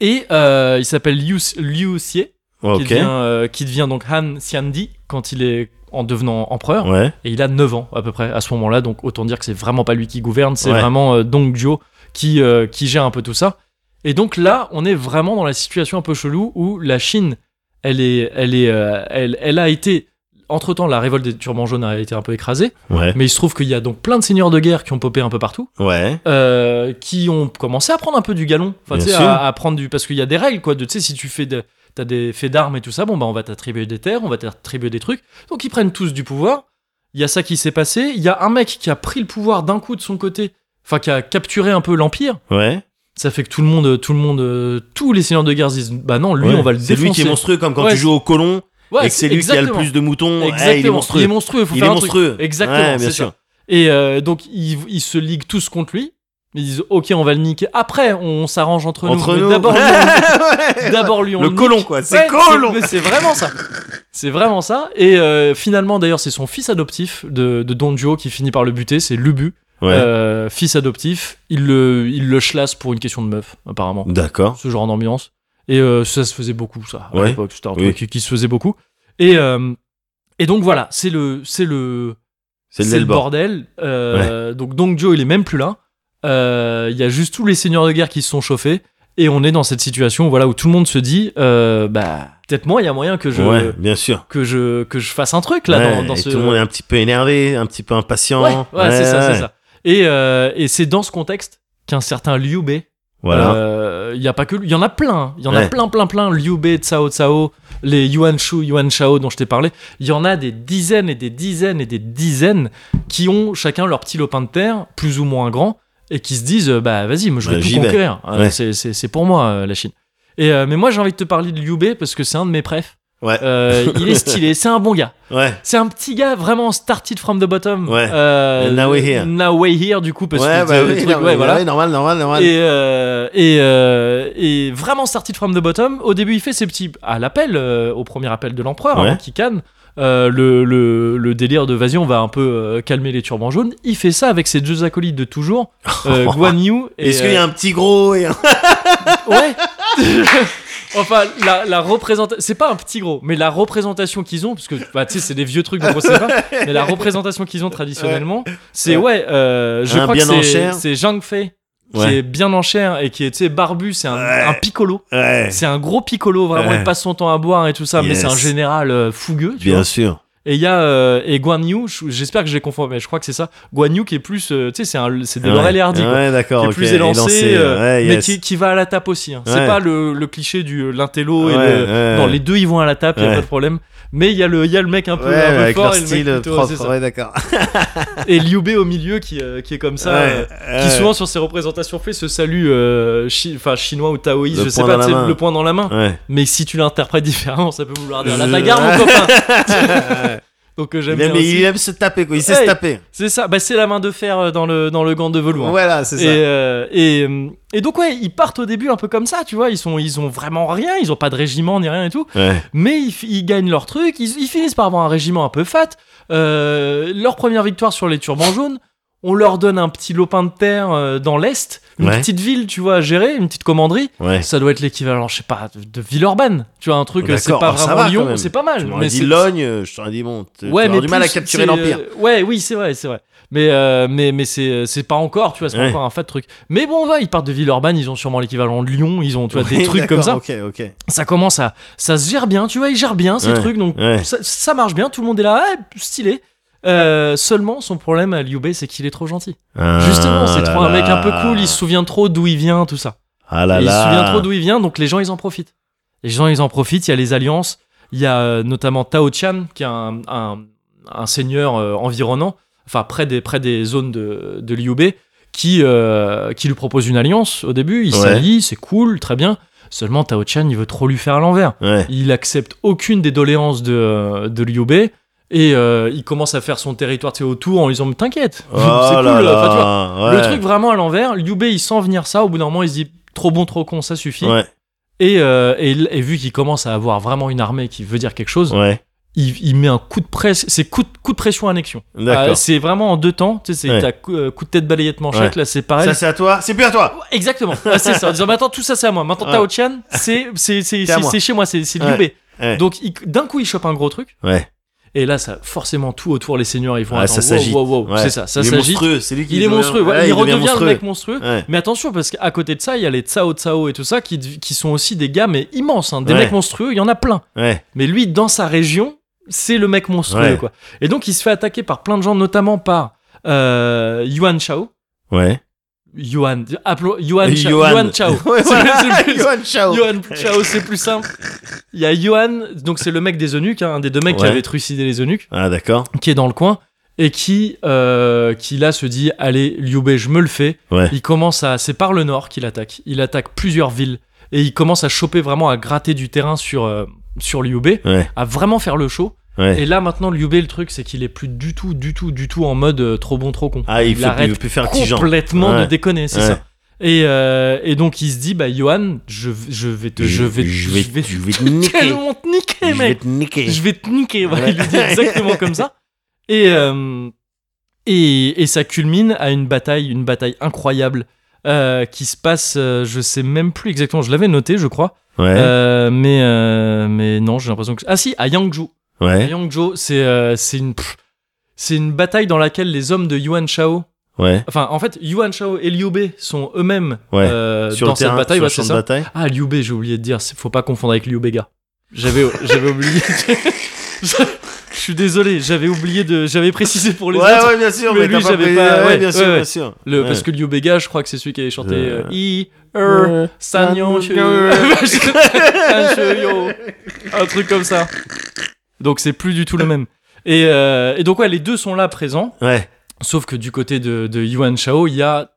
Et euh, il s'appelle Liu, Liu Xie. Ok. qui, devient, euh, qui devient donc Han Xiandi quand il est en devenant empereur. Ouais. Et il a 9 ans à peu près à ce moment-là, donc autant dire que c'est vraiment pas lui qui gouverne, c'est Ouais. vraiment euh, Dongzhou qui, euh, qui gère un peu tout ça. Et donc là, on est vraiment dans la situation un peu chelou où la Chine, elle, est, elle, est, euh, elle, elle a été. Entre-temps, la révolte des turbans jaunes a été un peu écrasée, Ouais. mais il se trouve qu'il y a donc plein de seigneurs de guerre qui ont popé un peu partout Ouais. euh, qui ont commencé à prendre un peu du galon. Enfin, Bien tu sais, sûr. à, à prendre du. Parce qu'il y a des règles, quoi. de- Tu sais, si tu fais de- T'as des faits d'armes et tout ça, bon, bah, on va t'attribuer des terres, on va t'attribuer des trucs. Donc, ils prennent tous du pouvoir. Il y a ça qui s'est passé. Il y a un mec qui a pris le pouvoir d'un coup de son côté. Enfin, qui a capturé un peu l'Empire. Ouais. Ça fait que tout le monde, tout le monde, euh, tous les seigneurs de guerre se disent, bah non, lui, Ouais. on va le défoncer. C'est lui qui est monstrueux, comme quand Ouais, tu joues au colon Ouais, et que c'est lui qui a le exactement. plus de moutons. Eh, Exactement. il est monstrueux. Il est monstrueux. faut Il faire est un truc. monstrueux. Exactement. Ouais, bien c'est sûr. ça. Et euh, donc ils, ils se liguent tous contre lui. Ils disent OK, on va le niquer. Après, on s'arrange entre, Entre nous. nous. Mais D'abord, lui, on- Ouais. d'abord lui on Le nique. colon, quoi. C'est Ouais, colon. mais C'est vraiment ça. C'est vraiment ça. Et euh, finalement, d'ailleurs, c'est son fils adoptif de, de Don Juo qui finit par le buter. C'est Lubu, Ouais. Euh, fils adoptif. Il le, il le chlasse pour une question de meuf, apparemment Mm. D'accord. ce genre d'ambiance. Et euh, ça se faisait beaucoup, ça, à Ouais. l'époque. C'était un Oui. truc qui, qui se faisait beaucoup. Et, euh, et donc voilà, c'est le, c'est le, C'est c'est le le bord. bordel. Euh, Donc Dong Joe, il est même plus là. Euh, Il y a juste tous les seigneurs de guerre qui se sont chauffés. Et on est dans cette situation voilà, où tout le monde se dit euh, bah, peut-être moi, il y a moyen que je, Ouais, bien sûr. que, je, que je fasse un truc là Ouais, dans, dans et ce. Tout le monde est un petit peu énervé, un petit peu impatient. Ouais, ouais, c'est ça, c'est ça. Et, euh, et c'est dans ce contexte qu'un certain Liu Bei Voilà. euh, Il y a pas que lui, il y en a plein. Il y en a Ouais. plein, plein, plein. Liu Bei, Cao Cao, les Yuan Shu, Yuan Shao dont je t'ai parlé. Il y en a des dizaines et des dizaines et des dizaines qui ont chacun leur petit lopin de terre, plus ou moins grand, et qui se disent euh, bah vas-y, moi je vais Bah, tout j'y vais. conquérir. Euh, Ouais. c'est- C'est c'est pour moi euh, la Chine. Et euh, mais moi j'ai envie de te parler de Liu Bei parce que c'est un de mes préfs. Ouais. Euh, il est stylé, c'est un bon gars. ouais. C'est un petit gars vraiment started from the bottom. Ouais. Euh, And now we're here. now we're here, du coup parce ouais, que bah le oui, truc, non, ouais, mais voilà ouais, normal, normal, normal. et, euh, et, euh, et vraiment started from the bottom. Au début, il fait ses petits à l'appel, euh, au premier appel de l'empereur, Ouais. avant qu'il canne. euh, le, le, le délire de vas-y on va un peu euh, calmer les turbans jaunes il fait ça avec ses deux acolytes de toujours euh, Guan Yu et, Est-ce qu'il y a un petit gros et un... euh, ouais enfin la, la représentation c'est pas un petit gros mais la représentation qu'ils ont parce que bah, tu sais c'est des vieux trucs donc on sait pas mais la représentation qu'ils ont traditionnellement c'est ouais, euh, je Un crois bien en que c'est- chair. c'est Zhang Fei qui Ouais. est bien en chair et qui est, tu sais, barbu, c'est un, Ouais. un piccolo. Ouais, C'est un gros piccolo, vraiment, Ouais. il passe son temps à boire et tout ça, mais Yes. c'est un général euh, fougueux, tu bien vois. sûr. Et il y a euh, et Guan Yu, je- j'espère que j'ai confondu, mais je crois que c'est ça. Guan Yu qui est plus, euh, tu sais, c'est un- c'est des Ouais. Laurel et Hardy, quoi. Ouais, d'accord, qui est ok. plus élancé, euh, ouais, mais yes. qui, qui va à la tape aussi. hein. C'est Ouais. pas le, le cliché du euh, l'intello et Ouais, le- ouais. non, les deux ils vont à la tape, y a Ouais. pas de problème. Mais il y a le il y a le mec un peu, Ouais, un peu avec fort leur et le mec style euh, plutôt- c'est propre, ça. ouais, d'accord. et Liu Bei au milieu qui euh, qui est comme ça. euh, Ouais, qui ouais. souvent sur ses représentations fait ce salut euh, chi- enfin, chinois ou taoïste, Le je sais poing pas, dans la tu sais, main. le point dans la main. Ouais. Mais si tu l'interprètes différemment, ça peut vouloir dire la Je- bagarre, mon copain. Donc euh, j'aime Euh, bien. il, aime, il aussi. aime se taper, quoi. Il sait Ouais. se taper. C'est ça, bah, c'est la main de fer euh, dans le, dans le gant de velours. hein. Voilà, c'est Et, euh, et, euh, et donc ouais, ils partent au début un peu comme ça, tu vois, ils sont ils ont vraiment rien, ils ont pas de régiment ni rien et tout, ça. Ouais. mais ils, fi- ils gagnent leur truc, ils, ils finissent par avoir un régiment un peu fat. Euh, leur première victoire sur les turbans jaunes, on leur donne un petit lopin de terre euh, dans l'est, une Ouais. petite ville, tu vois, à gérer, une petite commanderie. Ouais. Ça doit être l'équivalent, je sais pas, de- de Villeurbanne. Tu vois, un truc, euh, c'est D'accord, pas alors ça vraiment va, quand Lyon, même. c'est pas Tu mal. m'aurais dit c'est- Logne, euh, je t'aurais dit bon, t- Ouais, t'auras mais du mal à plus, capturer c'est, euh, l'Empire. ouais, oui, c'est vrai, c'est vrai. Mais euh, mais mais c'est c'est pas encore, tu vois, c'est pas Ouais. encore un fat truc. Mais bon, on va, ils partent de Villeurbanne, ils ont sûrement l'équivalent de Lyon, ils ont tu vois des Oui, trucs comme ça. d'accord, Ok, ok. Ça commence à ça se gère bien, tu vois, ils gèrent bien ces Ouais, trucs, donc ouais. ça, ça marche bien, tout le monde est là, ouais, stylé. Euh, seulement, son problème à Liu Bei, c'est qu'il est trop gentil. Ah Justement, c'est trop un mec un peu cool, il se souvient trop d'où il vient, tout ça. Ah là Et il se là. souvient trop d'où il vient, donc les gens, ils en profitent. Les gens, ils en profitent, il y a les alliances, il y a euh, notamment Tao Chan, qui est un, un- un seigneur euh, environnant, enfin près des, près des zones de, de Liu Bei, qui, euh, qui lui propose une alliance au début, il Ouais. s'allie, c'est cool, très bien. Seulement, Tao Chan, il veut trop lui faire à l'envers. Ouais. Il accepte aucune des doléances de, euh, de Liu Bei, et euh, il commence à faire son territoire tu sais, autour en lui disant T'inquiète, Oh c'est cool, enfin, là tu vois, là. le truc vraiment à l'envers, Liu Bei il sent venir ça, au bout d'un moment il se dit trop bon, trop con, ça suffit. Ouais. Et, euh, et, l- et vu qu'il commence à avoir vraiment une armée qui veut dire quelque chose, Ouais. il, il met un coup de presse, c'est coup de, coup de pression annexion. D'accord. Euh, c'est vraiment en deux temps, tu sais, c'est Ouais. t'as coup, euh, coup de tête balayette manchette, là c'est pareil. Ça c'est à toi. C'est plus à toi. Ouais, Exactement, Ouais, c'est ça. En disant, mais attends, tout ça c'est à moi. Maintenant, Ouais. Tao Tian, c'est c'est- c'est- C'est à c'est- moi. c'est chez moi, c'est c'est Liu Ouais. Bei. Ouais. Donc, il- d'un coup, il chope un gros truc. Ouais. Et là, ça, forcément, tout autour, les seigneurs, ils font Ouais, attends, Ah, ça s'agite. wow, wow, wow. Ouais. C'est ça, ça il est s'agite. monstrueux. C'est lui qui Il est devient- monstrueux, ouais, Ouais, il, redevient monstrueux. le mec monstrueux. Ouais. Mais attention, parce qu'à côté de ça, il y a les Tsao Tsao et tout ça qui, qui sont aussi des gars, mais immenses, hein, des Ouais. mecs monstrueux, il y en a plein. Ouais. Mais lui, dans sa région, c'est le mec monstrueux, Ouais. quoi. Et donc, il se fait attaquer par plein de gens, notamment par euh, Yuan Chao. Ouais. Yuan, appelons- Yuan, Et Chao- Johan. Yuan Chao. Ouais, voilà, C'est plus- Johan Chao. Yohan Chao, c'est plus simple. Il y a Yohan, donc c'est le mec des eunuques, hein, un des deux mecs qui Ouais. avait trucidé les eunuques Ah d'accord. qui est dans le coin et qui, euh, qui là se dit allez Liu Bei je me le fais Ouais. il commence à c'est par le nord qu'il attaque il attaque plusieurs villes et il commence à choper vraiment à gratter du terrain sur euh, sur Liu Bei Ouais. à vraiment faire le show Ouais. et là maintenant Liu Bei le truc c'est qu'il est plus du tout du tout du tout en mode euh, trop bon trop con Ah il, fait- il arrête veut plus faire le petit genre. complètement de Ouais. déconner c'est Ouais. ça et, euh, et donc il se dit bah Johan je, je vais te je vais je vais, je vais te niquer. tellement te niquer mec Je vais te niquer. je vais te niquer. Voilà, Ouais. il lui dit exactement comme ça. Et, euh, et, et ça culmine à une bataille, une bataille incroyable euh, qui se passe, euh, je sais même plus exactement, je l'avais noté, je crois. Ouais. Euh, mais, euh, mais non, j'ai l'impression que. Ah si, à Yangzhou. À Ouais. Yangzhou, c'est euh, c'est une. pff, c'est une bataille dans laquelle les hommes de Yuan Shao, Ouais. enfin en fait Yuan Shao et Liu Bei sont eux-mêmes Ouais. euh, Sur dans le terrain, cette bataille, sur le ouais, c'est champ de ça. bataille. Ah, Liu Bei, j'ai oublié de dire, c'est- faut pas confondre avec Liu Bega. J'avais, j'avais oublié. Je suis désolé, j'avais oublié de. J'avais précisé pour les Ouais, autres. ouais, bien sûr, mais mais, lui, t'as pas j'avais pris- pas- ouais, ouais, bien sûr, ouais, ouais. bien sûr. Le, Ouais. Parce que Liu Bega, je crois que c'est celui qui avait chanté Euh, euh, I, Er, Sanyon, Che- Che- Yo. un truc comme ça. Donc c'est plus du tout le même. Et, euh, et donc ouais, les deux sont là présents, Ouais. sauf que du côté de, de Yuan Shao, il y a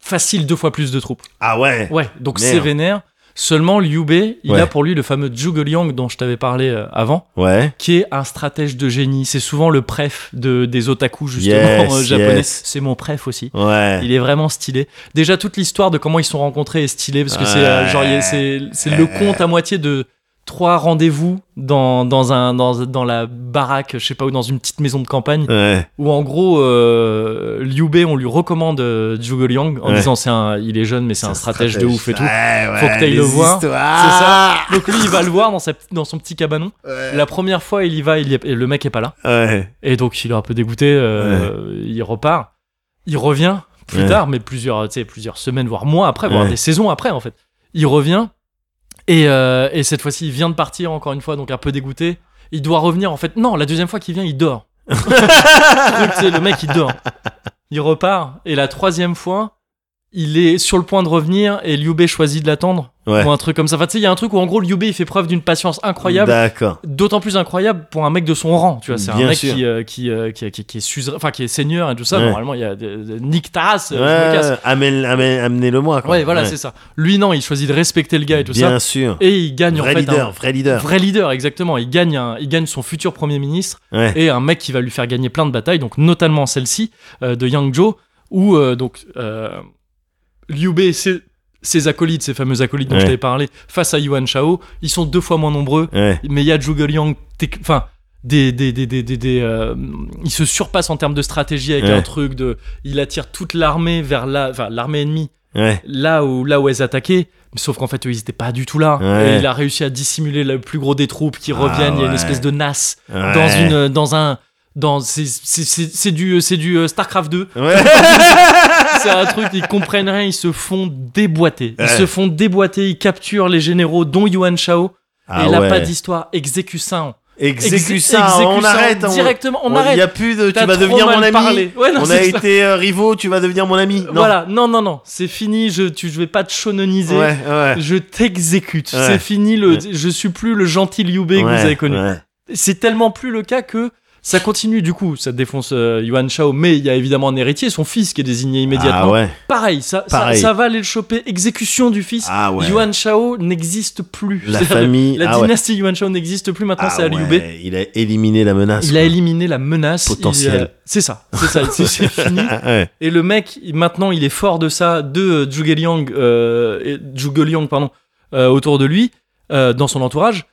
facile deux fois plus de troupes. Ah ouais. Ouais, donc Merde. c'est vénère. Seulement Liu Bei, il Ouais. a pour lui le fameux Zhuge Liang dont je t'avais parlé euh, avant Ouais. qui est un stratège de génie. C'est souvent le préf de, des otaku, justement, Yes, euh, japonais. yes. C'est mon préf aussi. Ouais. Il est vraiment stylé. Déjà, toute l'histoire de comment ils se sont rencontrés est stylée, parce que c'est euh, Ouais. genre, il y a- c'est c'est le compte à moitié de trois rendez-vous dans, dans, un, dans, dans la baraque, je sais pas, ou dans une petite maison de campagne, Ouais. où en gros, euh, Liu Bei, on lui recommande euh, Zhuge Liang en Ouais. disant c'est un, il est jeune, mais c'est un stratège, de ouf et tout. Ouais, ouais, Faut que t'ailles les le voir. histoires. Donc lui, il va le voir dans, sa, dans son petit cabanon. La première fois, il y va, il y est- et le mec est pas là. Ouais. Et donc il est un peu dégoûté, euh, il repart, il revient plus Ouais. tard, mais plusieurs, tu sais, plusieurs semaines, voire mois après, voire Ouais. des saisons après en fait. Il revient et, euh, et cette fois-ci il vient de partir encore une fois, donc un peu dégoûté. Il doit revenir en fait. Non, la deuxième fois qu'il vient, il dort. Truc, tu sais, le mec il dort. Il repart et la troisième fois, il est sur le point de revenir et Liu Bei choisit de l'attendre Ouais. ou un truc comme ça. Enfin, tu sais, il y a un truc où en gros Liu Bei il fait preuve d'une patience incroyable D'accord. d'autant plus incroyable pour un mec de son rang tu vois c'est un Bien mec sûr. qui, euh, qui, euh, qui, qui- qui est suzerain enfin qui est seigneur et tout ça Ouais. normalement il y a de- de- Nick Taras euh, je me casse. Ouais, amène- amène- amenez-le-moi. quoi. ouais voilà c'est ça lui non il choisit de respecter le gars et tout Bien ça sûr. et il gagne Vrai en fait leader, un vrai leader. vrai leader exactement il gagne un- il gagne son futur premier ministre Ouais. et un mec qui va lui faire gagner plein de batailles donc notamment celle-ci euh, de Yangzhou où euh, donc euh, Liu Bei ses, ses acolytes ces fameux acolytes dont Ouais. je t'avais parlé face à Yuan Shao ils sont deux fois moins nombreux Ouais. mais il y a Zhuge Liang, tec- enfin des des des des des, des, euh, il se surpasse en termes de stratégie avec Ouais. un truc de il attire toute l'armée vers là enfin l'armée ennemie Ouais. là où là où elles attaquaient sauf qu'en fait eux ils étaient pas du tout là Ouais. et il a réussi à dissimuler le plus gros des troupes qui Ah reviennent il y a une ouais. espèce de nas ouais. dans une dans un dans c'est c'est- c'est c'est du c'est du euh, Starcraft 2 Ouais. c'est un truc, ils comprennent rien, ils se font déboîter. Ils Ouais. se font déboîter, ils capturent les généraux, dont Yuan Shao. Ah et là, ouais. pas d'histoire, exécute ça. hein. Exécute Exé- ça, exécute on ça arrête. on- Directement, on, Il y a arrête. plus de. Tu T'as vas trop devenir mal mon ami. parlé. Ouais, non, on a c'est ça. été euh, rivaux, tu vas devenir mon ami. Non. Voilà, non, non, non, c'est fini, je, tu, je vais pas te shoneniser. Ouais, ouais. Je t'exécute. Ouais. C'est fini, le, Ouais. je suis plus le gentil Liu Bei que vous Ouais, avez connu. ouais. C'est tellement plus le cas que ça continue, du coup, ça défonce euh, Yuan Shao, mais il y a évidemment un héritier, son fils qui est désigné immédiatement. Ah ouais. Pareil, ça, ça- Pareil. ça va aller le choper. Exécution du fils. Ah ouais. Yuan Shao n'existe plus. La C'est-à-dire, famille. La ah ouais. dynastie Yuan Shao n'existe plus, maintenant Ah c'est à Liu Bei. ouais, Il a éliminé la menace. Il a éliminé la menace. Potentielle. il, euh, C'est ça, c'est ça, c'est- c'est fini. Ah, ouais. Et le mec, il- maintenant, il est fort de ça, de euh, Zhuge Liang, euh, et- Zhuge Liang, pardon, euh, autour de lui, euh, dans son entourage.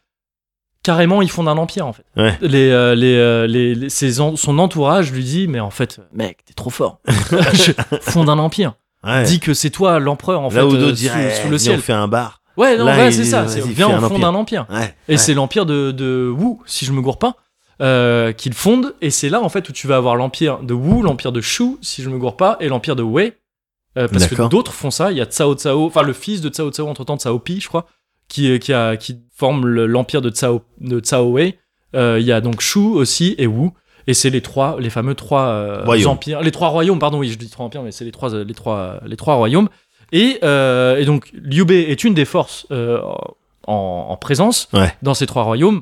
Carrément, ils fondent un empire, en fait. Ouais. Les, euh, les, euh, les- les- ses en- son entourage lui dit, mais en fait, mec, t'es trop fort. Je fonde un empire. Ouais. Dis que c'est toi l'empereur, en Là fait, où euh, d'autres sous, diraient, sous eh, le viens, ciel. on fait un bar. Ouais, non, Là, ouais, il c'est dit, ça. c'est- vas-y, fais Viens, un on fonde empire. un empire. Ouais. Et c'est l'empire de, de Wu, si je me gourre pas, euh, qu'il fonde. Et c'est là, en fait, où tu vas avoir l'empire de Wu, l'empire de Shu, si je me gourre pas, et l'empire de Wei. Euh, parce que D'accord. d'autres font ça. Il y a Cao Cao, enfin, le fils de Cao Cao, entre-temps, Cao Pi, je crois, qui, euh, qui, a, qui forme le- l'empire de Cao, de Cao Wei. Euh, il y a donc Shu aussi et Wu. Et c'est les trois, les fameux trois euh, Royaumes. empires, les trois royaumes, pardon, oui, je dis trois empires, mais c'est les trois, euh, les trois, les trois royaumes. Et, euh, et donc, Liu Bei est une des forces euh, en, en présence Ouais. dans ces trois royaumes.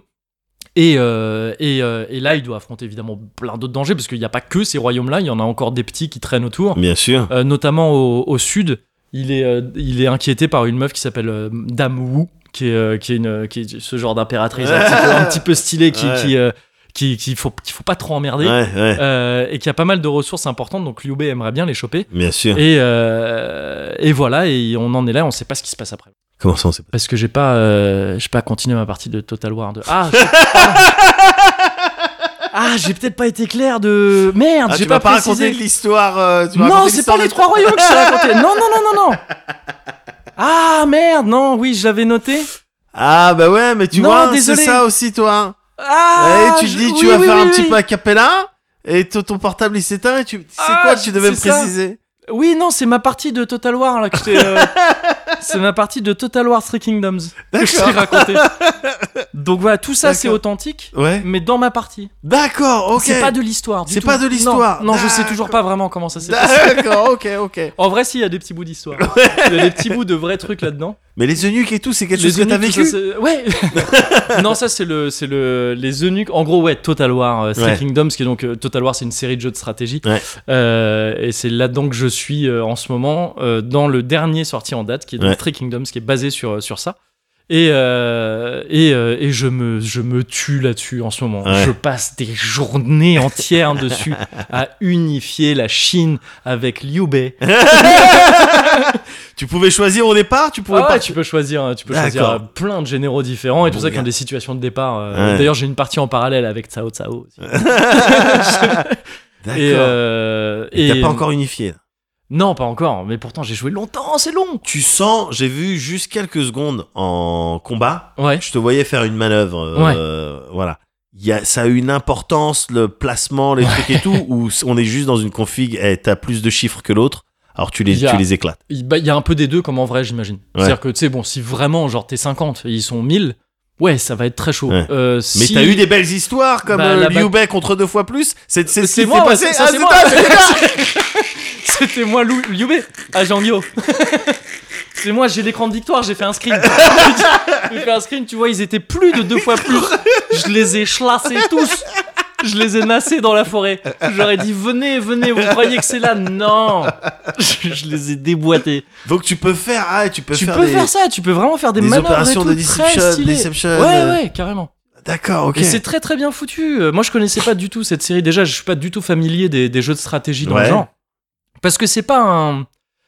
Et, euh, et, euh, et là, il doit affronter évidemment plein d'autres dangers, parce qu'il n'y a pas que ces royaumes-là, il y en a encore des petits qui traînent autour. Bien sûr. Euh, notamment au, au sud, il est, euh, il est inquiété par une meuf qui s'appelle euh, Dame Wu, qui est, euh, qui est, une, qui est ce genre d'impératrice un, petit peu- un petit peu stylée, qui, Ouais. qui, euh, qui, qui faut, qu'il faut pas trop emmerder, Ouais, ouais. euh, et qui a pas mal de ressources importantes, donc Liu Bei aimerait bien les choper. Bien sûr. Et, euh, et voilà, et on en est là, on sait pas ce qui se passe après. Comment ça, on sait pas Parce que j'ai pas, euh, j'ai pas continué ma partie de Total War 2. Ah, je- ah, j'ai peut-être pas été clair de merde. Ah, j'ai tu pas, m'as pas précisé. raconté l'histoire. euh, tu m'as non, raconté c'est l'histoire pas les de- trois royaumes que je t'ai raconté. Non, non, non, non, non. Ah merde, non, oui, je l'avais noté. Ah bah ouais, mais tu Non, vois, c'est désolé. ça aussi, toi. Ah, et Eh, tu te je- dis, oui, tu vas oui, faire oui, un petit oui. peu a cappella, et ton ton portable il s'éteint, et tu. C'est Ah, quoi, tu devais me c'est ça. préciser Oui, non, c'est ma partie de Total War là que je t'ai, euh, C'est ma partie de Total War Three Kingdoms que je t'ai D'accord. raconté. Donc voilà, tout ça c'est D'accord. authentique, Ouais. mais dans ma partie. D'accord, ok. C'est pas de l'histoire. du C'est tout. pas de l'histoire. Non, non, je sais D'accord. toujours pas vraiment comment ça s'est passé. D'accord, ok, ok. En vrai, si, il y a des petits bouts d'histoire. Il y a des petits bouts de vrais trucs là-dedans. Mais les eunuques et tout, c'est quelque Les chose que t'as eunuques, vécu tout ça, c'est- Ouais Non, ça, c'est le, c'est le. Les eunuques. En gros, ouais, Total War, euh, Three Ouais. Kingdoms, qui est donc. euh, Total War, c'est une série de jeux de stratégie. Ouais. Euh, et c'est là-dedans que je suis euh, en ce moment, euh, dans le dernier sorti en date, qui est donc Ouais. Three Kingdoms, qui est basé sur, sur ça. Et, euh, et, euh, et je, me, je me tue là-dessus en ce moment. Ouais. Je passe des journées entières dessus à unifier la Chine avec Liu Bei. Tu pouvais choisir au départ, tu pouvais Ah ouais, pas. tu peux choisir, hein, tu peux choisir D'accord. euh, plein de généraux différents et tout Bon ça qui gars. ont des situations de départ. euh, Ouais. D'ailleurs, j'ai une partie en parallèle avec Tsao Tsao. aussi. D'accord. Et, euh, Et et- T'as pas encore unifié. Non, pas encore. Mais pourtant, j'ai joué longtemps. C'est long. Tu sens, j'ai vu juste quelques secondes en combat, Ouais. je te voyais faire une manœuvre. euh, Voilà. Il Y a, ça a une importance, le placement, les trucs et tout, ou on est juste dans une config, eh, t'as plus de chiffres que l'autre, alors tu les, Il y a- tu les éclates. Il bah, il y a un peu des deux, comme en vrai, j'imagine. C'est-à-dire que tu sais, bon, si vraiment genre t'es 50 et ils sont 1000, ouais, ça va être très chaud. Ouais. Euh, Mais si- t'as eu des belles histoires comme Bah, euh, la Liu Bei contre deux fois plus. C'est c'est ce C'est qui moi, s'est ouais, passé. ça, ça, Ah, c'est c'est moi. toi, c'est- C'était moi, Lou- Liu Bei, à Jangyo. C'est moi, j'ai l'écran de victoire, j'ai fait un screen. j'ai fait un screen, tu vois, ils étaient plus de deux fois plus. Je les ai chlassés tous. Je les ai nassés dans la forêt. J'aurais dit, venez, venez, vous croyez que c'est là Non je, je les ai déboîtés. Donc tu peux faire, ah, tu peux Tu faire peux des, faire ça, tu peux vraiment faire des, des manœuvres et opérations tout, de très deception, stylées. deception, Ouais, euh, ouais, carrément. D'accord, ok. Et c'est très très bien foutu. Euh, Moi je connaissais pas du tout cette série. Déjà, je suis pas du tout familier des, des jeux de stratégie dans le Ouais. genre. Parce que c'est pas un.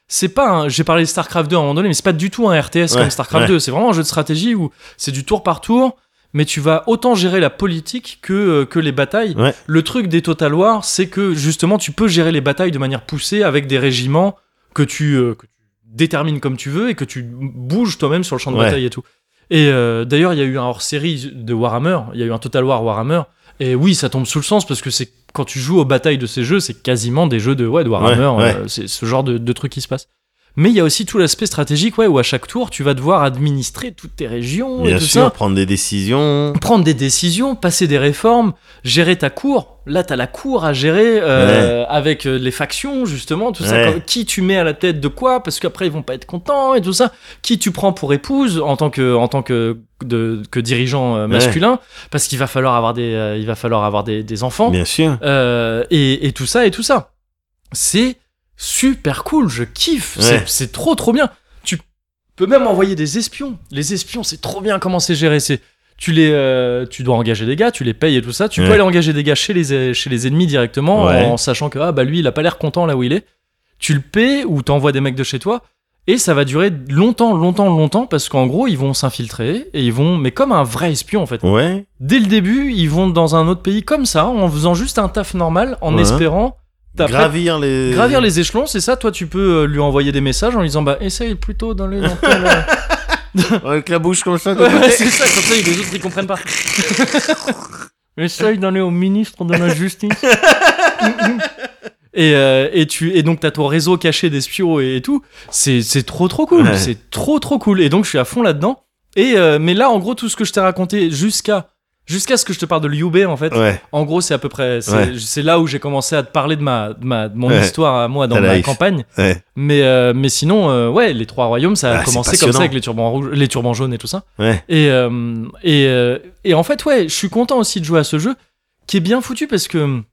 C'est pas un. J'ai parlé de StarCraft 2 à un moment donné, mais c'est pas du tout un RTS comme Ouais, StarCraft ouais. 2. C'est vraiment un jeu de stratégie où c'est du tour par tour, mais tu vas autant gérer la politique que, euh, que les batailles. Ouais. Le truc des Total War, c'est que justement tu peux gérer les batailles de manière poussée avec des régiments que tu, euh, que tu détermines comme tu veux et que tu bouges toi-même sur le champ de Ouais. bataille et tout. Et euh, d'ailleurs, il y a eu un hors-série de Warhammer, il y a eu un Total War Warhammer, et oui, ça tombe sous le sens parce que c'est quand tu joues aux batailles de ces jeux, c'est quasiment des jeux de, ouais, de Warhammer, Ouais, ouais. euh, c'est ce genre de, de truc qui se passe. Mais il y a aussi tout l'aspect stratégique, ouais, où à chaque tour, tu vas devoir administrer toutes tes régions et Bien tout sûr, ça prendre des décisions. prendre des décisions, passer des réformes, gérer ta cour. Là, t'as la cour à gérer euh, avec euh, les factions, justement, tout ça. Ouais. Comme- Qui tu mets à la tête de quoi Parce qu'après, ils vont pas être contents et tout ça. Qui tu prends pour épouse en tant que en tant que de- que dirigeant euh, masculin Parce qu'il va falloir avoir des euh, il va falloir avoir des, des enfants Bien sûr. Euh, et, et tout ça et tout ça. C'est super cool. Je kiffe. Ouais. C'est- C'est trop trop bien. Tu peux même envoyer des espions. Les espions, c'est trop bien comment c'est géré. C'est tu les, euh, tu dois engager des gars, tu les payes et tout ça. Tu peux Ouais. aller engager des gars chez les, chez les ennemis directement Ouais. en sachant que ah bah lui il a pas l'air content là où il est. Tu le paies ou t'envoies des mecs de chez toi et ça va durer longtemps, longtemps, longtemps parce qu'en gros ils vont s'infiltrer et ils vont mais comme un vrai espion en fait. Ouais. Dès le début ils vont dans un autre pays comme ça en faisant juste un taf normal en Ouais. espérant t'apprêter- Gravir les. Gravir les échelons, c'est ça. Toi, tu peux euh, lui envoyer des messages en lui disant bah essaye plutôt dans le. Dans tel, euh, Avec la bouche comme ça. de Ouais, côté. ouais, c'est ça, comme ça, les autres ils comprennent pas. Essaye d'aller au ministre de la Justice. et, euh, et, tu, et donc, t'as ton réseau caché des d'espions et, et tout. C'est c'est trop trop cool. Ouais. C'est trop trop cool. Et donc, je suis à fond là-dedans. Et euh, Mais là, en gros, tout ce que je t'ai raconté jusqu'à jusqu'à ce que je te parle de Liu Bei, en fait, Ouais. en gros, c'est à peu près. C'est Ouais. c'est là où j'ai commencé à te parler de, ma, de, ma, de mon Ouais. histoire à moi dans Ta ma life. campagne. Ouais. Mais, euh, mais sinon, euh, ouais, les trois royaumes, ça a Ah, c'est commencé comme ça passionnant. avec les turbans, rouges, les turbans jaunes et tout ça. Ouais. Et, euh, et, euh, et en fait, ouais, je suis content aussi de jouer à ce jeu qui est bien foutu parce que hum,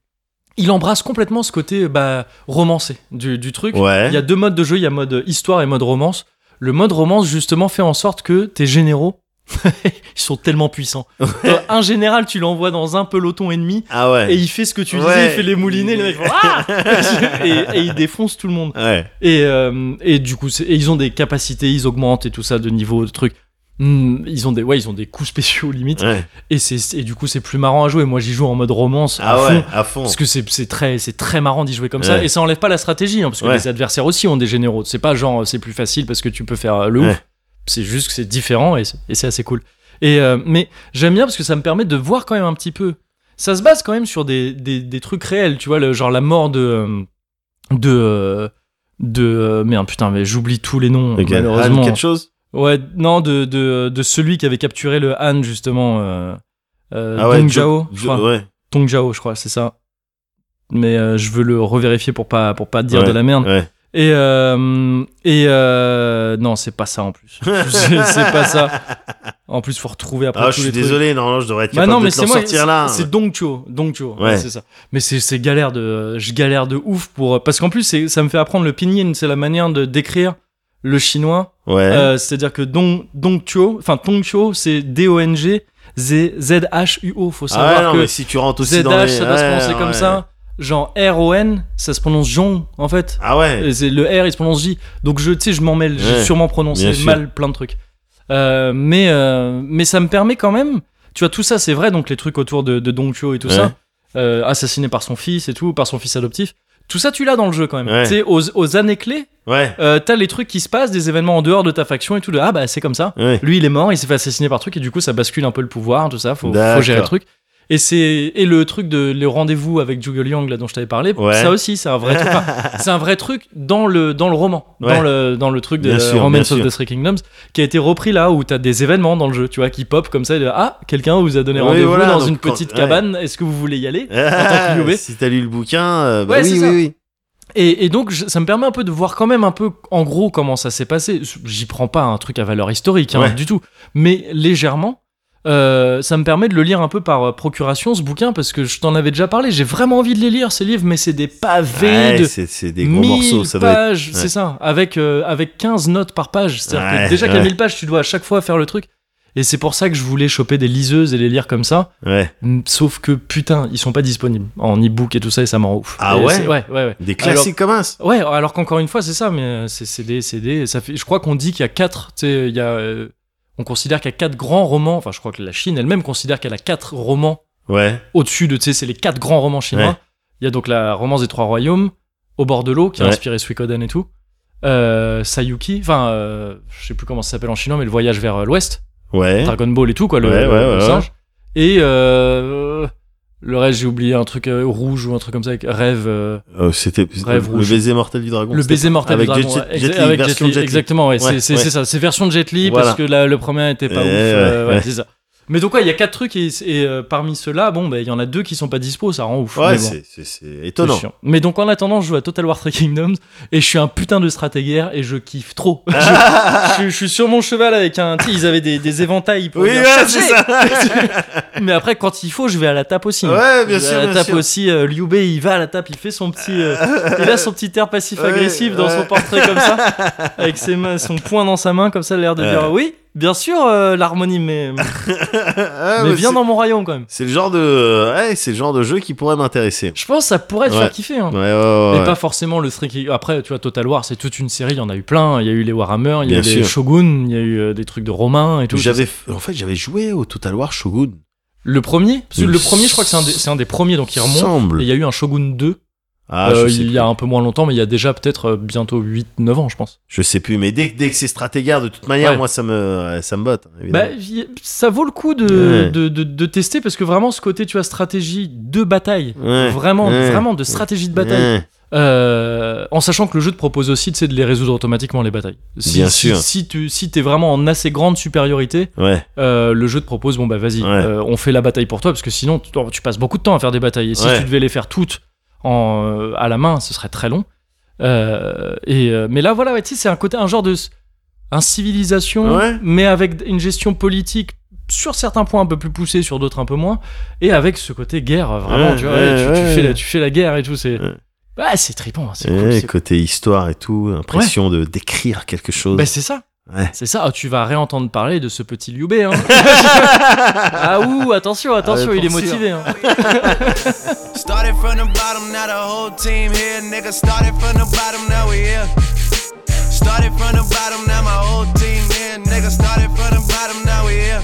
il embrasse complètement ce côté bah, romancé du, du truc. Ouais. Il y a deux modes de jeu, il y a mode histoire et mode romance. Le mode romance, justement, fait en sorte que tes généraux, ils sont tellement puissants. Euh, Un général, tu l'envoies dans un peloton ennemi Ah ouais. et il fait ce que tu disais, Ouais. il fait les mouliner, les mecs font Ah et, et il défonce tout le monde. Ouais. Et, euh, et du coup, c'est- et ils ont des capacités, ils augmentent et tout ça de niveau, de trucs. Hmm, ils ont des ouais, ils ont des coups spéciaux limite. Ouais. Et c'est et du coup, c'est plus marrant à jouer. Moi, j'y joue en mode romance à Ah fond. ouais, à fond. Parce que c'est c'est très, c'est très marrant d'y jouer comme ça. Ouais. Et ça enlève pas la stratégie, hein, parce que Ouais. les adversaires aussi ont des généraux. C'est pas genre euh, c'est plus facile parce que tu peux faire euh, le ouf. Ouais. C'est juste que c'est différent et c'est- et c'est assez cool. Et, euh, mais j'aime bien parce que ça me permet de voir quand même un petit peu. Ça se base quand même sur des, des, des trucs réels, tu vois, le, genre la mort de. euh, de. euh, de euh, merde putain mais j'oublie tous les noms Ok. malheureusement. Ah, quelque chose ouais, non de, de de celui qui avait capturé le Han justement euh, euh, Ah ouais, Dong Jo- Zhao, je Jo- crois. ouais. Tong Zhao, je crois, c'est ça. Mais euh, je veux le revérifier pour pas pour pas dire Ouais, de la merde. ouais. Et euh, et euh, non, c'est pas ça en plus. c'est c'est pas ça. En plus, faut retrouver après Ah, tous je suis les trucs. désolé, normalement je devrais être Bah capable non, mais de t'en c'est moi. sortir là. hein. c'est- C'est Dong Chuo, Dong Chuo, Ouais. ouais, c'est ça. Mais c'est c'est galère de, je galère de ouf pour euh, parce qu'en plus c'est- ça me fait apprendre le pinyin, c'est la manière de décrire le chinois. Ouais. Euh, C'est-à-dire que Dong Dong Chuo, enfin Dong Chuo, c'est D O N G Z Z H U O. Faut ah savoir ouais, non, que mais si tu rentres aussi ZH, dans les... ça doit se ouais, prononcer comme ouais. ça. Genre R-O-N, ça se prononce Jon, en fait. Ah ouais. Et c'est Le R, il se prononce J. Donc, je, tu sais, je m'en mêle. Ouais, J'ai sûrement bien prononcé sûr. mal plein de trucs. Euh, mais, euh, mais ça me permet quand même... Tu vois, tout ça, c'est vrai. Donc, les trucs autour de, de Don Quixote et tout Ouais. ça. euh, assassiné par son fils et tout, par son fils adoptif. Tout ça, tu l'as dans le jeu quand même. Ouais. Tu sais, aux, aux années clés, Ouais. euh, t'as les trucs qui se passent, des événements en dehors de ta faction et tout. De, ah, bah, c'est comme ça. Ouais. Lui, il est mort, il s'est fait assassiner par truc, et du coup, ça bascule un peu le pouvoir, tout ça, faut, D'accord. faut gérer le truc. Et c'est et le truc de le rendez-vous avec Zhuge Liang là dont je t'avais parlé, Ouais. ça aussi c'est un vrai truc. Enfin, c'est un vrai truc dans le dans le roman, Ouais. dans le dans le truc de Bien sûr, bien Romance of sûr. the Three Kingdoms qui a été repris là où t'as des événements dans le jeu, tu vois, qui pop comme ça et de, ah, quelqu'un vous a donné Oui, rendez-vous voilà, dans donc une quand- petite ouais. cabane, est-ce que vous voulez y aller Ah, que Yubé. si t'as lu le bouquin, euh, bah Ouais, oui, c'est oui, ça. oui. et, et donc je- ça me permet un peu de voir quand même un peu en gros comment ça s'est passé. J'y prends pas un truc à valeur historique hein, Ouais. du tout, mais légèrement. euh, ça me permet de le lire un peu par euh, procuration ce bouquin parce que je t'en avais déjà parlé. J'ai vraiment envie de les lire ces livres, mais c'est des pavés Ouais, de c'est c'est des gros 1000 morceaux, ça doit être. pages, ouais. c'est ça, avec euh, avec 15 notes par page. C'est-à-dire Ouais, que déjà qu'à ouais. 1000 pages, tu dois à chaque fois faire le truc. Et c'est pour ça que je voulais choper des liseuses et les lire comme ça. Ouais. Mm, Sauf que putain, ils sont pas disponibles en e-book et tout ça et ça m'en rend ouf. Ah Et ouais c'est- Ouais, ouais, ouais. Des classiques comme un. Ouais, alors qu'encore une fois, c'est ça, mais euh, c'est c'est des, c'est des- ça fait, je crois qu'on dit qu'il y a quatre, tu sais, il y a, euh, on considère qu'il y a quatre grands romans, enfin, je crois que la Chine elle-même considère qu'elle a quatre romans Ouais. au-dessus de, tu sais, c'est les quatre grands romans chinois. Ouais. Il y a donc la romance des trois royaumes, Au bord de l'eau, qui a Ouais. inspiré Suikoden et tout, euh, Sayuki, enfin, euh, je sais plus comment ça s'appelle en chinois, mais le voyage vers euh, l'ouest, Ouais. Dragon Ball et tout, quoi, le, Ouais, ouais, le ouais, singe. Et, euh, le reste, j'ai oublié un truc euh, rouge ou un truc comme ça, avec rêve, euh, Euh, C'était le Rêve rouge. baiser mortel du dragon. le c'était- baiser mortel avec du dragon, Jet- ouais, Jet Li, exa- avec Jet version Li, Jet Li. exactement ouais, Ouais, c'est c'est ouais. c'est ça c'est version de Jet Li Voilà. parce que là, le premier était pas Eh ouf ouais, euh, ouais, ouais. c'est ça mais donc ouais il y a quatre trucs et, et, euh, parmi ceux-là bon ben il y en a deux qui sont pas dispo ça rend ouf mais Ouais, bon, c'est- c'est c'est c'est étonnant. chiant. mais donc en attendant je joue à Total War 3 Kingdoms et je suis un putain de stratégaire et je kiffe trop je, je- je suis sur mon cheval avec un tu sais, ils avaient des, des éventails pour Oui, dire, ouais, Chargez c'est ça. mais après quand il faut je vais à la tape aussi Ouais, bien Je vais sûr, à bien la tape sûr. aussi euh, Liu Bei il va à la tape il fait son petit euh, il a son petit air passif-agressif Ouais, dans ouais. son portrait comme ça, avec ses mains, son poing dans sa main comme ça, l'air de Ouais. dire oui, bien sûr euh, l'harmonie, mais, Ah, mais bah, viens c'est- dans mon royaume quand même. C'est le genre de, ouais, c'est le genre de jeu qui pourrait m'intéresser. Je pense que ça pourrait te Ouais. faire kiffer. Hein. Ouais, ouais, ouais. Et ouais. pas forcément le streak. Après, tu vois, Total War, c'est toute une série, il y en a eu plein. Il y a eu les Warhammer, il y a eu Bien les sûr. Shogun, il y a eu euh, des trucs de Romains et tout. J'avais, en fait, j'avais joué au Total War Shogun. Le premier, parce que Il le me premier, je crois que c'est un, des- c'est un des premiers, donc il remonte. Et Semble. il y a eu un Shogun 2, Ah, euh, je, sais il y plus. a un peu moins longtemps, mais il y a déjà peut-être euh, bientôt 8-9 ans, je pense. je sais plus, mais dès, dès que c'est stratégaire, de toute manière, Ouais. moi, ça me, ouais, ça me botte. hein, évidemment. Bah, y- ça vaut le coup de, Ouais. de, de- de tester parce que vraiment ce côté tu as stratégie de bataille Ouais. vraiment Ouais. vraiment de stratégie de Bah, bataille Ouais. Euh, en sachant que le jeu te propose aussi tu sais, de les résoudre automatiquement les batailles si, Bien si- sûr. si tu si t'es vraiment en assez grande supériorité Ouais. euh, le jeu te propose bon bah vas-y Ouais. euh, on fait la bataille pour toi parce que sinon tu, tu passes beaucoup de temps à faire des batailles et si Ouais. tu devais les faire toutes en, euh, à la main ce serait très long Euh, et euh, mais là voilà ouais, tu sais c'est un côté un genre de s- un civilisation Ouais. mais avec d- une gestion politique sur certains points un peu plus poussée sur d'autres un peu moins et avec ce côté guerre vraiment Ouais, tu vois tu, ouais, tu ouais. fais la, tu fais la guerre et tout c'est Ouais. Eh ah, c'est trippant c'est cool, Ouais, c'est- côté histoire et tout, impression de décrire quelque chose. bah, c'est ça Ouais. c'est ça Ah, tu vas réentendre parler de ce petit Liu Bei, hein. ah ouh attention attention Ah ouais, il est pour sûr. motivé hein. Started from the bottom, now the whole team here. Nigga, started from the bottom, now we here. Started from the bottom, now my whole team here. Nigga, started from the bottom, now we here.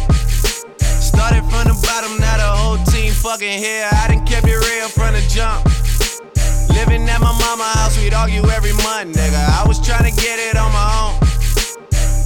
Started from the bottom, now the whole team fucking here. I done kept it real from the jump. Living at my mama house, we'd argue every month, nigga. I was tryna get it on my own.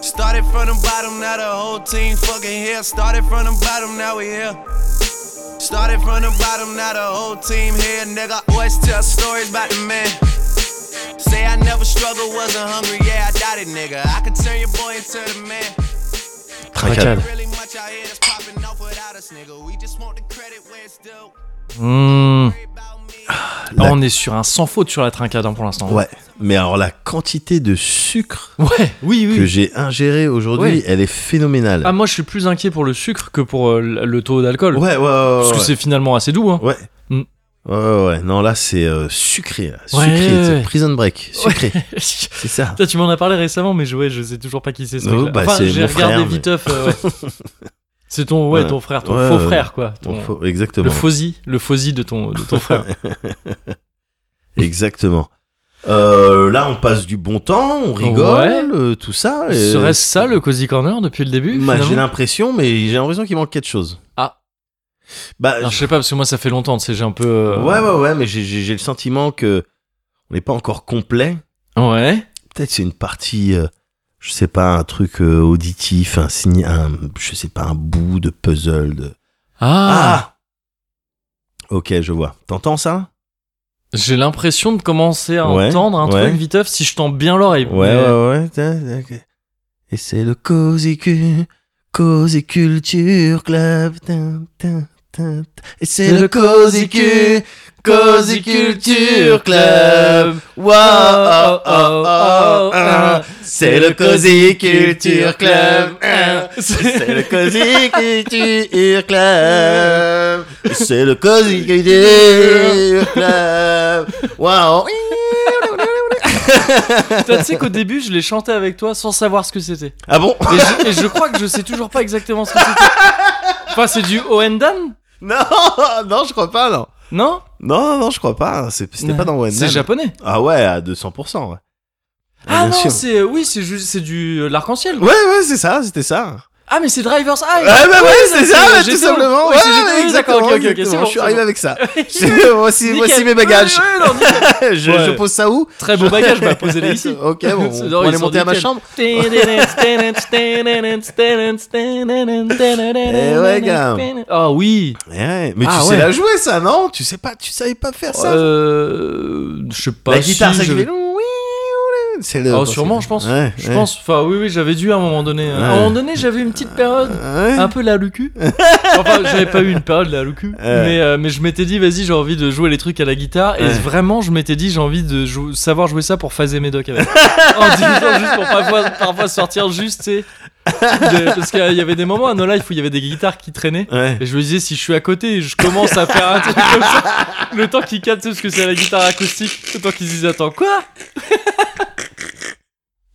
Started from the bottom, now the whole team fucking here. Started from the bottom, now we here. Started from the bottom, now the whole team here, nigga. Always tell stories about the man. Say I never struggled, wasn't hungry, yeah, I doubt it, nigga. I could turn your boy into the man. Trincade. Really much out here that's popping off without us, nigga. We just want the credit where it's due. Mmh. Worry about me. Là, La- on est sur un sans faute sur la trincade hein, pour l'instant. Ouais. Mais alors, la quantité de sucre Ouais, oui, que oui. j'ai ingéré aujourd'hui, Ouais. elle est phénoménale. Ah, moi, je suis plus inquiet pour le sucre que pour euh, le le taux d'alcool. ouais, ouais, ouais. Parce que ouais. c'est finalement assez doux. Hein. Ouais. Mm. Ouais, ouais, ouais. Non, là, c'est euh, sucré. là. Ouais, Sucré. ouais, c'est ouais. Prison break. Sucré. Putain, C'est ça. tu m'en as parlé récemment, mais je, ouais, je sais toujours pas qui c'est. ce Oh, mec-là. bah, enfin, c'est j'ai mon regardé frère, mais- viteuf. euh, ouais. c'est ton, ouais, Ouais. ton frère, ton Ouais, faux ouais. frère, quoi. Ton- Bon, faut- Exactement. le fausi, le fausi de ton, de ton frère. Exactement. Euh, là, on passe du bon temps, on rigole, Ouais. euh, tout ça. et- Serait-ce ça le cozy corner depuis le début Bah, J'ai finalement l'impression, mais j'ai l'impression qu'il manque quelque chose. Ah. Bah, Non, je- Je sais pas parce que moi ça fait longtemps, tu sais, j'ai un peu. euh, ouais, ouais, ouais, mais j'ai- j'ai j'ai le sentiment que on n'est pas encore complet. Ouais. Peut-être c'est une partie, euh, je sais pas, un truc euh, auditif, un signe, un, je sais pas, un bout de puzzle. De... Ah, Ok, je vois. T'entends ça J'ai l'impression de commencer à Ouais, entendre un ouais. truc viteuf si je tends bien l'oreille. Ouais, Mais- ouais, ouais. t'as- t'as- ok. Et c'est le Cozy Cu- Cozy Culture Club. tin, tin, tin, tin. Et c'est le Cozy Cu- Cozy Culture Club. Wow, oh, oh, oh, oh. C'est le Cozy Culture Club. hein. C'est le Cozy Culture Club. C'est le Cozy Culture Club. oh. Wow. Toi, tu sais qu'au début, je l'ai chanté avec toi sans savoir ce que c'était. Ah bon Et je, et je crois que je sais toujours pas exactement ce que c'était. Enfin, c'est du Oendan Non, non, je crois pas, non. Non Non, non, non, je crois pas. C'est- C'était pas dans One C'est japonais. Ah ouais, à 200%. Ouais, Ah bien non, sûr. c'est oui, c'est juste c'est du euh, l'arc-en-ciel. ouais, ouais c'est ça, c'était ça. Ah mais c'est Driver's Eye. Ouais, bah ouais, c'est c'est ça, ouais, GTO. tout simplement. Oui, Ouais, c'est GTO, ouais, oui, d'accord, exactement, ok, ok, ok, exactement. c'est bon, je suis c'est arrivé bon. avec ça. C'est- voici, Nickel. voici mes bagages. Ouais, ouais, non, nickel. je, je Ouais. pose ça où Très beau bagage, bah posez-les ici. Ok, bon, C'est on drôle, va ils aller sont monter à ma nickel. chambre. Eh ouais, gars. Ah oui. Eh ouais, mais Ah tu ouais. sais la jouer, ça, non Tu sais pas, tu savais pas faire ça. Euh, je sais pas. la guitare, si ça je- qui fait. oui, oui, C'est le. Ah, sûrement, je pense. Ouais, Je ouais. pense. Enfin, oui, oui, j'avais dû à un moment donné. hein. À un Ouais. moment donné, j'avais une petite période. Ouais. Un peu la lucu. Enfin, j'avais pas eu une période la lucu. Mais, euh, mais je m'étais dit, vas-y, j'ai envie de jouer les trucs à la guitare. Et Ouais. vraiment, je m'étais dit, j'ai envie de jou- savoir jouer ça pour phaser mes docs avec. en disant juste pour parfois, parfois sortir juste, tu sais. De- Parce qu'il y avait des moments à No Life où il y avait des guitares qui traînaient. Ouais. Et je me disais, si je suis à côté et je commence à faire un truc comme ça, le temps qu'ils captent ce que c'est la guitare acoustique, le temps qu'ils se disent, attends, quoi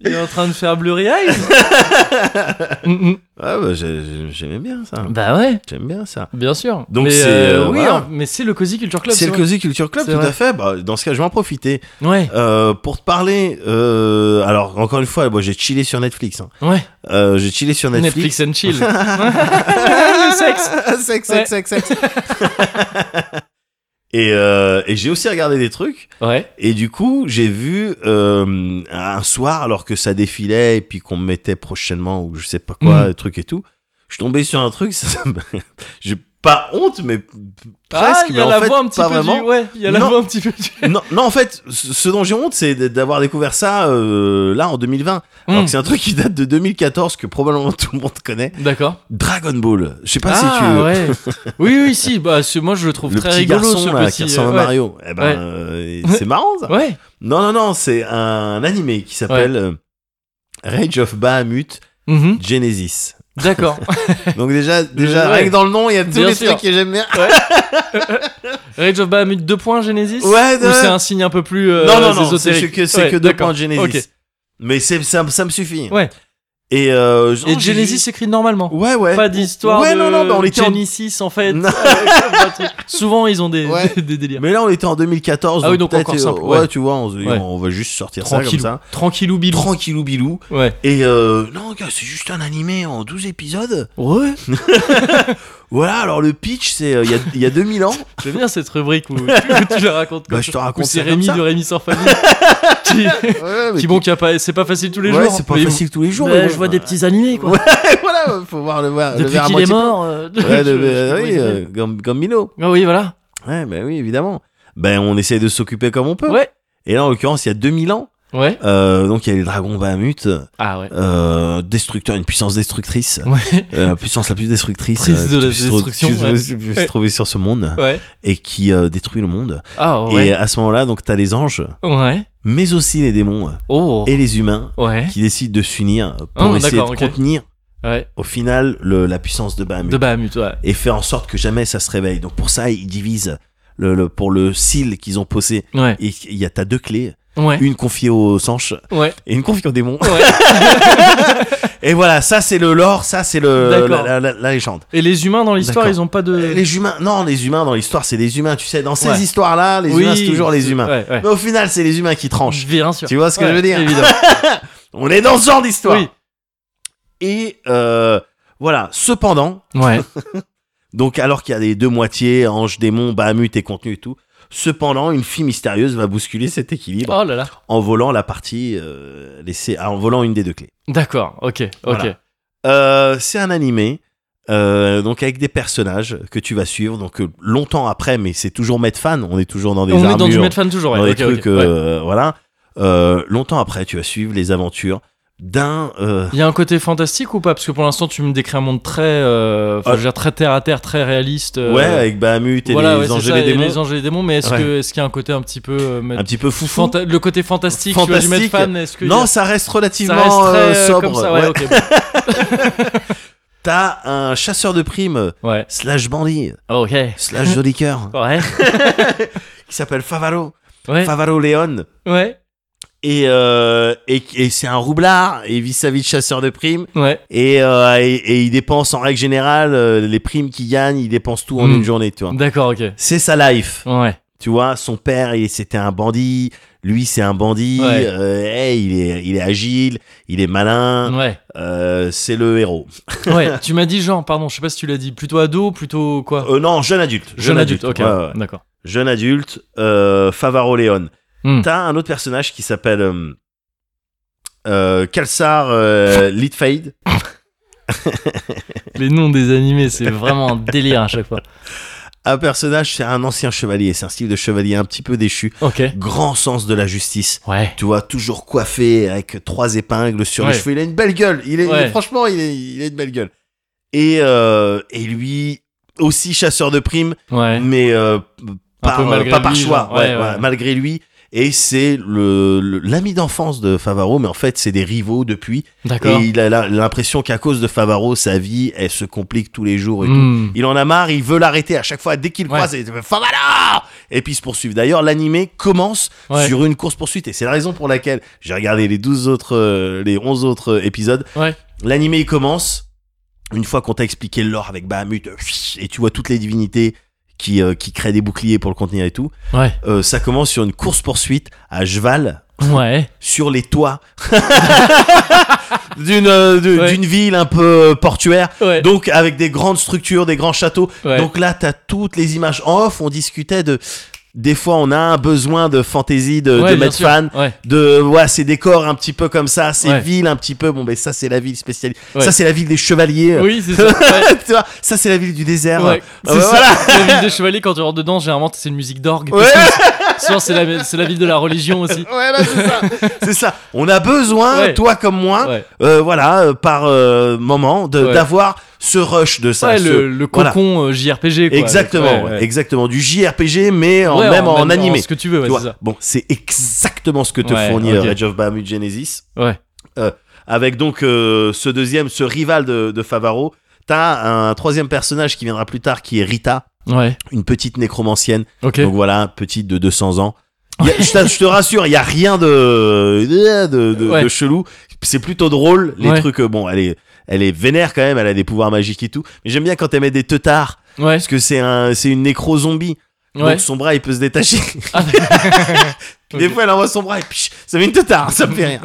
Il est en train de faire Blurry Eyes Mm, mm. Ah, bah, j'ai- j'ai- j'aimais bien ça. Bah ouais, J'aime bien ça. bien sûr. Donc Mais, c'est, euh, euh, oui, voilà. en- mais c'est le Cozy Culture Club. C'est le vrai. Cozy Culture Club, C'est tout vrai. à fait. Bah, dans ce cas, je vais en profiter. Ouais, Euh, pour te parler, euh, alors encore une fois, moi j'ai chillé sur Netflix. hein. ouais. Euh, j'ai chillé sur Netflix Netflix. and chill. Le sexe. sexe, Ouais. sexe, sexe, sexe. et euh, et j'ai aussi regardé des trucs. Ouais. Et du coup, j'ai vu euh, un soir, alors que ça défilait et puis qu'on me mettait prochainement ou je sais pas quoi, Mhm. un truc et tout, je suis tombé sur un truc. ça- ça me- j'ai pas honte, mais Ah, presque. il y mais a en la fait, voix un petit pas peu vraiment. du. Ouais, il y a la Non. voix un petit peu du. non, non, en fait, ce ce dont j'ai honte, c'est d- d'avoir découvert ça euh, là en 2020. Alors Mm. que c'est un truc qui date de 2014 que probablement tout le monde connaît. D'accord. Dragon Ball. Je sais pas si ah, tu. ouais. Oui, oui, si. Bah, c'est- moi, je le trouve Le très petit rigolo garçon ce là petit. qui ressemble euh, à ouais. Mario. Eh ben, Ouais. euh, c'est marrant ça. Ouais. Non, non, non, c'est un animé qui s'appelle euh, Rage of Bahamut Mhm. Genesis. D'accord. Donc déjà, déjà Ouais. rien que dans le nom, il y a tous Bien les sûr. trucs que j'aime bien. Rage of Bahamut 2 points Genesis Ouais, Ou ouais. c'est un signe un peu plus. euh, non, non, non, c'est ésotérique que, c'est Ouais, que deux d'accord. points de Genesis. Ok. Mais c'est, ça, ça me suffit. Ouais. Et, euh, genre, Et j'ai- Genesis s'écrit normalement. Ouais, ouais. Pas d'histoire. Ouais, de non, non, mais on était en- Genesis en fait. Non. Souvent ils ont des, Ouais. des délires. Mais là, on était en 2014. Ah oui, donc peut-être, encore euh, simple, Ouais, ouais. tu vois, on, se dit, Ouais. on va juste sortir Tranquille. ça Tranquillou comme bilou. ça. Tranquillou bilou. Ouais. Et euh, non, gars, c'est juste un animé en 12 épisodes. Ouais. Voilà, alors le pitch, c'est euh, il y a- il y, a 2000 ans. J'aime bien cette rubrique où, où tu la racontes. Bah, comme je ça. te raconte Où c'est ça Rémi comme ça. de Rémi sans famille. qui, Ouais, qui, bon, qui a pas, c'est pas facile tous les ouais, jours. c'est pas mais- facile tous les jours. Bah, mais bon, je vois des petits animés quoi. voilà, faut voir le, voir, le Depuis verre à qu'il est moitié plein. mort. euh, Ouais, je- le- je- oui, je- euh, Gam- Gambino. Ah oui, voilà. Ouais, bah oui, évidemment. Ben, on essaie de s'occuper comme on peut. Ouais. Et là, en l'occurrence, il y a 2000 ans. Ouais. euh, donc, il y a les dragons Bahamut, Ah ouais. euh, destructeur, une puissance destructrice. Ouais. Euh, la puissance la plus destructrice Prise de que la tu puisses tro- destruction, tu ouais. puisses- tu puisses Ouais. trouver sur ce monde Ouais. et qui euh, détruit le monde. Ah ouais. Et euh, à ce moment-là, donc t'as les anges, Ouais. mais aussi les démons Oh. et les humains Ouais. qui décident de s'unir pour Oh, essayer de d'accord, ok. contenir Ouais. au final le- la puissance de Bahamut De Bahamut, ouais. et faire en sorte que jamais ça se réveille. Donc pour ça, ils divisent le, le- pour le seal qu'ils ont posé. Ouais. et Il y a t'as deux clés, Ouais. une confiée aux anges Ouais. et une confiée aux démons. Ouais. Et voilà, ça c'est le lore, ça c'est le D'accord. la- la- la- la légende. Et les humains dans l'histoire, D'accord. ils ont pas de. Euh, Les humains, non, les humains dans l'histoire, c'est des humains. Tu sais, dans ces Ouais. histoires-là, les Oui, humains, c'est toujours les humains. Ouais, ouais. Mais au final, c'est les humains qui tranchent. Bien sûr. Tu vois ce que Ouais, je veux dire évidemment. On est dans ce genre d'histoire. Oui. Et euh, voilà. Cependant, Ouais. donc alors qu'il y a les deux moitiés, ange, démon, Bahamut et contenu et tout, cependant, une fille mystérieuse va bousculer cet équilibre Oh là là. en volant la partie euh, laissée, ah, en volant une des deux clés. D'accord. Ok. Ok. Voilà. Euh, c'est un animé. euh, donc avec des personnages que tu vas suivre donc euh, longtemps après mais c'est toujours Medfan on est toujours dans des On armures est dans du Medfan toujours. Ouais. dans les ok, trucs, ok, ouais. euh, voilà. Euh, longtemps après, tu vas suivre les aventures d'un. euh, Il y a un côté fantastique ou pas Parce que pour l'instant, tu me décris un monde très, euh, enfin, Ah. je veux dire, très terre à terre, très réaliste. euh, ouais, avec Bahamut et voilà, ouais, les c'est anges et ça, les démons. les anges et les démons. Mais est-ce Ouais. que, est-ce qu'il y a un côté un petit peu, euh, Un petit peu foufou. fanta- le côté fantastique, tu vois, du Fantastique. Medfan Est-ce que non, ça ça reste relativement reste euh, très euh, sobre. comme ça Ouais. Ouais. ok, bon. T'as un chasseur de primes, Ouais. slash bandit, Ok. slash joli cœur, Ouais. qui s'appelle Favaro. Ouais. Favaro Leon. Ouais. Et, euh, et, et c'est un roublard, et vis-à-vis de chasseur de primes. Ouais. Et, euh, et, et il dépense en règle générale euh, les primes qu'il gagne, il dépense tout en Mm. une journée, tu vois. D'accord. Ok. C'est sa life. Ouais. Tu vois, son père, il- c'était un bandit. Lui, c'est un bandit. Ouais. Euh, hey, il est, il est agile, il est malin. Ouais. Euh, c'est le héros. Ouais. Tu m'as dit genre, pardon, je sais pas si tu l'as dit, plutôt ado, plutôt quoi Euh, non, jeune adulte. Jeune adulte, ok, Ouais, ouais. d'accord. Jeune adulte. Euh, Favaro Leon. Hmm. T'as un autre personnage qui s'appelle euh, euh, Kalsar euh, Litfade. Les noms des animés, c'est vraiment un délire à chaque fois. Un personnage, c'est un ancien chevalier. C'est un style de chevalier un petit peu déchu. Ok. Grand sens de la justice. Ouais. Tu vois, toujours coiffé avec trois épingles sur les Ouais. cheveux. Il a une belle gueule. Il est, il est- Ouais. franchement, il est, il a une belle gueule. Et, euh, et lui, aussi chasseur de primes, Ouais. mais euh, par, peu euh, malgré pas par lui, choix, genre. ouais, Ouais, ouais, ouais. malgré lui. Et c'est le- le- l'ami d'enfance de Favaro, mais en fait, c'est des rivaux depuis. Et D'accord. il a la- l'impression qu'à cause de Favaro, sa vie, elle se complique tous les jours et tout. Hmm. Il en a marre, il veut l'arrêter à chaque fois dès qu'il Ouais. croise. Et, Favara et puis ils se poursuivent. D'ailleurs, l'animé commence Ouais. sur une course poursuite et c'est la raison pour laquelle j'ai regardé les 12 autres, euh, les 11 autres euh, épisodes. Ouais. L'animé il commence une fois qu'on t'a expliqué le lore avec Bahamut euh, et tu vois toutes les divinités qui, euh, qui créent des boucliers pour le contenir et tout. Ouais. Euh, ça commence sur une course poursuite à Cheval Ouais. sur les toits d'une euh, de- Ouais. d'une ville un peu euh, portuaire. Ouais. Donc avec des grandes structures, des grands châteaux. Ouais. Donc là, t'as toutes les images en off. On discutait de des fois on a un besoin de fantaisie de, Ouais, de bien mettre sûr. fan Ouais. de ouais ces décors un petit peu comme ça ces Ouais. villes un petit peu bon ben ça c'est la ville spéciale Ouais. ça c'est la ville des chevaliers Oui, c'est ça. Ouais. tu vois ça c'est la ville du désert Ouais. euh, Ah, C'est bah, ça. voilà. La ville des chevaliers, quand tu rentres dedans, généralement, c'est une musique d'orgue. Ouais. Souvent, c'est la, c'est la ville de la religion aussi. Ouais, là, c'est ça. c'est ça on a besoin Ouais. toi comme moi Ouais. euh, voilà euh, par euh, moment de- Ouais. d'avoir ce rush de ça Ouais, ce- le, le voilà. cocon euh, JRPG. Quoi, exactement Ouais, ouais, ouais. exactement du JRPG mais en, Ouais, même en, même- animé Ce que tu veux, ouais, Tu c'est vois, ça. Bon, c'est exactement ce que te Ouais, fournit ok. euh, Rage of Bahamut Genesis. Ouais. Euh, avec donc euh, ce deuxième, ce rival de, de Favaro. T'as un troisième personnage qui viendra plus tard qui est Rita, Ouais. une petite nécromancienne. Ok. Donc voilà, petite de 200 ans. Y a- je te- je te rassure, il y a rien de de, de- Ouais. de chelou. C'est plutôt drôle les Ouais. trucs. euh, Bon, elle est elle est vénère quand même. Elle a des pouvoirs magiques et tout. Mais j'aime bien quand elle met des teutards Ouais. parce que c'est un c'est une nécro zombie. Ouais. Donc son bras il peut se détacher. Ah. Des Ok. fois elle envoie son bras et pich, ça met une teutard, ça me fait rien.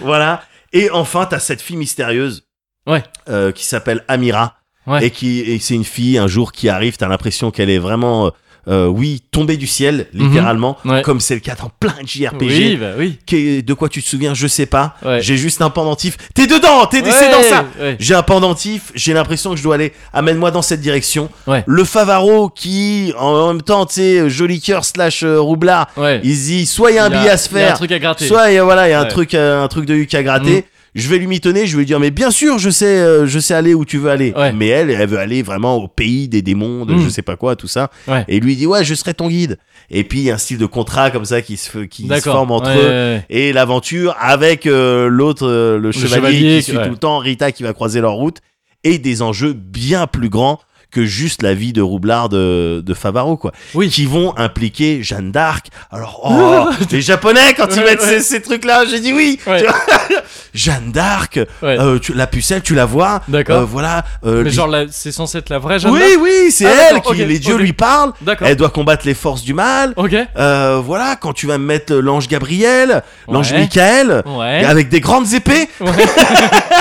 voilà. Et enfin t'as cette fille mystérieuse. Ouais. euh, qui s'appelle Amira Ouais. et qui et c'est une fille un jour qui arrive t'as l'impression qu'elle est vraiment euh, euh, oui tombée du ciel Mhm. littéralement Ouais. comme c'est le cas dans plein de JRPG Oui, bah oui. Qu'est- de quoi tu te souviens je sais pas Ouais. j'ai juste un pendentif t'es dedans t'es c'est dans Ouais, ça ouais. j'ai un pendentif, j'ai l'impression que je dois aller, amène-moi dans cette direction. Ouais. Le Favaro qui, en même temps, tu sais, joli cœur slash euh, roublard, Ouais. il se dit, soit il y a un Il y a- billet à se il y a un faire, truc à gratter. soit il y a, voilà, il y a un Ouais. truc, euh, un truc de Huck à gratter. Mm. Je vais lui mitonner, je vais lui dire, mais bien sûr, je sais, euh, je sais aller où tu veux aller. Ouais. Mais elle, elle veut aller vraiment au pays des démons, de Mm. je sais pas quoi, tout ça. Ouais. Et lui il dit, ouais, je serai ton guide. Et puis, il y a un style de contrat comme ça qui se, f- qui se D'accord. forme entre Ouais, eux ouais, et l'aventure avec euh, l'autre, euh, le, chevalier, chevalier, qui suit ouais. tout le temps, Rita qui va croiser leur route, et des enjeux bien plus grands que juste la vie de roublard de, de Favaro, quoi. Oui. Qui vont impliquer Jeanne d'Arc. Alors, oh, les Japonais, quand ils Ouais, mettent ouais. ces, ces trucs-là, j'ai dit oui. Ouais. Tu vois Jeanne d'Arc, ouais. euh, tu- la pucelle, tu la vois. D'accord. Euh, voilà. euh, Mais les- genre, la- c'est censé être la vraie Jeanne oui, d'Arc oui, c'est Ah, elle qui, d'accord, ok, les dieux ok. lui parlent. D'accord. Elle doit combattre les forces du mal. Ok. Euh, voilà, quand tu vas me mettre l'ange Gabriel, l'ange Ouais. Michael, Ouais. avec des grandes épées. Ouais.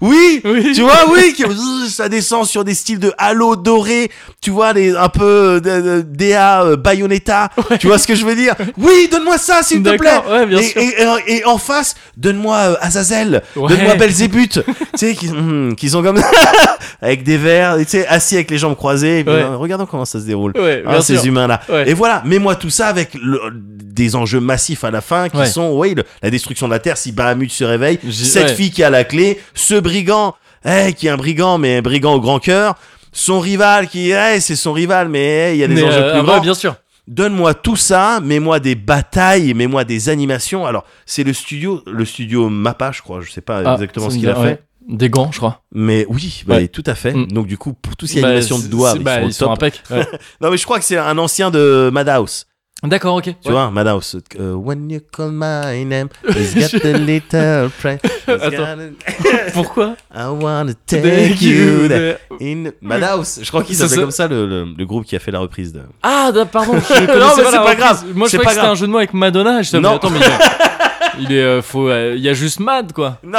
Oui, Oui. tu vois, oui, qui- zzz, ça descend sur des styles de halo doré, tu vois, les, un peu euh, de- de- DA euh, Bayonetta, tu vois ce que je veux dire Oui, donne-moi ça, s'il te plaît D'accord, ouais, bien et, sûr. et- et en face, donne-moi euh, Azazel, Ouais. donne-moi Belzébuth, tu sais, qu'ils hmm, qu'ils ont comme avec des verres, tu sais, assis avec les jambes croisées, et puis, Ouais. euh, regardons comment ça se déroule. Ouais, Hein, bien ces sûr. humains-là. Ouais. Et voilà, mets-moi tout ça avec le- des enjeux massifs à la fin qui Ouais. sont, oui, le- la destruction de la Terre si Bahamut se réveille, J- cette ouais. fille qui a la clé, ce brigand, eh, qui est un brigand, mais un brigand au grand cœur, son rival qui, eh, c'est son rival, mais eh, il y a des Mais, enjeux euh, ah plus ouais, grands. bien sûr. Donne-moi tout ça, mets-moi des batailles, mets-moi des animations. Alors, c'est le studio, le studio Mappa, je crois, je sais pas Ah, exactement ça ce me qu'il a dit- fait. ouais. Des gants, je crois. Mais oui, bah, Ouais. tout à fait. Mm. Donc, du coup, pour tout ce qui est Bah, animation de c'est- doigts, c'est- ils bah, sont au top. impec. Ouais. Non, mais je crois que c'est un ancien de Madhouse. D'accord, ok. Tu vois, Madhouse. euh, When you call my name, it's got a little price. It's got Attends. a- Pourquoi I wanna take you there. In Madhouse. Je crois qu'il C'est s'appelait ça. comme ça le, le- le groupe qui a fait la reprise de. Ah, da- pardon. Je connaissais Non, mais la c'est pas reprise. grave, Moi, je c'est croyais pas que c'était grave. un jeu de mots avec Madonna. et Je Non. non. Attends, mais il est, il est, euh, faut, euh, il y a juste Mad, quoi. Non,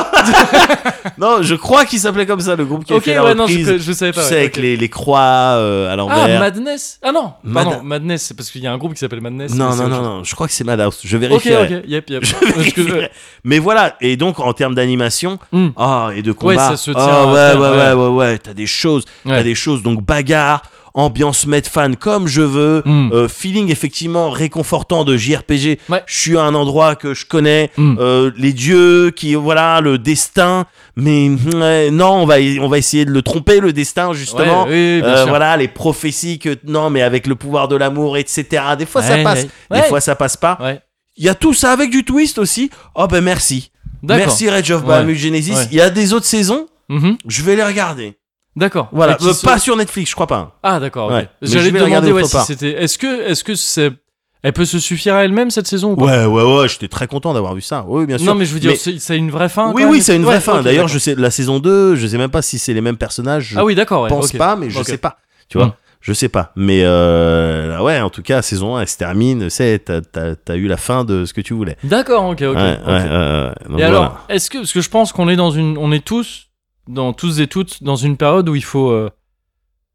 non je crois qu'il s'appelait comme ça le groupe qui ok, a fait la ouais, non, reprise. je, je savais tu pas. sais, ouais, avec ok. les, les croix euh, à Ah, l'envers. Madness. Ah non, Mad- pardon, Madness, c'est parce qu'il y a un groupe qui s'appelle Madness. mais non, c'est non, autre non, chose. non, je crois que c'est Madhouse. Je Ok, vérifierai. ok, yep, yep. Je Parce que- vérifierai. Mais voilà, et donc en termes d'animation, Hmm. ah et de combat, Ouais, ça se tient ah, à ouais, terme, ouais, ouais. ouais, ouais, ouais, t'as des choses, t'as Ouais. des choses, donc bagarre, ambiance med fan comme je veux, Hmm. euh, feeling effectivement réconfortant de JRPG. Ouais. Je suis à un endroit que je connais, Hmm. euh, les dieux qui, voilà, le destin, mais ouais, non, on va, on va essayer de le tromper le destin justement. Ouais, oui, oui, bien Euh, sûr. voilà les prophéties que non mais avec le pouvoir de l'amour etc des fois ça Ouais, passe ouais. des Ouais. fois ça passe pas Ouais. il y a tout ça avec du twist aussi. Oh ben merci. D'accord. Merci Rage of Ouais. Bahamut Genesis. Il Ouais. y a des autres saisons, Mhm. je vais les regarder. D'accord. Voilà, Et qui Euh, sont- pas sur Netflix, je crois pas. Ah d'accord. ok. Ouais. Mais je J'allais vais te la regarder demander ouais, autre si part. c'était. Est-ce que est-ce que c'est elle peut se suffire à elle-même cette saison ou pas Ouais, ouais, ouais, j'étais très content d'avoir vu ça. Oui, bien sûr. Non mais je veux dire, c'est- ça a une vraie fin. Oui, quand oui, même c'est une vraie Ouais, fin. ok, D'ailleurs, d'accord. je sais la saison 2, je sais même pas si c'est les mêmes personnages. Je Ah oui, d'accord. Ouais, pense ok. pas, mais je Ok. sais pas. Tu vois, Mm. je sais pas. Mais euh, ouais, en tout cas, saison 1, elle se termine. C'est, t'as, t'as- t'as eu la fin de ce que tu voulais. D'accord. Ok. Ok. ouais, ok. ouais, ouais, ouais. Donc, Et voilà. alors, est-ce que parce que je pense qu'on est dans une, on est tous dans tous et toutes dans une période où il faut euh,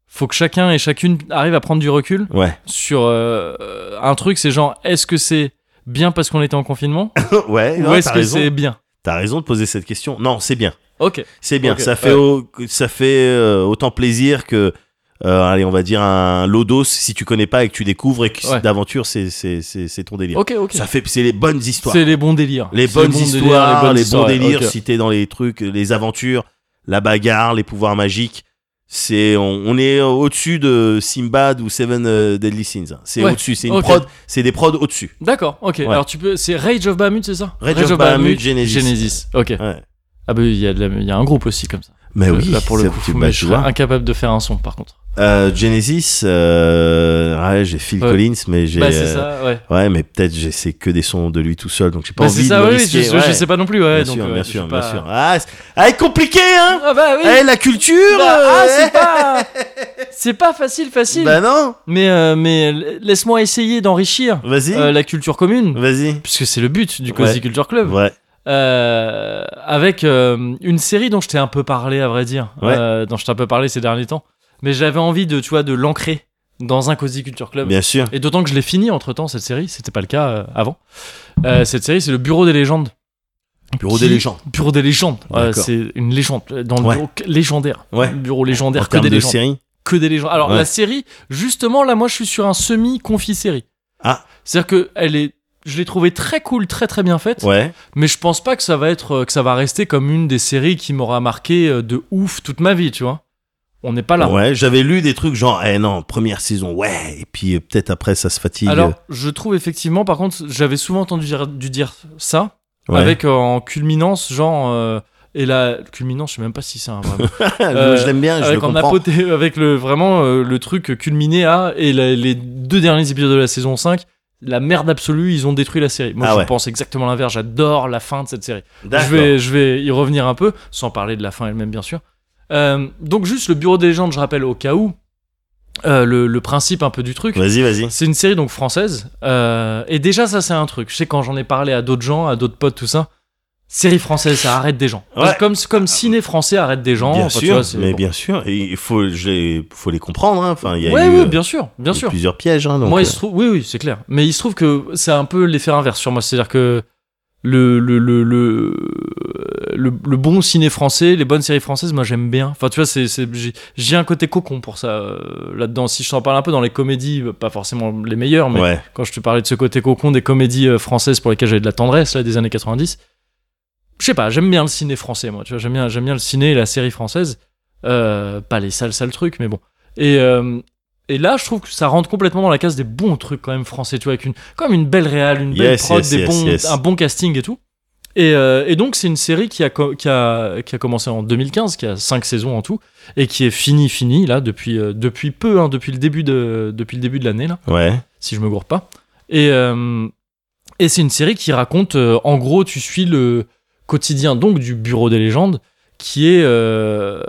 faut que chacun et chacune arrive à prendre du recul Ouais. sur euh, euh, un truc. C'est genre, est-ce que c'est bien parce qu'on était en confinement ouais, ou est-ce non, Eh ben, t'as que raison. c'est bien T'as raison de poser cette question. Non, c'est bien. Ok. C'est bien, Ok, ça fait, ouais. au- ça fait euh, autant plaisir que, euh, allez, on va dire un lodos si tu connais pas et que tu découvres et que Ouais. d'aventure c'est, c'est, c'est, c'est ton délire. Ok. Ok. Ça fait, c'est les bonnes histoires. C'est les bons délires. Les C'est bonnes bons délires, histoires, bonnes les, histoires, bons ouais, délires, ok. si t'es dans les trucs, les aventures, la bagarre, les pouvoirs magiques. C'est, on, on est au-dessus de Simbad ou Seven euh, Deadly Sins. hein. C'est Ouais, au-dessus, c'est une ok. prod, c'est des prods au-dessus. D'accord, ok. Ouais. Alors tu peux, c'est Rage of Bahamut, c'est ça Rage of Bahamut, Genesis. Ok. Ouais. Ah bah il y, a de la- il y a un groupe aussi comme ça. Mais Euh, oui, là pour le ça- coup, tu- mais bah, je tu serais vois. incapable de faire un son par contre. Euh, Genesis, euh, ouais, j'ai Phil Ouais. Collins, mais j'ai. Bah, c'est euh, ça, ouais. Ouais, mais peut-être j'ai- c'est que des sons de lui tout seul, donc j'ai pas Bah, envie c'est ça, de me oui, risquer. je, je- je ouais. sais pas non plus, ouais. bien donc, sûr, euh, bien je sûr, sais bien pas. sûr. Ah, c'est ah, compliqué, hein Ah bah oui Eh, la culture bah, Ah, euh, c'est pas... C'est pas facile, facile Bah non Mais, euh, mais l- laisse-moi essayer d'enrichir Vas-y, euh, la culture commune, vas-y. puisque c'est le but du Cozy Ouais. Culture Club, Ouais, Euh, avec euh, une série dont je t'ai un peu parlé, à vrai dire, Ouais. euh, dont je t'ai un peu parlé ces derniers temps, mais j'avais envie de, tu vois, de l'ancrer dans un Cozy Culture Club. bien sûr. Et d'autant que je l'ai fini entre-temps, cette série, c'était pas le cas euh, avant. Euh, cette série, c'est le Bureau des légendes. Bureau Qui- des légendes. Bureau des légendes, Euh, D'accord. c'est une légende, euh, dans le Ouais. bureau légendaire. Ouais. Bureau En légendaire, que termes des de légendes série que des légendes. Alors Ouais. la série, justement, là, moi, je suis sur un semi-confit série. Ah. C'est-à-dire que elle est, je l'ai trouvée très cool, très très bien faite. Ouais, Mais je pense pas que ça va être, euh, que ça va rester comme une des séries qui m'aura marqué euh, de ouf toute ma vie, tu vois. On n'est pas là. ouais. J'avais lu des trucs genre, eh non, première saison, ouais, et puis euh, peut-être après ça se fatigue. Alors, je trouve effectivement, par contre, j'avais souvent entendu dire, du dire ça, euh, ouais. avec euh, en culminance, genre. euh, et la culminance, je sais même pas si c'est un vrai mot. je euh, je l'aime bien, Ah, je le avec en comprends. apothé- avec le vraiment euh, le truc culminé à et la- les deux derniers épisodes de la saison 5 la merde absolue ils ont détruit la série moi Ah je ouais. pense exactement l'inverse j'adore la fin de cette série je D'accord. vais je vais y revenir un peu sans parler de la fin elle-même bien sûr Euh, donc juste le bureau des légendes je rappelle au cas où euh, le, le principe un peu du truc Vas-y, vas-y. c'est une série donc française. euh, et déjà, ça, c'est un truc. Je sais quand j'en ai parlé à d'autres gens, à d'autres potes, tout ça. Série française, ça arrête des gens. Parce que Ouais. Comme, comme ciné français arrête des gens. Bien enfin, tu sûr, vois, c'est- mais bon. bien sûr, et il faut, j'ai- faut les comprendre. hein. Enfin, il y a Ouais, eu, ouais, euh, bien sûr, bien sûr. plusieurs pièges. hein, donc, Moi, euh, il se trouve, oui, oui, c'est clair. Mais il se trouve que c'est un peu l'effet inverse sur moi. C'est-à-dire que le le, le, le, le- le bon ciné français, les bonnes séries françaises, moi, j'aime bien. Enfin, tu vois, c'est, c'est- j'ai, j'ai un côté cocon pour ça euh, là-dedans. Si je t'en parle un peu dans les comédies, pas forcément les meilleures, mais ouais, quand je te parlais de ce côté cocon des comédies euh, françaises pour lesquelles j'avais de la tendresse là des années 90 je sais pas j'aime bien le ciné français moi tu vois j'aime bien j'aime bien le ciné et la série française Euh, pas les sales sales trucs mais bon et euh, et là, je trouve que ça rentre complètement dans la case des bons trucs quand même français, tu vois, avec une, quand même une belle réal, une belle Yes, prod, yes, des yes, bons- yes. un bon casting et tout. Et, euh, et donc, c'est une série qui a, co- qui, a, qui a commencé en 2015, qui a cinq saisons en tout, et qui est finie, finie, là, depuis, euh, depuis peu, hein, depuis le début de, depuis le début de l'année, là ouais, si je me gourre pas. Et, euh, et c'est une série qui raconte, euh, en gros, tu suis le quotidien donc du Bureau des légendes, qui est, euh,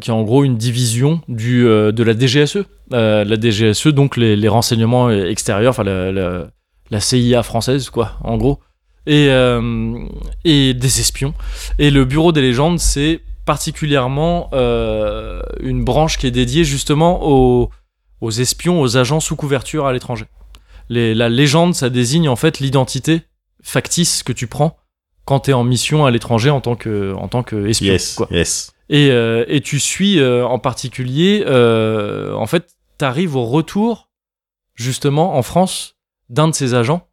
qui est en gros une division du, euh, de la DGSE. Euh, la DGSE, donc les, les renseignements extérieurs, enfin la, la- la CIA française, quoi, en gros. Et, euh, et des espions. Et le Bureau des légendes, c'est particulièrement euh, une branche qui est dédiée justement aux, aux espions, aux agents sous couverture à l'étranger. Les- la légende, ça désigne en fait l'identité factice que tu prends quand tu es en mission à l'étranger en tant que en tant que espion. yes, quoi. yes. Et, euh, et tu suis euh, en particulier, euh, en fait, t'arrives au retour justement en France d'un de ces agents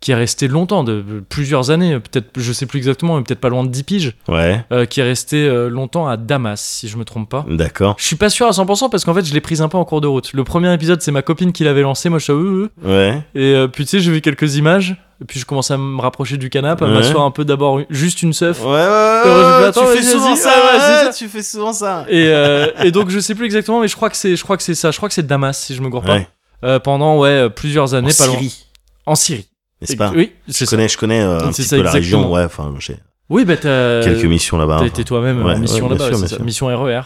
qui est resté longtemps, de de plusieurs années, peut-être, je sais plus exactement, mais peut-être pas loin de 10 piges, Ouais, euh, qui est resté euh, longtemps à Damas, si je me trompe pas. d'accord. Je suis pas sûr à 100% parce qu'en fait, je l'ai prise un peu en cours de route. Le premier épisode, c'est ma copine qui l'avait lancé. Moi, je suis à Euh, euh. Ouais, Et euh, puis, tu sais, j'ai vu quelques images. Et puis, je commence à me rapprocher du canapé, à Ouais. m'asseoir un peu d'abord, juste une seuf. ouais, ouais, ouais, Heureusement, ouais, attends, tu fais vas-y, souvent vas-y. ça, Ouais, ouais, c'est ouais, ça. tu fais souvent ça. Et, euh, et donc, je sais plus exactement, mais je crois que c'est, je crois que c'est ça. Je crois que c'est Damas, si je me gourre Ouais, pas. Euh, pendant, ouais, euh, plusieurs en années, pas loin. Syrie, En Syrie. n'est-ce pas Oui, Je c'est ça. connais, je connais euh, un C'est petit ça, peu la exactement. région, ouais, enfin, j'ai Oui, bah, t'as. quelques missions là-bas. T'as enfin. été toi-même Ouais, en mission ouais, bien là-bas, sûr, c'est bien ça, sûr. mission RER.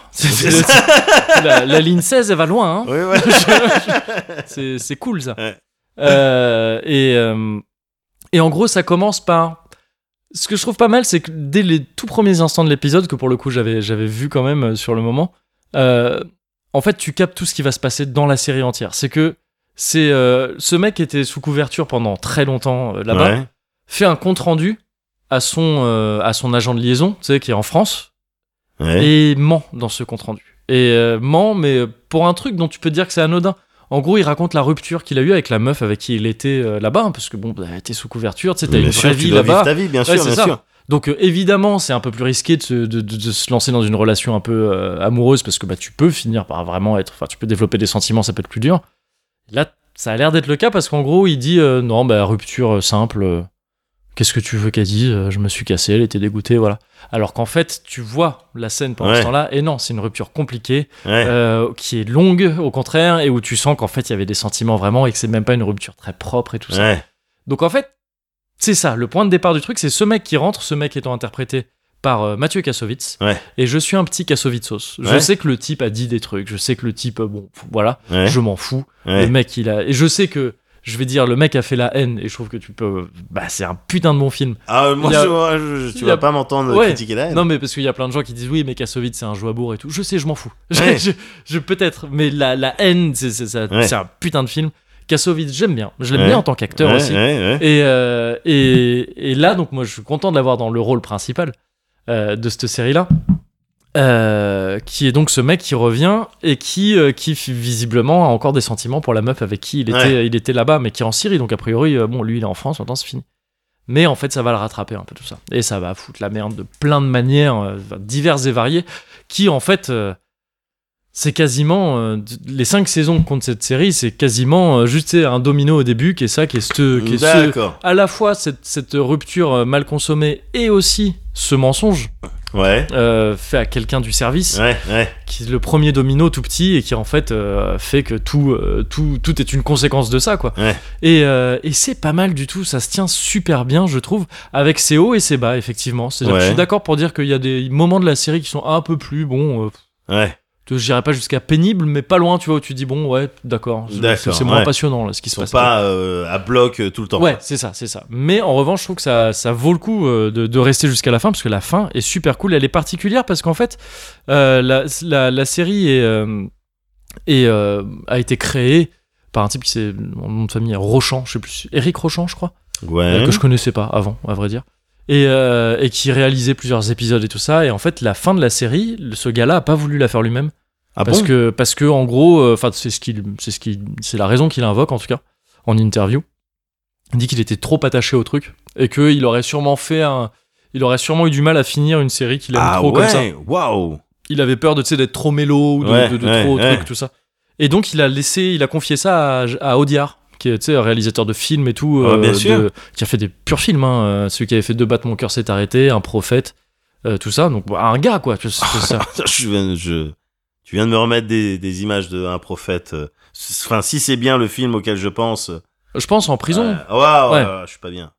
la, la ligne 16, elle va loin, hein. Ouais, ouais. C'est c'est cool ça. Ouais. Euh, et, euh, et en gros, ça commence par. Ce que je trouve pas mal, c'est que dès les tout premiers instants de l'épisode, que pour le coup j'avais j'avais vu quand même euh, sur le moment, euh, en fait tu captes tout ce qui va se passer dans la série entière. C'est que c'est euh, ce mec était sous couverture pendant très longtemps euh, là-bas, Ouais, fait un compte rendu à son euh, à son agent de liaison, tu sais, qui est en France, ouais. et ment dans ce compte rendu. Et euh, ment, mais euh, pour un truc dont tu peux dire que c'est anodin. En gros, il raconte la rupture qu'il a eue avec la meuf avec qui il était euh, là-bas, hein, parce que bon, bah, t'es sous couverture, tu sais, t'as Bien une sûr, vraie tu vie dois vivre là-bas. ta vie, bien Ouais, sûr, c'est bien ça. sûr. Donc euh, évidemment, c'est un peu plus risqué de se, de, de- de se lancer dans une relation un peu euh, amoureuse, parce que bah, tu peux finir par vraiment être, enfin, tu peux développer des sentiments, ça peut être plus dur. Là, ça a l'air d'être le cas, parce qu'en gros, il dit euh, non, bah, rupture euh, simple. euh, Qu'est-ce que tu veux qu'elle dise Euh, Je me suis cassé, elle était dégoûtée, voilà. Alors qu'en fait, tu vois la scène pendant Ouais. ce temps-là, et non, c'est une rupture compliquée, Ouais. euh, qui est longue au contraire, et où tu sens qu'en fait, il y avait des sentiments vraiment, et que c'est même pas une rupture très propre et tout ça. ouais. Donc en fait, c'est ça, le point de départ du truc, c'est ce mec qui rentre, ce mec étant interprété par euh, Mathieu Kassovitz. Ouais. Et je suis un petit Kassovitsos. Je Ouais. sais que le type a dit des trucs, je sais que le type, euh, bon, pff, voilà, Ouais. je m'en fous. Ouais. Le mec, il a. Et je sais que, je vais dire, le mec a fait la haine, et je trouve que tu peux. Bah, c'est un putain de bon film. Ah, Il moi, y a- je- je- tu il y a- vas pas m'entendre Ouais. critiquer la haine. Non, mais parce qu'il y a plein de gens qui disent, oui, mais Kassovitz, c'est un joueur bourre et tout. Je sais, je m'en fous. Je- Ouais. je, je- Peut-être, mais la, la haine, c'est c'est- ça- Ouais. c'est un putain de film. Kassovitz, j'aime bien. Je l'aime Ouais. bien en tant qu'acteur Ouais, aussi. ouais, ouais. Et, euh, et, et là, donc, moi, je suis content de l'avoir dans le rôle principal euh, de cette série-là. Euh, qui est donc ce mec qui revient et qui, euh, qui visiblement a encore des sentiments pour la meuf avec qui il était, Ouais. il était là-bas, mais qui est en Syrie. Donc, a priori, euh, bon, lui, il est en France, maintenant c'est fini. Mais en fait, ça va le rattraper un peu tout ça. Et ça va foutre la merde de plein de manières euh, diverses et variées, qui en fait. euh, c'est quasiment euh, d- les cinq saisons contre cette série, c'est quasiment euh, juste tu sais, un domino au début qui est ça, qui est ce, qui est ce, D'accord. à la fois cette, cette rupture euh, mal consommée et aussi ce mensonge Ouais. euh, fait à quelqu'un du service, Ouais, ouais. qui est le premier domino tout petit et qui en fait euh, fait que tout, euh, tout, tout est une conséquence de ça. quoi. Ouais. Et, euh, et c'est pas mal du tout, ça se tient super bien, je trouve, avec ses hauts et ses bas, effectivement. C'est-à-dire que Ouais. je suis d'accord pour dire qu'il y a des moments de la série qui sont un peu plus, bon, euh, Ouais. je dirais pas jusqu'à pénible, mais pas loin, tu vois, où tu dis, bon, ouais, d'accord, c'est D'accord, c'est moins ouais. passionnant là, ce qui Ils se sont passe. pas euh, à bloc euh, tout le temps. Ouais, c'est ça, c'est ça. Mais en revanche, je trouve que ça, ça vaut le coup euh, de, de rester jusqu'à la fin, parce que la fin est super cool. Elle est particulière parce qu'en fait, euh, la, la, la série est, euh, est, euh, a été créée par un type qui s'est. Mon nom de famille est Rochant, je sais plus. Eric Rochant, je crois. euh, Ouais. Que je connaissais pas avant, à vrai dire. Et, euh, et qui réalisait plusieurs épisodes et tout ça. Et en fait, la fin de la série, ce gars-là a pas voulu la faire lui-même Ah parce bon que parce que en gros euh, enfin c'est ce qu'il c'est ce qu'il c'est la raison qu'il invoque en tout cas en interview il dit qu'il était trop attaché au truc et que il aurait sûrement fait un il aurait sûrement eu du mal à finir une série qu'il aime Ah trop comme ça ouais. Waouh. il avait peur de tu sais, d'être trop mélo ou de, Ouais, de- de ouais, trop ouais. truc tout ça et donc il a laissé il a confié ça à, à Audiard qui est tu sais, un réalisateur de films et tout euh, Ah, bien de- sûr. qui a fait des purs films hein, euh, celui qui avait fait deux battre mon cœur s'est arrêté un prophète euh, tout ça donc bah, un gars quoi tu vois, c'est ça je, viens- je- tu viens de me remettre des, des images de un prophète. euh, c- Enfin, si c'est bien le film auquel je pense. euh, je pense en prison ouais, ouais, ouais, Ouais. je suis pas bien.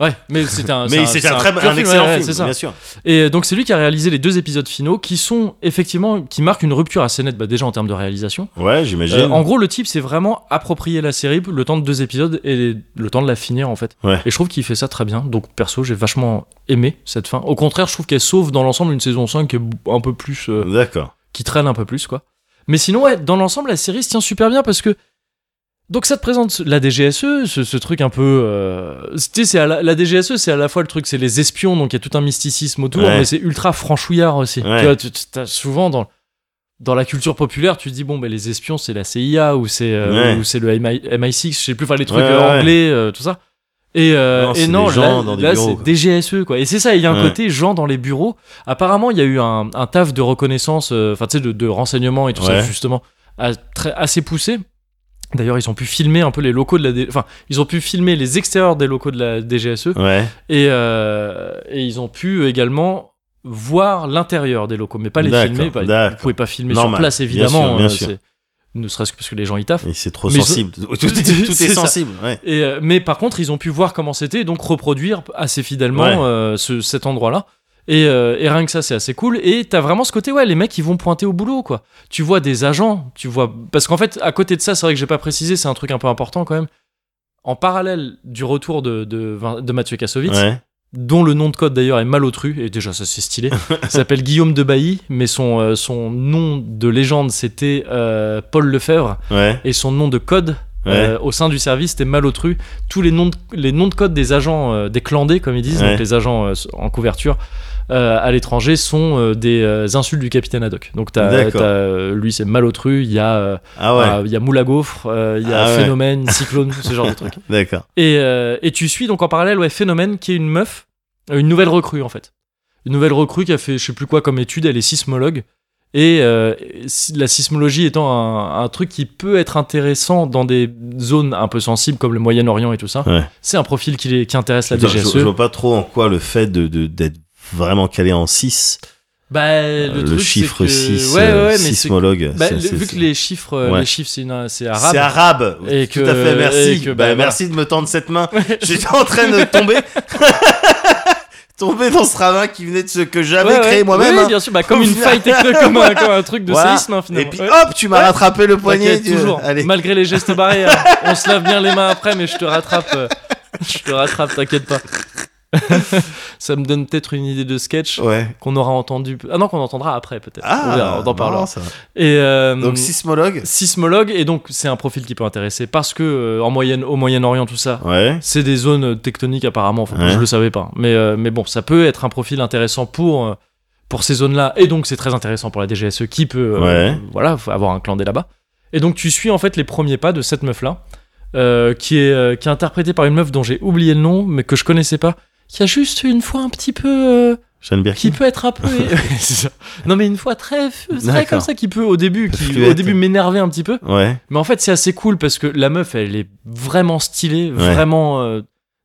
ouais mais c'est un Mais c'est un, très, pur bon- un film, excellent ouais, ouais, film, c'est ça. bien sûr. Et euh, donc c'est lui qui a réalisé les deux épisodes finaux qui sont effectivement qui marquent une rupture assez nette bah, déjà en termes de réalisation. Ouais, j'imagine. Euh, en gros le type s'est vraiment approprié la série le temps de deux épisodes et le temps de la finir en fait. Ouais. Et je trouve qu'il fait ça très bien. Donc perso j'ai vachement aimé cette fin. Au contraire je trouve qu'elle sauve dans l'ensemble une saison 5 qui est un peu plus euh, D'accord. qui traîne un peu plus quoi. Mais sinon ouais, dans l'ensemble la série se tient super bien parce que donc ça te présente la DGSE, E, ce, ce truc un peu, euh, tu sais, c'est à la, la DGSE, E, c'est à la fois le truc, c'est les espions, donc il y a tout un mysticisme autour, Ouais. mais c'est ultra franchouillard aussi. Ouais. Tu vois, tu- tu- t'as souvent dans dans la culture populaire, tu te dis bon, ben les espions, c'est la CIA ou c'est euh, Ouais. ou c'est le MI, 6 je sais plus, enfin les trucs Ouais, ouais, euh, ouais. anglais, euh, tout ça. Et euh, Non, et c'est non, des gens là, dans des là, bureaux, c'est quoi. DGSE E, quoi. Et c'est ça, il y a un Ouais. côté gens dans les bureaux. Apparemment, il y a eu un, un taf de reconnaissance, euh, enfin tu sais, de, de renseignement et tout ça Ouais. justement, à- très- assez poussé. D'ailleurs, ils ont pu filmer un peu les locaux de la, D- enfin, ils ont pu filmer les extérieurs des locaux de la DGSE E Ouais. et euh, et ils ont pu également voir l'intérieur des locaux, mais pas les D'accord, filmer. Bah, d'accord. vous pouvez pas filmer sur Normal, place bien évidemment, sûr, bien euh, sûr. c'est- ne serait-ce que parce que les gens y taffent. Et c'est trop Mais je- sensible. Tout, tout est, tout est C'est ça. sensible. Ouais. Et, euh, mais par contre, ils ont pu voir comment c'était et donc reproduire assez fidèlement Ouais. euh, ce- cet endroit-là. Et, euh, et rien que ça, c'est assez cool. Et t'as vraiment ce côté, ouais, les mecs, ils vont pointer au boulot, quoi. Tu vois des agents, tu vois. Parce qu'en fait, à côté de ça, c'est vrai que j'ai pas précisé, c'est un truc un peu important quand même. En parallèle du retour de, de, Vin- de Mathieu Kassovitz, Ouais. dont le nom de code d'ailleurs est malotru, et déjà ça c'est stylé, il s'appelle Guillaume de Bailly, mais son, euh, son nom de légende c'était euh, Paul Lefebvre, Ouais. et son nom de code Ouais. euh, au sein du service c'était malotru. Tous les noms de, les noms de code des agents, euh, des clandés comme ils disent, Ouais. donc les agents euh, en couverture euh, à l'étranger sont euh, des euh, insultes du capitaine Haddock. Donc t'as, D'accord. t'as, euh, lui c'est malotru, il y a, euh, Ah ouais. euh, il y a Moule à Gaufre, euh, il y a Ah ouais. Phénomène, Cyclone, ce genre de trucs. D'accord. Et, euh, et tu suis donc en parallèle ouais, Phénomène, qui est une meuf, euh, une nouvelle recrue en fait. Une nouvelle recrue qui a fait je sais plus quoi comme étude, elle est sismologue. Et euh, si- la sismologie étant un, un truc qui peut être intéressant dans des zones un peu sensibles comme le Moyen-Orient et tout ça, Ouais. c'est un profil qui, les- qui intéresse la Putain, je, DGSE. je vois pas trop en quoi le fait de de- d'être vraiment calé en 6, Bah, le, Euh, le, truc, c'est chiffre que- 6, ouais, ouais, mais c'est- sismologue. bah, c'est- le- c'est- vu que les chiffres, euh, Ouais. les chiffres, c'est une- c'est C'est arabe. arabe. Et Tout que- à fait, merci. et que, Bah, bah, merci de me tendre cette main. J'étais en train de tomber. tomber dans ce ravin qui venait de ce que j'avais Ouais, ouais. créé moi-même. Oui, hein. bien sûr, bah, comme Au une final. faille technique, comme, un- comme un truc de Voilà. séisme, hein, finalement. Et puis Ouais. hop, tu m'as Ouais. rattrapé le poignet. T'inquiète, Dieu. toujours. Allez. Malgré les gestes barrières, on se lave bien les mains après, mais je te rattrape. euh, Je te rattrape, t'inquiète pas. Ça me donne peut-être une idée de sketch Ouais. qu'on aura entendu. Ah non, qu'on entendra après peut-être. on, verra, Ah, on en parlera. marrant, ça. Et euh, Donc sismologue. sismologue et donc c'est un profil qui peut intéresser parce que euh, en moyenne au Moyen-Orient tout ça. Ouais. C'est des zones tectoniques apparemment, enfin, Ouais. je le savais pas. Mais, euh, mais bon, ça peut être un profil intéressant pour, euh, pour ces zones-là. Et donc c'est très intéressant pour la DGSE qui peut euh, Ouais. voilà, faut avoir un clandé là-bas. Et donc tu suis en fait les premiers pas de cette meuf-là, euh, qui, est, euh, qui est interprétée par une meuf dont j'ai oublié le nom, mais que je connaissais pas, qui a juste une fois un petit peu... euh, Jeanne qui Birkin. peut être un peu C'est ça. non mais une fois très très D'accord. comme ça qui peut au début qui au Fluette. début m'énerver un petit peu Ouais. mais en fait c'est assez cool parce que la meuf elle est vraiment stylée Ouais. vraiment euh,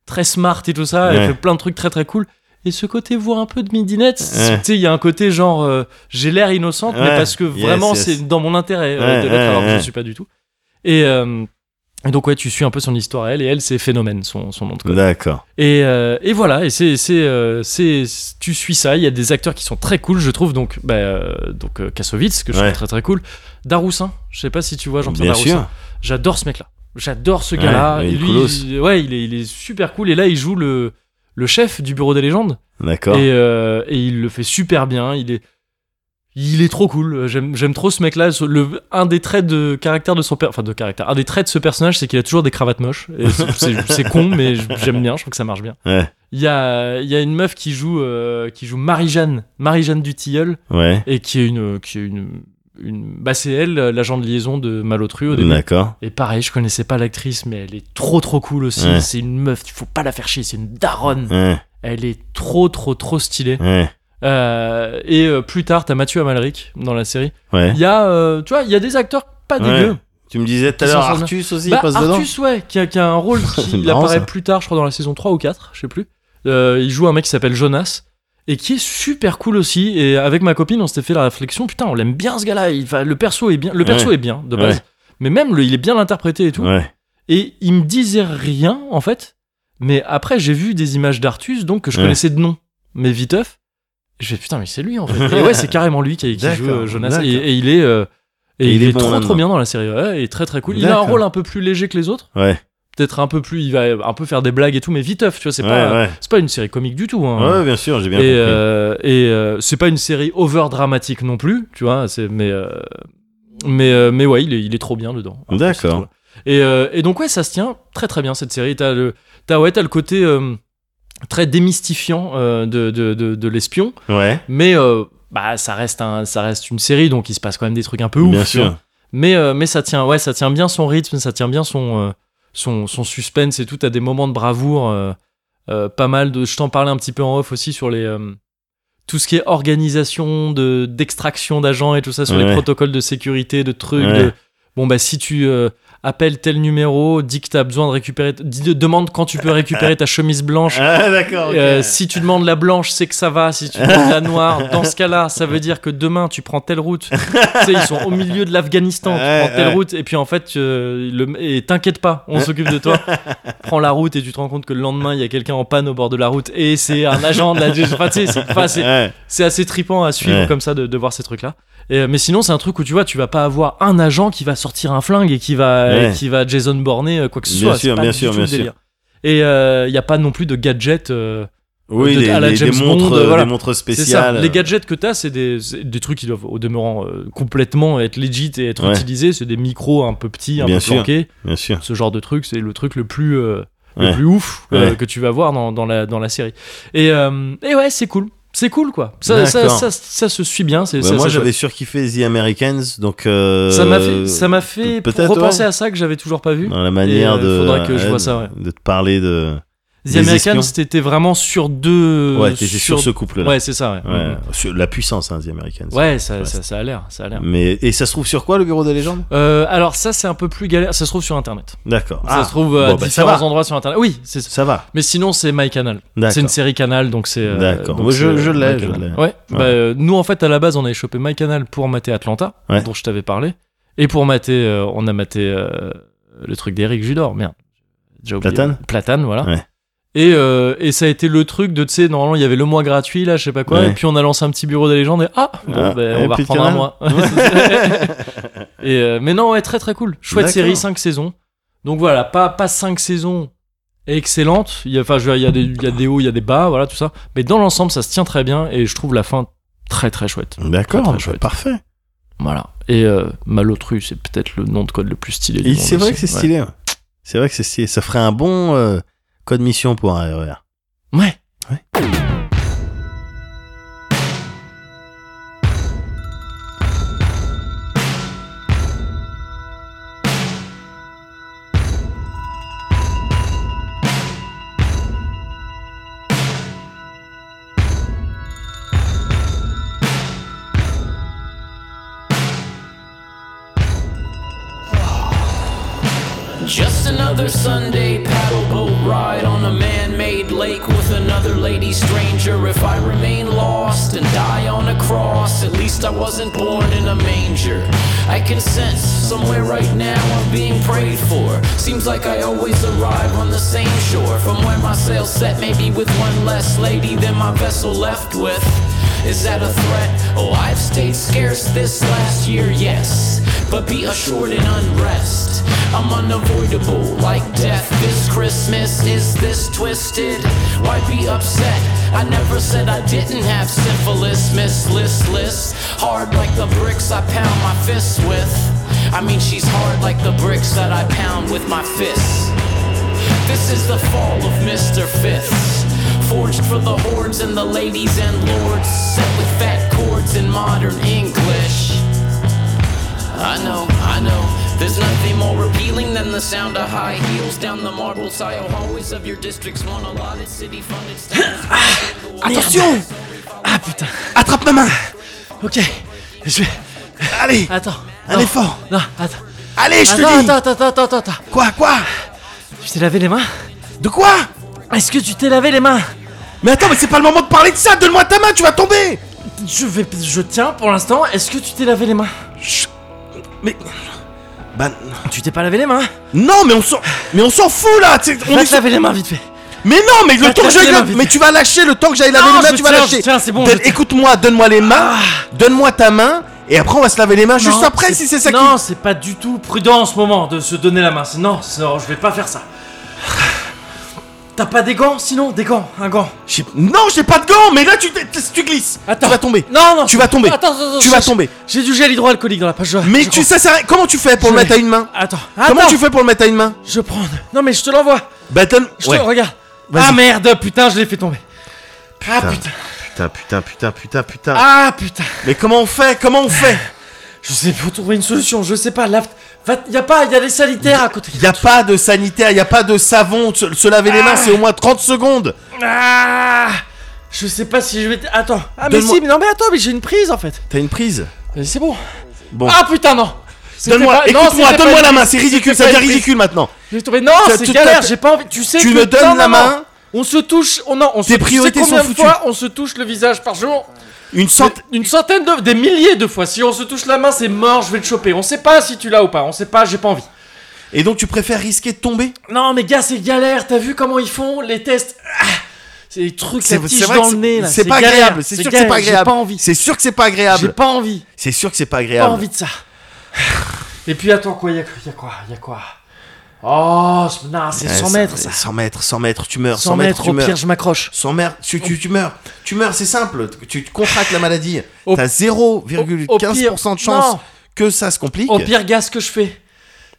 très smart et tout ça elle Ouais. fait plein de trucs très très cool et ce côté voix un peu de midinette Ouais. tu sais il y a un côté genre euh, j'ai l'air innocente mais Ouais. parce que Yes, vraiment yes. c'est dans mon intérêt euh, Ouais, de l'être ouais, alors que je ouais. ne suis pas du tout et euh, et donc ouais tu suis un peu son histoire à elle et elle c'est phénomène son, son nom de code D'accord. et, euh, et voilà, et c'est, c'est, euh, c'est, tu suis ça. Il y a des acteurs qui sont très cool, je trouve. Donc, bah, euh, donc euh, Kassovitz, que je Ouais. trouve très très cool. Daroussin, je sais pas si tu vois Jean-Pierre Bien Daroussin. sûr. J'adore ce mec-là. J'adore ce Ouais, gars-là. ouais, il est Lui, coolos. il- ouais, il est, il est super cool. Et là, il joue le, le chef du bureau des légendes. D'accord. Et, euh, et il le fait super bien. Il est, il est trop cool. J'aime, j'aime trop ce mec-là. Ce- Le, un des traits de caractère de son per- enfin de caractère, un des traits de ce personnage, c'est qu'il a toujours des cravates moches. Et c'est, c'est- c'est con, mais j'aime bien. Je trouve que ça marche bien. Ouais. Il y a, il y a une meuf qui joue, euh, qui joue Marie-Jeanne, Marie-Jeanne du Tilleul, Ouais. et qui est une, qui est une, une bah c'est elle, euh, l'agent de liaison de Malotru au début. D'accord. Et pareil, je connaissais pas l'actrice, mais elle est trop trop cool aussi. Ouais. C'est une meuf, il faut pas la faire chier, c'est une daronne. Ouais. Elle est trop trop trop stylée. Ouais. Euh, et euh, plus tard, t'as Mathieu Amalric dans la série. Ouais. Il y a, euh, tu vois, il y a des acteurs pas Ouais. dégueux. Tu me disais tout à Qui l'heure s'en sort Artus aussi, Bah, il passe dedans. Artus, ouais, qui a, qui a un rôle qui C'est il marrant, apparaît ça. plus tard, je crois, dans la saison 3 ou 4, je sais plus. Euh, il joue un mec qui s'appelle Jonas et qui est super cool aussi. Et avec ma copine, on s'était fait la réflexion putain, on l'aime bien ce gars-là. Il va- Le perso est bien, le perso Ouais. est bien de base, Ouais. mais même le, il est bien interprété et tout. Ouais. Et il me disait rien en fait. Mais après, j'ai vu des images d'Artus, donc que je Ouais. connaissais de nom, mais viteuf. et Je fais putain, mais c'est lui en fait. Et ouais, c'est carrément lui qui, qui D'accord, joue euh, Jonas. d'accord. Et, et il est, euh, et Et il, il est est, bon trop là-dedans. trop bien dans la série. Ouais, il est très très cool. Il a un D'accord. rôle un peu plus léger que les autres. Ouais. Peut-être un peu plus, il va un peu faire des blagues et tout, mais viteuf, tu vois, c'est Ouais. pas, Ouais. c'est pas une série comique du tout. hein. Ouais, bien sûr, j'ai bien et compris. euh, et euh, c'est pas une série over dramatique non plus, tu vois. C'est mais euh, mais euh, mais ouais, il est, il est trop bien dedans. Ah, D'accord. c'est trop bien. Et, euh, et donc ouais, ça se tient très très bien cette série. T'as le t'as ouais t'as le côté euh, très démystifiant euh, de de, de, de l'espion, Ouais. mais euh, bah ça reste un ça reste une série, donc il se passe quand même des trucs un peu ouf. Bien tu vois. sûr. Mais, euh, mais ça tient, ouais, ça tient bien son rythme, ça tient bien son, euh, son, son suspense et tout. T'as des moments de bravoure, euh, euh, pas mal de. Je t'en parlais un petit peu en off aussi sur les. euh, tout ce qui est organisation de d'extraction d'agents et tout ça, sur les Ouais. protocoles de sécurité, de trucs. Ouais. de- bon, bah, si tu euh, appelles tel numéro, dis que t'as besoin de récupérer. dis- demande quand tu peux récupérer ta chemise blanche. Ah, d'accord. ok. Euh, si tu demandes la blanche, c'est que ça va. Si tu demandes la noire, dans ce cas-là, ça veut dire que demain tu prends telle route. tu sais, ils sont au milieu de l'Afghanistan. Ouais, tu prends telle ouais. route et puis en fait, euh, le- et t'inquiète pas, on s'occupe de toi. prends la route et tu te rends compte que le lendemain il y a quelqu'un en panne au bord de la route et c'est un agent de la. Enfin, tu sais, c'est enfin, c'est- Ouais. c'est assez tripant à suivre Ouais. comme ça de, de voir ces trucs-là. Et, euh, mais sinon, c'est un truc où tu vois, tu vas pas avoir un agent qui va sortir un flingue et qui va, Ouais. et qui va Jason Borner euh, quoi que ce Bien soit. sûr, c'est pas bien du sûr, tout bien le sûr. délire. Et euh, il n'y a pas non plus de gadgets. euh, Oui, de- les- à la les- James des montres, Bond, euh, voilà. des montres c'est ça. spéciales. euh. Les gadgets que t'as, c'est des, c'est des trucs qui doivent au demeurant euh, complètement être legit et être Ouais. utilisés. C'est des micros un peu petits, un Bien peu sûr. planqués. Bien sûr. Ce genre de truc, c'est le truc le plus, euh, le Ouais. plus ouf euh, Ouais. que tu vas voir dans, dans la, dans la série. Et, euh, et ouais, c'est cool. C'est cool quoi. Ça, ça, D'accord. ça, ça se suit bien. c'est Bah, ça, moi, ça- j'avais surkiffé The Americans, donc. euh, ça m'a fait, ça m'a fait peut-être, repenser ouais. à ça que j'avais toujours pas vu. Dans la manière Et, euh, de. faudrait que je vois de- ça, ouais. De te parler de. The Les espions. Americans, t'étais vraiment sur deux. ouais, t'étais sur ce couple-là. Euh, Ouais, c'est ça, ouais. Ouais, Mhm. sur la puissance, hein, The Americans. Ouais, ça, Ouais, Mm. ça, ça a l'air, ça a l'air. Mais, et ça se trouve sur quoi, le bureau des légendes Euh, alors ça, c'est un peu plus galère. Ça se trouve sur Internet. D'accord. ça Ah, se trouve à bon, bah, ça différents va. endroits sur Internet. Oui, c'est ça. Ça va. Mais sinon, c'est MyCanal. D'accord. C'est une série Canal, donc c'est. euh, D'accord. donc Moi, je- c'est je l'ai, My je Canal. l'ai. Ouais. Bah, euh, nous, en fait, à la base, on avait chopé MyCanal pour mater Atlanta, Ouais. dont je t'avais parlé. Et pour mater, euh, on a maté euh, le truc d'Eric Judor. Merde. J'ai oublié. Platane Platane, voilà. Ouais. Et, euh, et ça a été le truc de, tu sais, normalement, il y avait le mois gratuit, là, je sais pas quoi. Ouais. Et puis, on a lancé un petit bureau des légendes et ah, bon, Ah, bah, et on va puis le reprendre un canal. mois. Et euh, mais non, ouais, très très cool. Chouette D'accord. série, 5 saisons. Donc voilà, pas, pas 5 saisons excellentes. Il y a, enfin, je veux dire, il y, a des- il y a des hauts, il y a des bas, voilà, tout ça. Mais dans l'ensemble, ça se tient très bien et je trouve la fin très très chouette. Très, D'accord, très chouette. parfait. Voilà. Et euh, Malotru, c'est peut-être le nom de code le plus stylé du Et monde C'est vrai aussi. que c'est Ouais. stylé. ouais. C'est vrai que c'est stylé. Ça ferait un bon euh, code mission pour un E RER. Ouais. Ouais. Just another Sunday paddle boat ride on a man made lake with another lady stranger. If I remain lost and die on a cross, at least I wasn't born in a manger. I can sense somewhere right now I'm being prayed for. Seems like I always arrive on the same shore from where my sail set, maybe with one less lady than my vessel left with. Is that a threat? Oh, I've stayed scarce this last year, yes. But be assured in unrest, I'm unavoidable like death. This Christmas, is this twisted? Why be upset? I never said I didn't have syphilis, miss listless. Hard like the bricks I pound my fists with. I mean, she's hard like the bricks that I pound with my fists. This is the fall of Mr. Fifths. Forged for the hordes and the ladies and lords, set with fat chords in modern English. I know, I know, there's nothing more repealing than the sound of high heels down the marble tile hallways of your district's one allotted city funded Attention Ah putain. Attrape ma main Ok. Je vais- Allez Attends. Un Non. effort. Non, attends. Allez, je te Attends, dis attends, attends, attends, attends. Quoi, quoi Tu t'es lavé les mains De quoi Est-ce que tu t'es lavé les mains Mais attends, mais c'est pas le moment de parler de ça Donne-moi ta main, tu vas tomber Je vais. Je tiens pour l'instant. Est-ce que tu t'es lavé les mains Mais... Bah... Tu t'es pas lavé les mains Non, mais on s'en... Mais on s'en fout, là t'sais, on Va est te sur- laver les mains vite fait. Mais non, mais Va le temps que te laver j'aille... les la- mains, vite. Mais tu vas lâcher le temps que j'aille laver Non, les je mains, me tu vas tiens, lâcher je tiens, c'est bon, Donne- je tiens. Ah. Écoute-moi, donne-moi les mains Donne-moi ta main Et après, on va se laver les mains juste Non, après, si c'est ça qui... Non, c'est pas du tout prudent en ce moment de se donner la main. C'est- Non, c'est- non, je vais pas faire ça. T'as pas des gants sinon Des gants, un gant. J'ai- Non, j'ai pas de gants, mais là, tu, t'es- tu glisses Attends. Tu vas tomber Non, non. Tu vas tomber Attends, attends, attends, Tu vas je- tomber J'ai du gel hydroalcoolique dans la poche. je- Mais je tu prends. sais, ça, comment tu fais pour Je le mettre vais- à une main Attends, Comment attends, tu fais pour le mettre à une main Je prends. Non mais je te l'envoie. Battle Je te regarde. Ah Vas-y. merde, putain, je l'ai fait tomber. Ah putain. Putain, putain, putain, putain, putain. Ah putain. Mais comment on fait Comment on fait Je sais pas trouver une solution. Je sais pas. Là, va, y a pas. Y a des sanitaires à côté. Y a pas de sanitaire, y a pas de savon. Se, se laver les mains, c'est au moins 30 secondes. Ah. Je sais pas si je vais. t- Attends. Ah mais Donne-moi- si. Mais non mais attends. Mais j'ai une prise en fait. T'as une prise Mais c'est bon. Bon. Ah putain non. C'était Donne-moi, pas- non, écoute-moi, c'était donne-moi pas la une main, prise, c'est ridicule, c'était ça pas devient une prise. ridicule maintenant. Je vais tomber. Non, Ça, c'est tout- galère. t'as- J'ai pas envie. Tu sais. Tu que- me donnes non, non, la non. main. On se touche. On non. On se. Tes tu sais priorités combien sont de foutues. fois on se touche le visage par jour Une centaine. Une centaine de. des milliers de fois. Si on se touche la main, c'est mort, je vais le choper. On sait pas si tu l'as ou pas, on sait pas, j'ai pas envie. Et donc tu préfères risquer de tomber Non, mais gars, c'est galère, t'as vu comment ils font les tests Ah C'est des trucs, la C'est tige vrai dans que le nez, là. c'est pas galère, agréable, c'est sûr que c'est galère, pas J'ai agréable. pas envie. C'est sûr que c'est pas J'ai agréable. pas envie. C'est sûr que c'est pas Pas agréable. envie de ça. Et puis attends, quoi, y'a y a quoi Y'a quoi Oh, ce- non, c'est Ouais, 100 ça- mètres ça. 100 mètres, 100 mètres, tu meurs, 100 mètres, tu au pire, meurs. je m'accroche. 100 mètres, tu, tu, tu meurs. Tu meurs, c'est simple. Tu tu contractes la maladie. Au- T'as au pire, 0,15% de chance non. que ça se complique. Au pire, gars, ce que je fais,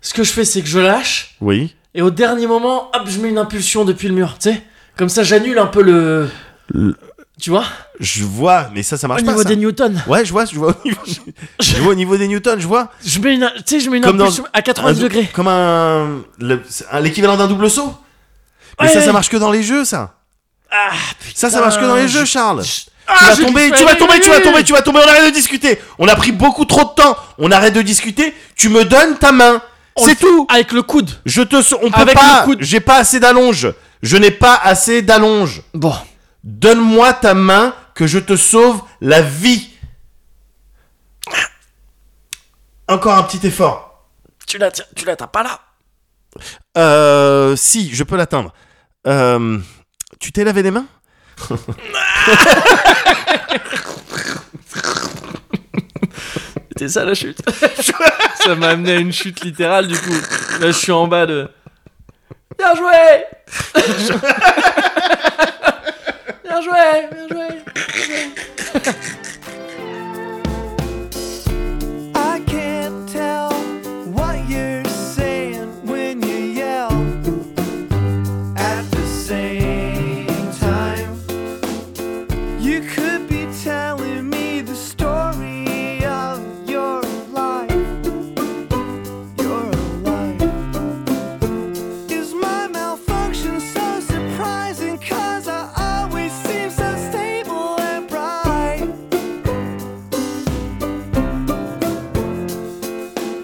ce que je fais, c'est que je lâche. Oui. Et au dernier moment, hop, je mets une impulsion depuis le mur, tu sais. Comme ça, j'annule un peu le. Tu vois Je vois, mais ça, ça Au marche pas. niveau ça. des Newton. Ouais, je vois, je vois. au niveau- Je vois au niveau des Newton, je vois. Je mets une, tu sais, je mets une Comme dans- Ah, impulsion à Un 90 dou- degrés. Comme un. le- un- L'équivalent d'un double saut. Mais Ouais, ça, ça ouais. marche que dans les jeux, ça. Ah, Ça, ça marche que dans les je- jeux, Charles. Ah, tu vas j'ai tomber, dû tu vas faire tomber, tu vas une tomber, nuit. tu vas tomber. On arrête de discuter. On a pris beaucoup trop de temps. On arrête de discuter. Tu me donnes ta main. On C'est le- tout. Avec le coude. Je te, sou- on peut Avec pas. le coude. J'ai pas assez d'allonge. Je n'ai pas assez d'allonge. Bon. Donne-moi ta main que je te sauve la vie. Encore un petit effort. Tu la tiens, tu la t'as pas là. Euh, si, je peux l'atteindre. Euh, tu t'es lavé les mains C'était ça la chute. ça m'a amené à une chute littérale du coup. Là je suis en bas de. Bien joué Bien joué, bien joué. I can't tell what you're saying when you yell at the same time. You could be telling me the story of your life. Your life. Is my malfunction so surprising? Cause I always seem so stable and bright.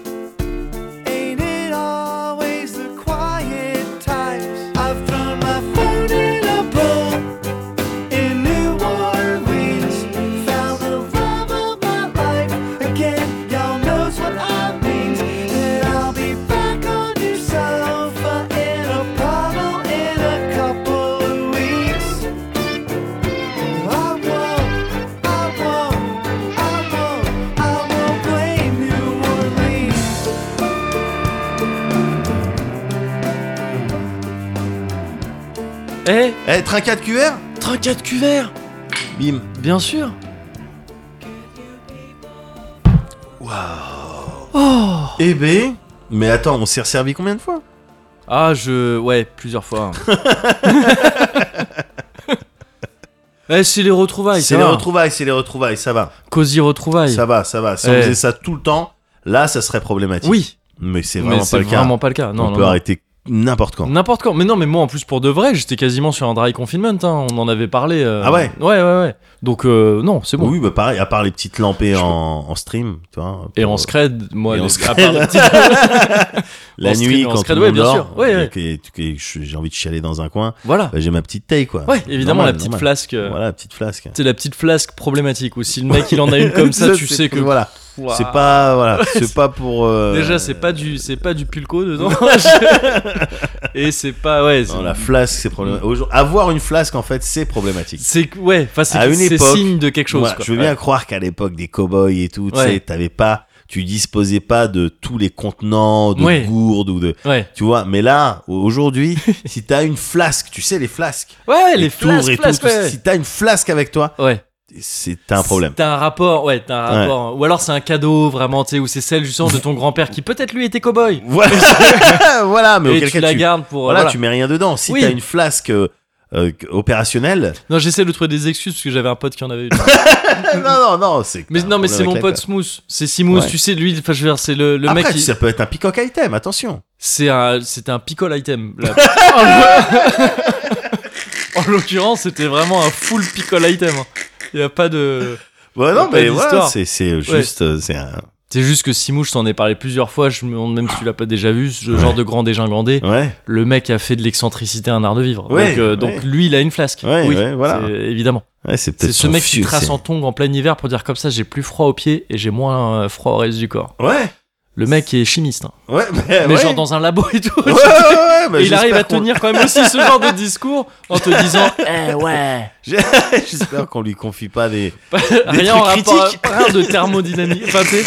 Ain't it always the quiet times? I've thrown my phone in a bowl in New Orleans. Found the love of my life again. Y'all knows what I mean. And I'll be back on your sofa in a bottle in a couple of weeks. I won't, I won't, I won't, I won't blame New Orleans. Eh, Eh, trinquet de QR trinquet de cuvert Bim. Bien sûr Oh. Eh ben. Mais attends, on s'est resservi combien de fois Ah, je. Ouais, plusieurs fois. hein. eh, c'est les retrouvailles, C'est ça les va. retrouvailles, c'est les retrouvailles, ça va. Cosy retrouvailles. Ça va, ça va. Si on Eh. faisait ça tout le temps, là, ça serait problématique. Oui, Mais c'est mais vraiment c'est pas le cas. vraiment pas le cas. Non, on non, peut non. arrêter n'importe quand. N'importe quand. Mais non, mais moi en plus pour de vrai, j'étais quasiment sur un dry confinement. hein. On en avait parlé. euh, Ah ouais Ouais, ouais, ouais. Donc euh, non, c'est bon. Oui, bah pareil, à part les petites lampées en, en stream, tu vois. Et pour- en scred, moi, Et en les- scred. à part les petites- La en stream nuit, et en quand scred, tout le ouais, monde bien dort, sûr. Ouais, et ouais. que- que je- j'ai envie de chialer dans un coin, voilà. bah, j'ai ma petite taille, quoi. Ouais, évidemment la Normal, petite normal. flasque. euh, Voilà, la petite flasque. C'est la petite flasque problématique. Ou si le mec il en a une comme ça, tu sais que. Voilà, Ouah. c'est pas... Voilà, c'est pas pour... euh, Déjà, c'est pas du, c'est pas du pulco dedans. Je- et c'est pas, ouais. c'est- Non, la flasque, c'est problématique. Aujourd'hui- Avoir une flasque, en fait, c'est problématique. Mm. C'est que- ouais, enfin c'est À une c'est époque, signe de quelque chose. Voilà, quoi. je veux bien croire qu'à l'époque des cowboys et tout, tu Ouais. sais, t'avais pas, tu disposais pas de tous les contenants, de Ouais. gourdes ou de, Ouais, tu vois. Mais là, au- aujourd'hui, si t'as une flasque, tu sais les flasques, ouais, les tours flasques, et flasques, tout, ouais. si t'as une flasque avec toi, ouais. c'est t'as un problème. T'as un rapport, ouais, t'as un Ouais. rapport. Ou alors c'est un cadeau vraiment, tu sais, ou c'est celle justement de ton grand-père qui peut-être lui était cow-boy. Voilà, voilà, mais Et auquel tu cas la tu, gardes pour. voilà, voilà. tu mets rien dedans. Si Oui. t'as une flasque euh, euh, opérationnelle, Non, j'essaie de trouver des excuses parce que j'avais un pote qui en avait une. non, non, non, c'est. que mais t'as un non, mais problème c'est avec mon la pote flasque. Smooth. C'est Simous, Ouais. tu sais, lui, enfin, je veux dire, c'est le, le Après, mec qui. ça peut être un pick item, attention. C'est un, c'était un picole item. là. En l'oc- en l'occurrence, c'était vraiment un full picole item. Il y a pas de. Ouais, Y a non, pas mais voilà, d'histoire. c'est c'est juste, euh, c'est un. C'est juste que Simouche s'en est parlé plusieurs fois, je me demande même si tu l'as pas déjà vu, ce genre de grand dégingandé. Ouais. Le mec a fait de l'excentricité un art de vivre. Ouais, donc, euh, ouais. donc lui, il a une flasque. Ouais, oui, ouais, voilà. c'est- évidemment. Ouais, c'est peut-être C'est ce son mec fieu, qui trace c'est- en tongs en plein hiver pour dire comme ça, j'ai plus froid aux pieds et j'ai moins euh, froid au reste du corps. Ouais, Le mec est chimiste. hein. ouais, mais, Mais Eh ouais. genre dans un labo et tout. Ouais, ouais, ouais, mais Et il arrive j'espère à qu'on- tenir quand même aussi ce genre de discours en te disant eh ouais J'espère qu'on lui confie pas des. trucs rien en rapport critiques. rien de thermodynamique enfin tu sais,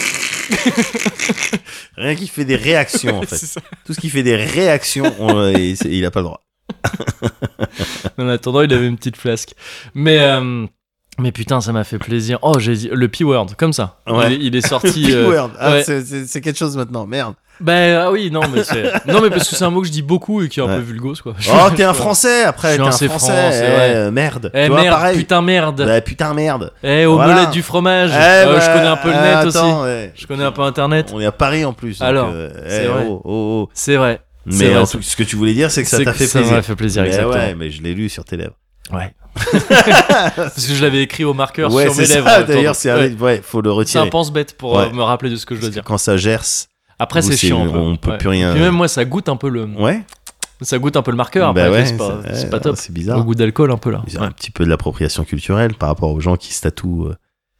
Rien qui fait des réactions, en fait. c'est ça. Tout ce qui fait des réactions, on- et c'est- il a pas le droit. en attendant il avait une petite flasque mais euh, mais putain ça m'a fait plaisir oh j'ai dit le p word comme ça il, Ouais. est- il est sorti euh, P-word. Ah, ouais. c'est- C'est c'est quelque chose maintenant, merde. bah ah oui non mais c'est non mais parce que c'est un mot que je dis beaucoup et qui est un Ouais. peu vulgose quoi Oh, t'es un français après, Je t'es suis un un français. c'est français, ouais. eh, merde. eh tu vois, merde pareil. putain merde Bah, putain, merde. eh omelette Voilà. du fromage Eh, Euh, bah, je connais un peu le net attends, aussi ouais. je connais un peu internet On est à Paris en plus. donc, Alors, euh, c'est eh, vrai. oh, oh, oh. c'est vrai C'est Mais vrai, en ça- tout- ce que tu voulais dire, c'est que ça C'est t'a que fait ça plaisir. m'a fait plaisir, Mais exactement. ouais, mais je l'ai lu sur tes lèvres. Ouais. Parce que je l'avais écrit au marqueur ouais, sur mes c'est lèvres. euh, ça. attends, D'ailleurs, donc, c'est ouais. un... ouais, faut le C'est un retirer. pense-bête pour euh, Ouais. me rappeler de ce que je dois Parce que dire. Quand ça gerce, Après, vous, c'est c'est- chiant. un peu. on peut Ouais. plus rien- euh, Puis même moi, ça goûte un peu le, ouais. ça goûte un peu le marqueur. Bah après, ouais, c'est pas, ça- c'est ouais, pas top. C'est Le bizarre. goût d'alcool un peu là. Ils ont Un petit peu de l'appropriation culturelle par rapport aux gens qui se tatouent. euh,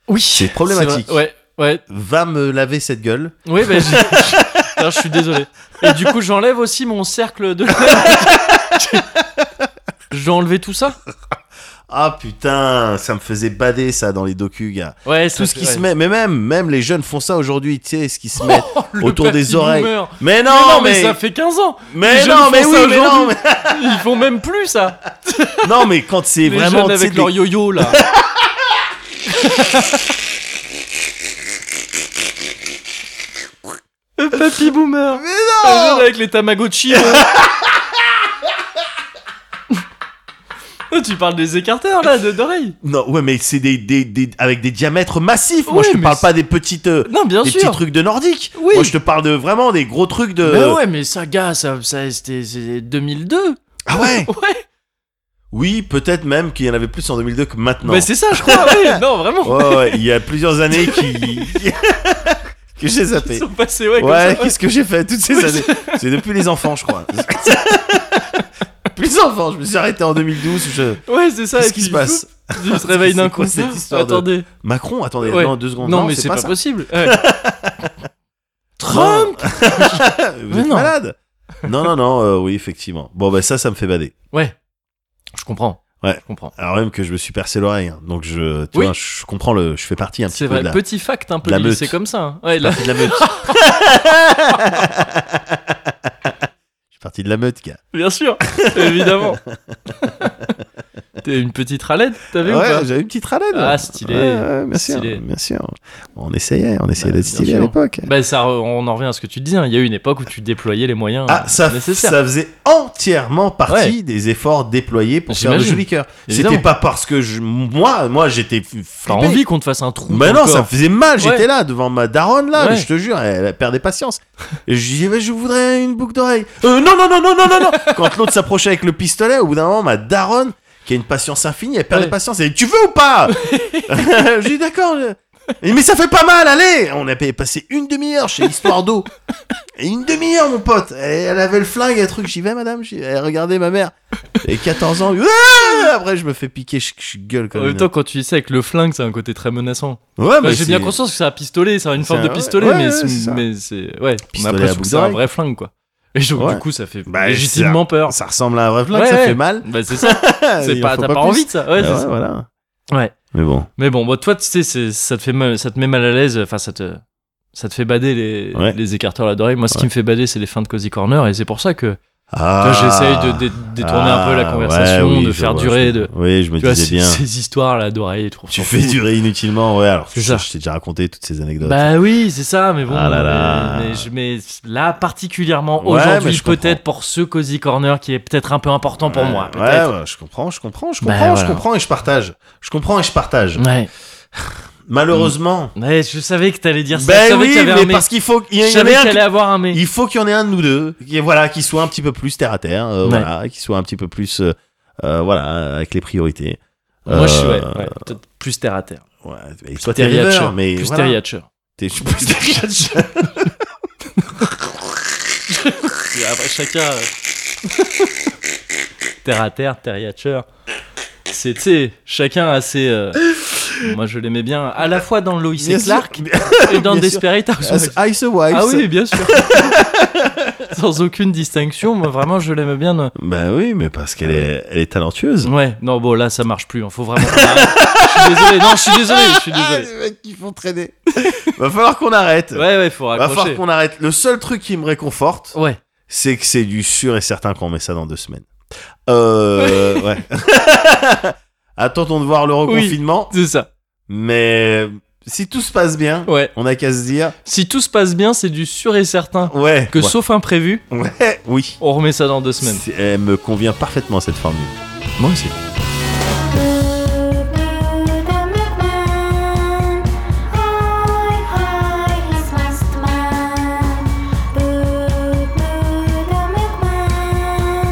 Oui. C'est problématique. c'est vrai. Ouais, ouais, Va me laver cette gueule. Oui, bah, j'ai- Putain, je suis désolé. Et du coup, j'enlève aussi mon cercle de. je dois enlever tout ça Ah putain, ça me faisait bader ça dans les docus, gars. Ouais, Tout ce qui se met, mais même, même les jeunes font ça aujourd'hui, tu sais, ce Oh, qui se met autour des oreilles. Mais non, Mais non, mais... ça fait 15 ans. mais les jeunes non, mais font oui, ça mais non, aujourd'hui. mais, Ils font même plus ça. non, mais quand c'est Les vraiment jeunes tu sais, avec des- leur yo-yo là. Le papy boomer. Mais Les non, jeunes avec les Tamagotchi. euh. là. Oh, tu parles des écarteurs là de- d'oreilles. non, ouais, mais c'est des, des, des- avec des diamètres massifs. Moi, Oui, je te mais parle c'est- pas des petites, euh, euh, Non, bien des sûr. petits trucs de nordique. Oui. Moi, je te parle de vraiment des gros trucs de. Mais ouais, mais ça, gars, ça, ça c'était c'était 2002. Ah ouais. Ouais. Oui, peut-être même qu'il y en avait plus en 2002 que maintenant. Mais c'est ça, je crois. ouais. Non, vraiment. Ouais, ouais, il y a plusieurs années qui. que j'ai zappé. Ils sont passés, ouais, comme ça. Ouais, qu'est-ce que j'ai fait toutes ces Oui, années C'est depuis les enfants, je crois. Depuis les enfants, je me suis arrêté en 2012. Je... Ouais, c'est ça. Qu'est-ce et qui se puis, passe pouf, Tu te réveilles d'un C'est quoi coup. cette histoire de- Attendez. Macron, attendez, Ouais. non, deux secondes. Non, mais c'est pas, ça. possible. Ouais. Trump Vous Mais êtes non. malade Non, non, non, euh, oui, effectivement. Bon, bah ça, ça me fait bader. Ouais. Je comprends. Ouais. Je comprends. Alors même que je me suis percé l'oreille, hein, donc je, tu Oui. vois, je comprends le, je fais partie un petit C'est peu vrai. de la, Petit fact un peu. de la Lily, meute. C'est comme ça. hein. Ouais, là. partie de la meute. je suis parti de la meute, gars. Bien sûr. Évidemment. T'es une petite ralette, t'as vu ou pas Ouais, j'avais une petite ralade. Ah, stylé. Ouais, ouais, bien sûr, Stylé. bien sûr. On essayait, on essayait Bah, d'être bien stylé à sûr. l'époque. Ben ça, re- on en revient à ce que tu disais. hein. Il y a eu une époque où tu déployais les moyens Ah, euh, ça, nécessaires. ça faisait entièrement partie des efforts déployés pour faire le J'imagine. joli cœur. Évidemment. C'était pas parce que je, moi, moi, j'étais f- T'as flippé. envie qu'on te fasse un trou. Mais dans non, le ça me corps. faisait mal. J'étais Ouais. là devant ma daronne là, Ouais. je te jure, elle, elle perdait patience. Et je disais, Ouais, je voudrais une boucle d'oreille. Euh, non, non, non, non, non, non, non. Quand l'autre s'approchait avec le pistolet, au bout d'un moment, ma daronne, qui a une patience infinie, elle perdait Ouais. patience. Elle dit, tu veux ou pas Je dis, d'accord. je- Et, Mais ça fait pas mal, allez On a passé une demi-heure chez Histoire d'eau. Et Une demi-heure, mon pote. Et elle avait le flingue, et le truc. J'y vais, madame. J'y... Elle regardait ma mère. Et 14 ans. Ah Après, je me fais piquer. Je, je gueule comme En même une- temps, Euh, quand tu dis ça avec le flingue, c'est un côté très menaçant. Ouais, Bah, J'ai bien c'est- conscience que c'est un pistolet, c'est une C'est forme de un- pistolet, ouais, mais ouais, c'est c'est- ça. mais c'est ouais. Mais Pistolet après, à je trouve bout que c'est un d'oreille. vrai flingue quoi. Et donc Ouais. du coup, ça fait Bah, légitimement peur. Ça ressemble à un vrai flingue, Ouais, ça ouais. fait mal. Bah c'est ça. C'est Il en pas, faut t'as pas, plus. envie de ça. Ouais, Bah c'est ouais, ça. voilà. Ouais. Mais bon, Mais bon, bah, toi, tu sais, c'est- ça te fait mal, ça te met mal à l'aise. Enfin, ça te ça te fait bader les, Ouais. les écarteurs là d'oreille. Moi, ce qui Ouais. me fait bader, c'est les fins de Cozy Corner, et c'est pour ça que ah, Toi, J'essaye de dé- détourner un peu la Ah, conversation, ouais, oui, de je faire vois, durer, je- de... Oui, je me Tu vois, disais ces, bien. ces histoires là d'oreilles et tout. on Tu s'en fais fout. durer inutilement, ouais. Alors, C'est je, ça. je t'ai déjà raconté toutes ces anecdotes. Bah oui, c'est ça, mais bon. Ah là Ah là. Mais, mais je- mais là, particulièrement Ouais, mais aujourd'hui, je comprends. peut-être pour ce Cozy Corner qui est peut-être un peu important pour Ouais, moi. ouais, peut-être. ouais, je comprends, je comprends, je Bah, comprends, je voilà. comprends et je partage. Je comprends et je partage. Ouais. Malheureusement. Ouais, je savais que t'allais dire ça. je Ben savais oui, qu'il y avait mais un parce qu'il faut qu'il mais. y Je en ait savais un qu'il qui- allait avoir un mais. Il faut qu'il y en ait un de nous deux, qui, voilà, qui soit un petit peu plus terre à terre, euh, Ouais. voilà, qui soit un petit peu plus, euh, euh, voilà, avec les priorités. Moi, je suis ouais, Euh, ouais, peut-être plus terre à terre. Ouais, et toi, t'es Terry river, Hatcher, mais plus voilà. Terry Hatcher. T'es- je suis plus Terry Hatcher. Et Après, chacun. euh, terre à terre, Terry Hatcher. C'est, tu sais, chacun a ses. euh, Moi, je l'aimais bien, à la fois dans Lois et Bien sûr. Clark et dans bien sûr. Desperate Housewives. As Ice Wives. Ah oui, bien sûr. Sans aucune distinction, moi, vraiment, je l'aimais bien. euh. Bah oui, mais parce Ah qu'elle est, elle est talentueuse. Ouais, non, bon, là, ça marche plus. hein, Faut vraiment. qu'on arrête. Je suis désolé, non, je suis désolé, je suis Ah, désolé. les mecs qui font traîner. Va falloir qu'on arrête. Ouais, ouais, faut Va falloir raccrocher. qu'on arrête. Le seul truc qui me réconforte, Ouais. c'est que c'est du sûr et certain qu'on met ça dans deux semaines. Euh, ouais. Attendons de voir le reconfinement. C'est ça. Mais si tout se passe bien, Ouais. on a qu'à se dire, Si tout se passe bien, c'est du sûr et certain ouais. que ouais, sauf imprévu, ouais, oui. on remet ça dans deux semaines. C'est- Elle me convient parfaitement cette formule. Moi aussi. Must man, boo boo the milkman.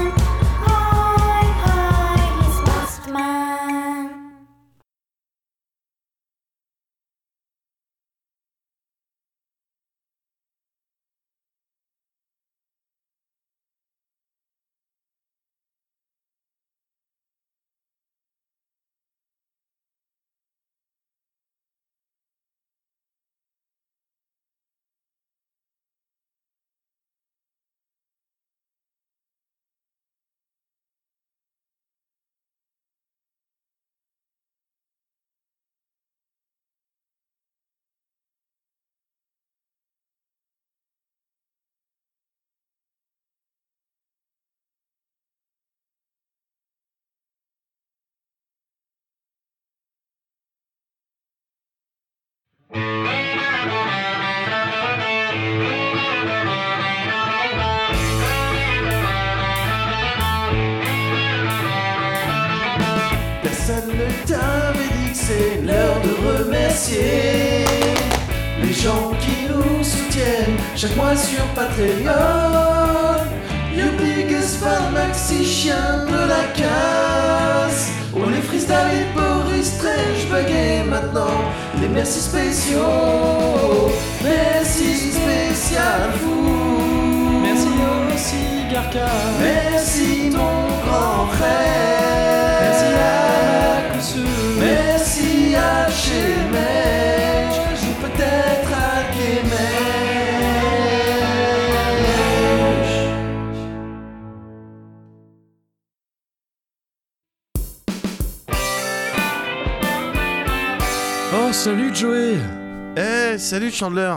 le temps dit que c'est l'heure de remercier les gens qui nous soutiennent chaque mois sur Patreon. Youpi, Gaspard, Maxi, chien de la casse. On est freestyle et Boris Strange bugué maintenant. Les merci spéciaux, merci spécial vous. Merci aussi Garca, merci mon grand frère. Merci à merci à Chemège, ou peut-être à Guémège. Oh, salut Joey Eh, salut Chandler.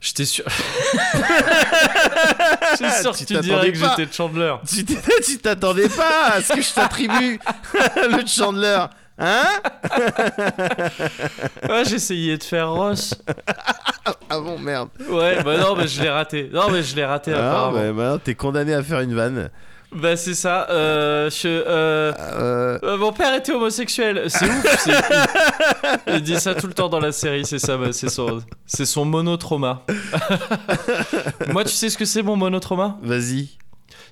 J'étais sûr. J'étais sûr que Ah, tu Tu dirais t'attendais que pas. j'étais Chandler. Tu t- tu t'attendais pas à ce que je t'attribue le Chandler. Hein Ouais, j'essayais de faire Ross. Ah bon, merde. Ouais, bah non, mais je l'ai raté. Non, mais je l'ai raté Ah, apparemment. bah, maintenant, t'es condamné à faire une vanne. Bah c'est ça. Euh, je, euh, Euh, euh, mon père était homosexuel. C'est ouf. c'est- Il dit ça tout le temps dans la série. C'est ça. bah, c'est son, c'est son monotrauma. Moi, tu sais ce que c'est mon monotrauma Vas-y.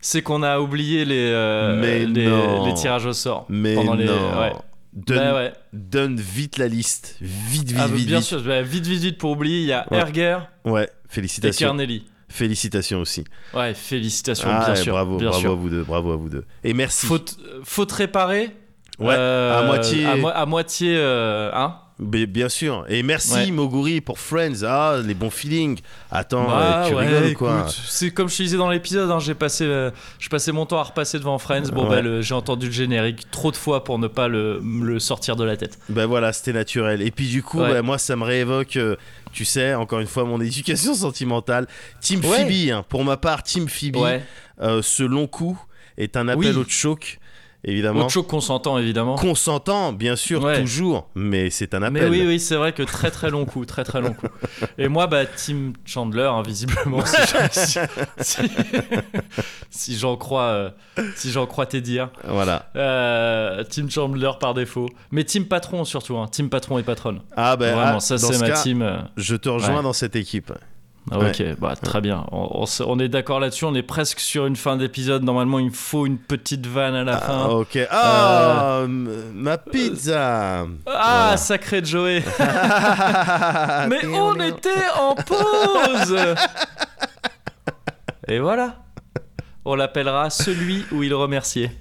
C'est qu'on a oublié les, euh, Mais les, non. les tirages au sort Mais pendant non. les. Ouais. Donne, Bah ouais. donne vite la liste. Vite, vite, Ah, bah, vite. bien vite. sûr, bah, vite, vite, vite pour oublier, il y a Ouais. Erger Ouais, et félicitations. Kernelli. Félicitations aussi. Ouais, félicitations, Ah, bien ouais, sûr. bravo, bien bravo sûr. à vous deux, bravo à vous deux. Et merci. Faute, faute réparée. Ouais, euh, à moitié. À, mo- à moitié. euh, hein Mais bien sûr. Et merci Ouais. Moguri pour Friends. Ah, les bons feelings. Attends, Bah euh, tu ouais, rigoles ou quoi écoute, C'est comme je te disais dans l'épisode, hein, j'ai passé, euh, je passais mon temps à repasser devant Friends. Bon Ouais. bah le- j'ai entendu le générique trop de fois pour ne pas le, me le sortir de la tête. Ben voilà, c'était naturel. Et puis du coup, Ouais. bah, moi, ça me réévoque, euh, tu sais, encore une fois, mon éducation sentimentale. Team Ouais. Phoebe, hein. pour ma part, Team Phoebe, Ouais. euh, ce long coup est un appel Oui. au choc, évidemment. Autre chose qu'on s'entend évidemment. Qu'on s'entend, bien sûr, Ouais. toujours, mais c'est un Mais appel. oui, oui, c'est vrai que très très long coup, très très long coup. Et moi, bah, Tim Chandler, hein, visiblement, si j'en si, si- si j'en crois, euh, si j'en crois tes dires. Voilà. Euh, Tim Chandler par défaut, mais Tim Patron surtout, hein, Tim Patron et patronne. Ah ben, Vraiment, ah, ça dans c'est ce ma cas, team. euh. je te rejoins Ouais. dans cette équipe. Ah, Ouais. Ok, bah, très bien. On, on se- on est d'accord là-dessus. On est presque sur une fin d'épisode. Normalement, il me faut une petite vanne à la Ah, fin. ok. Ah, m- ma pizza. Ah, Voilà. sacré Joey. Mais on était en pause. Et voilà. On l'appellera celui où il remerciait.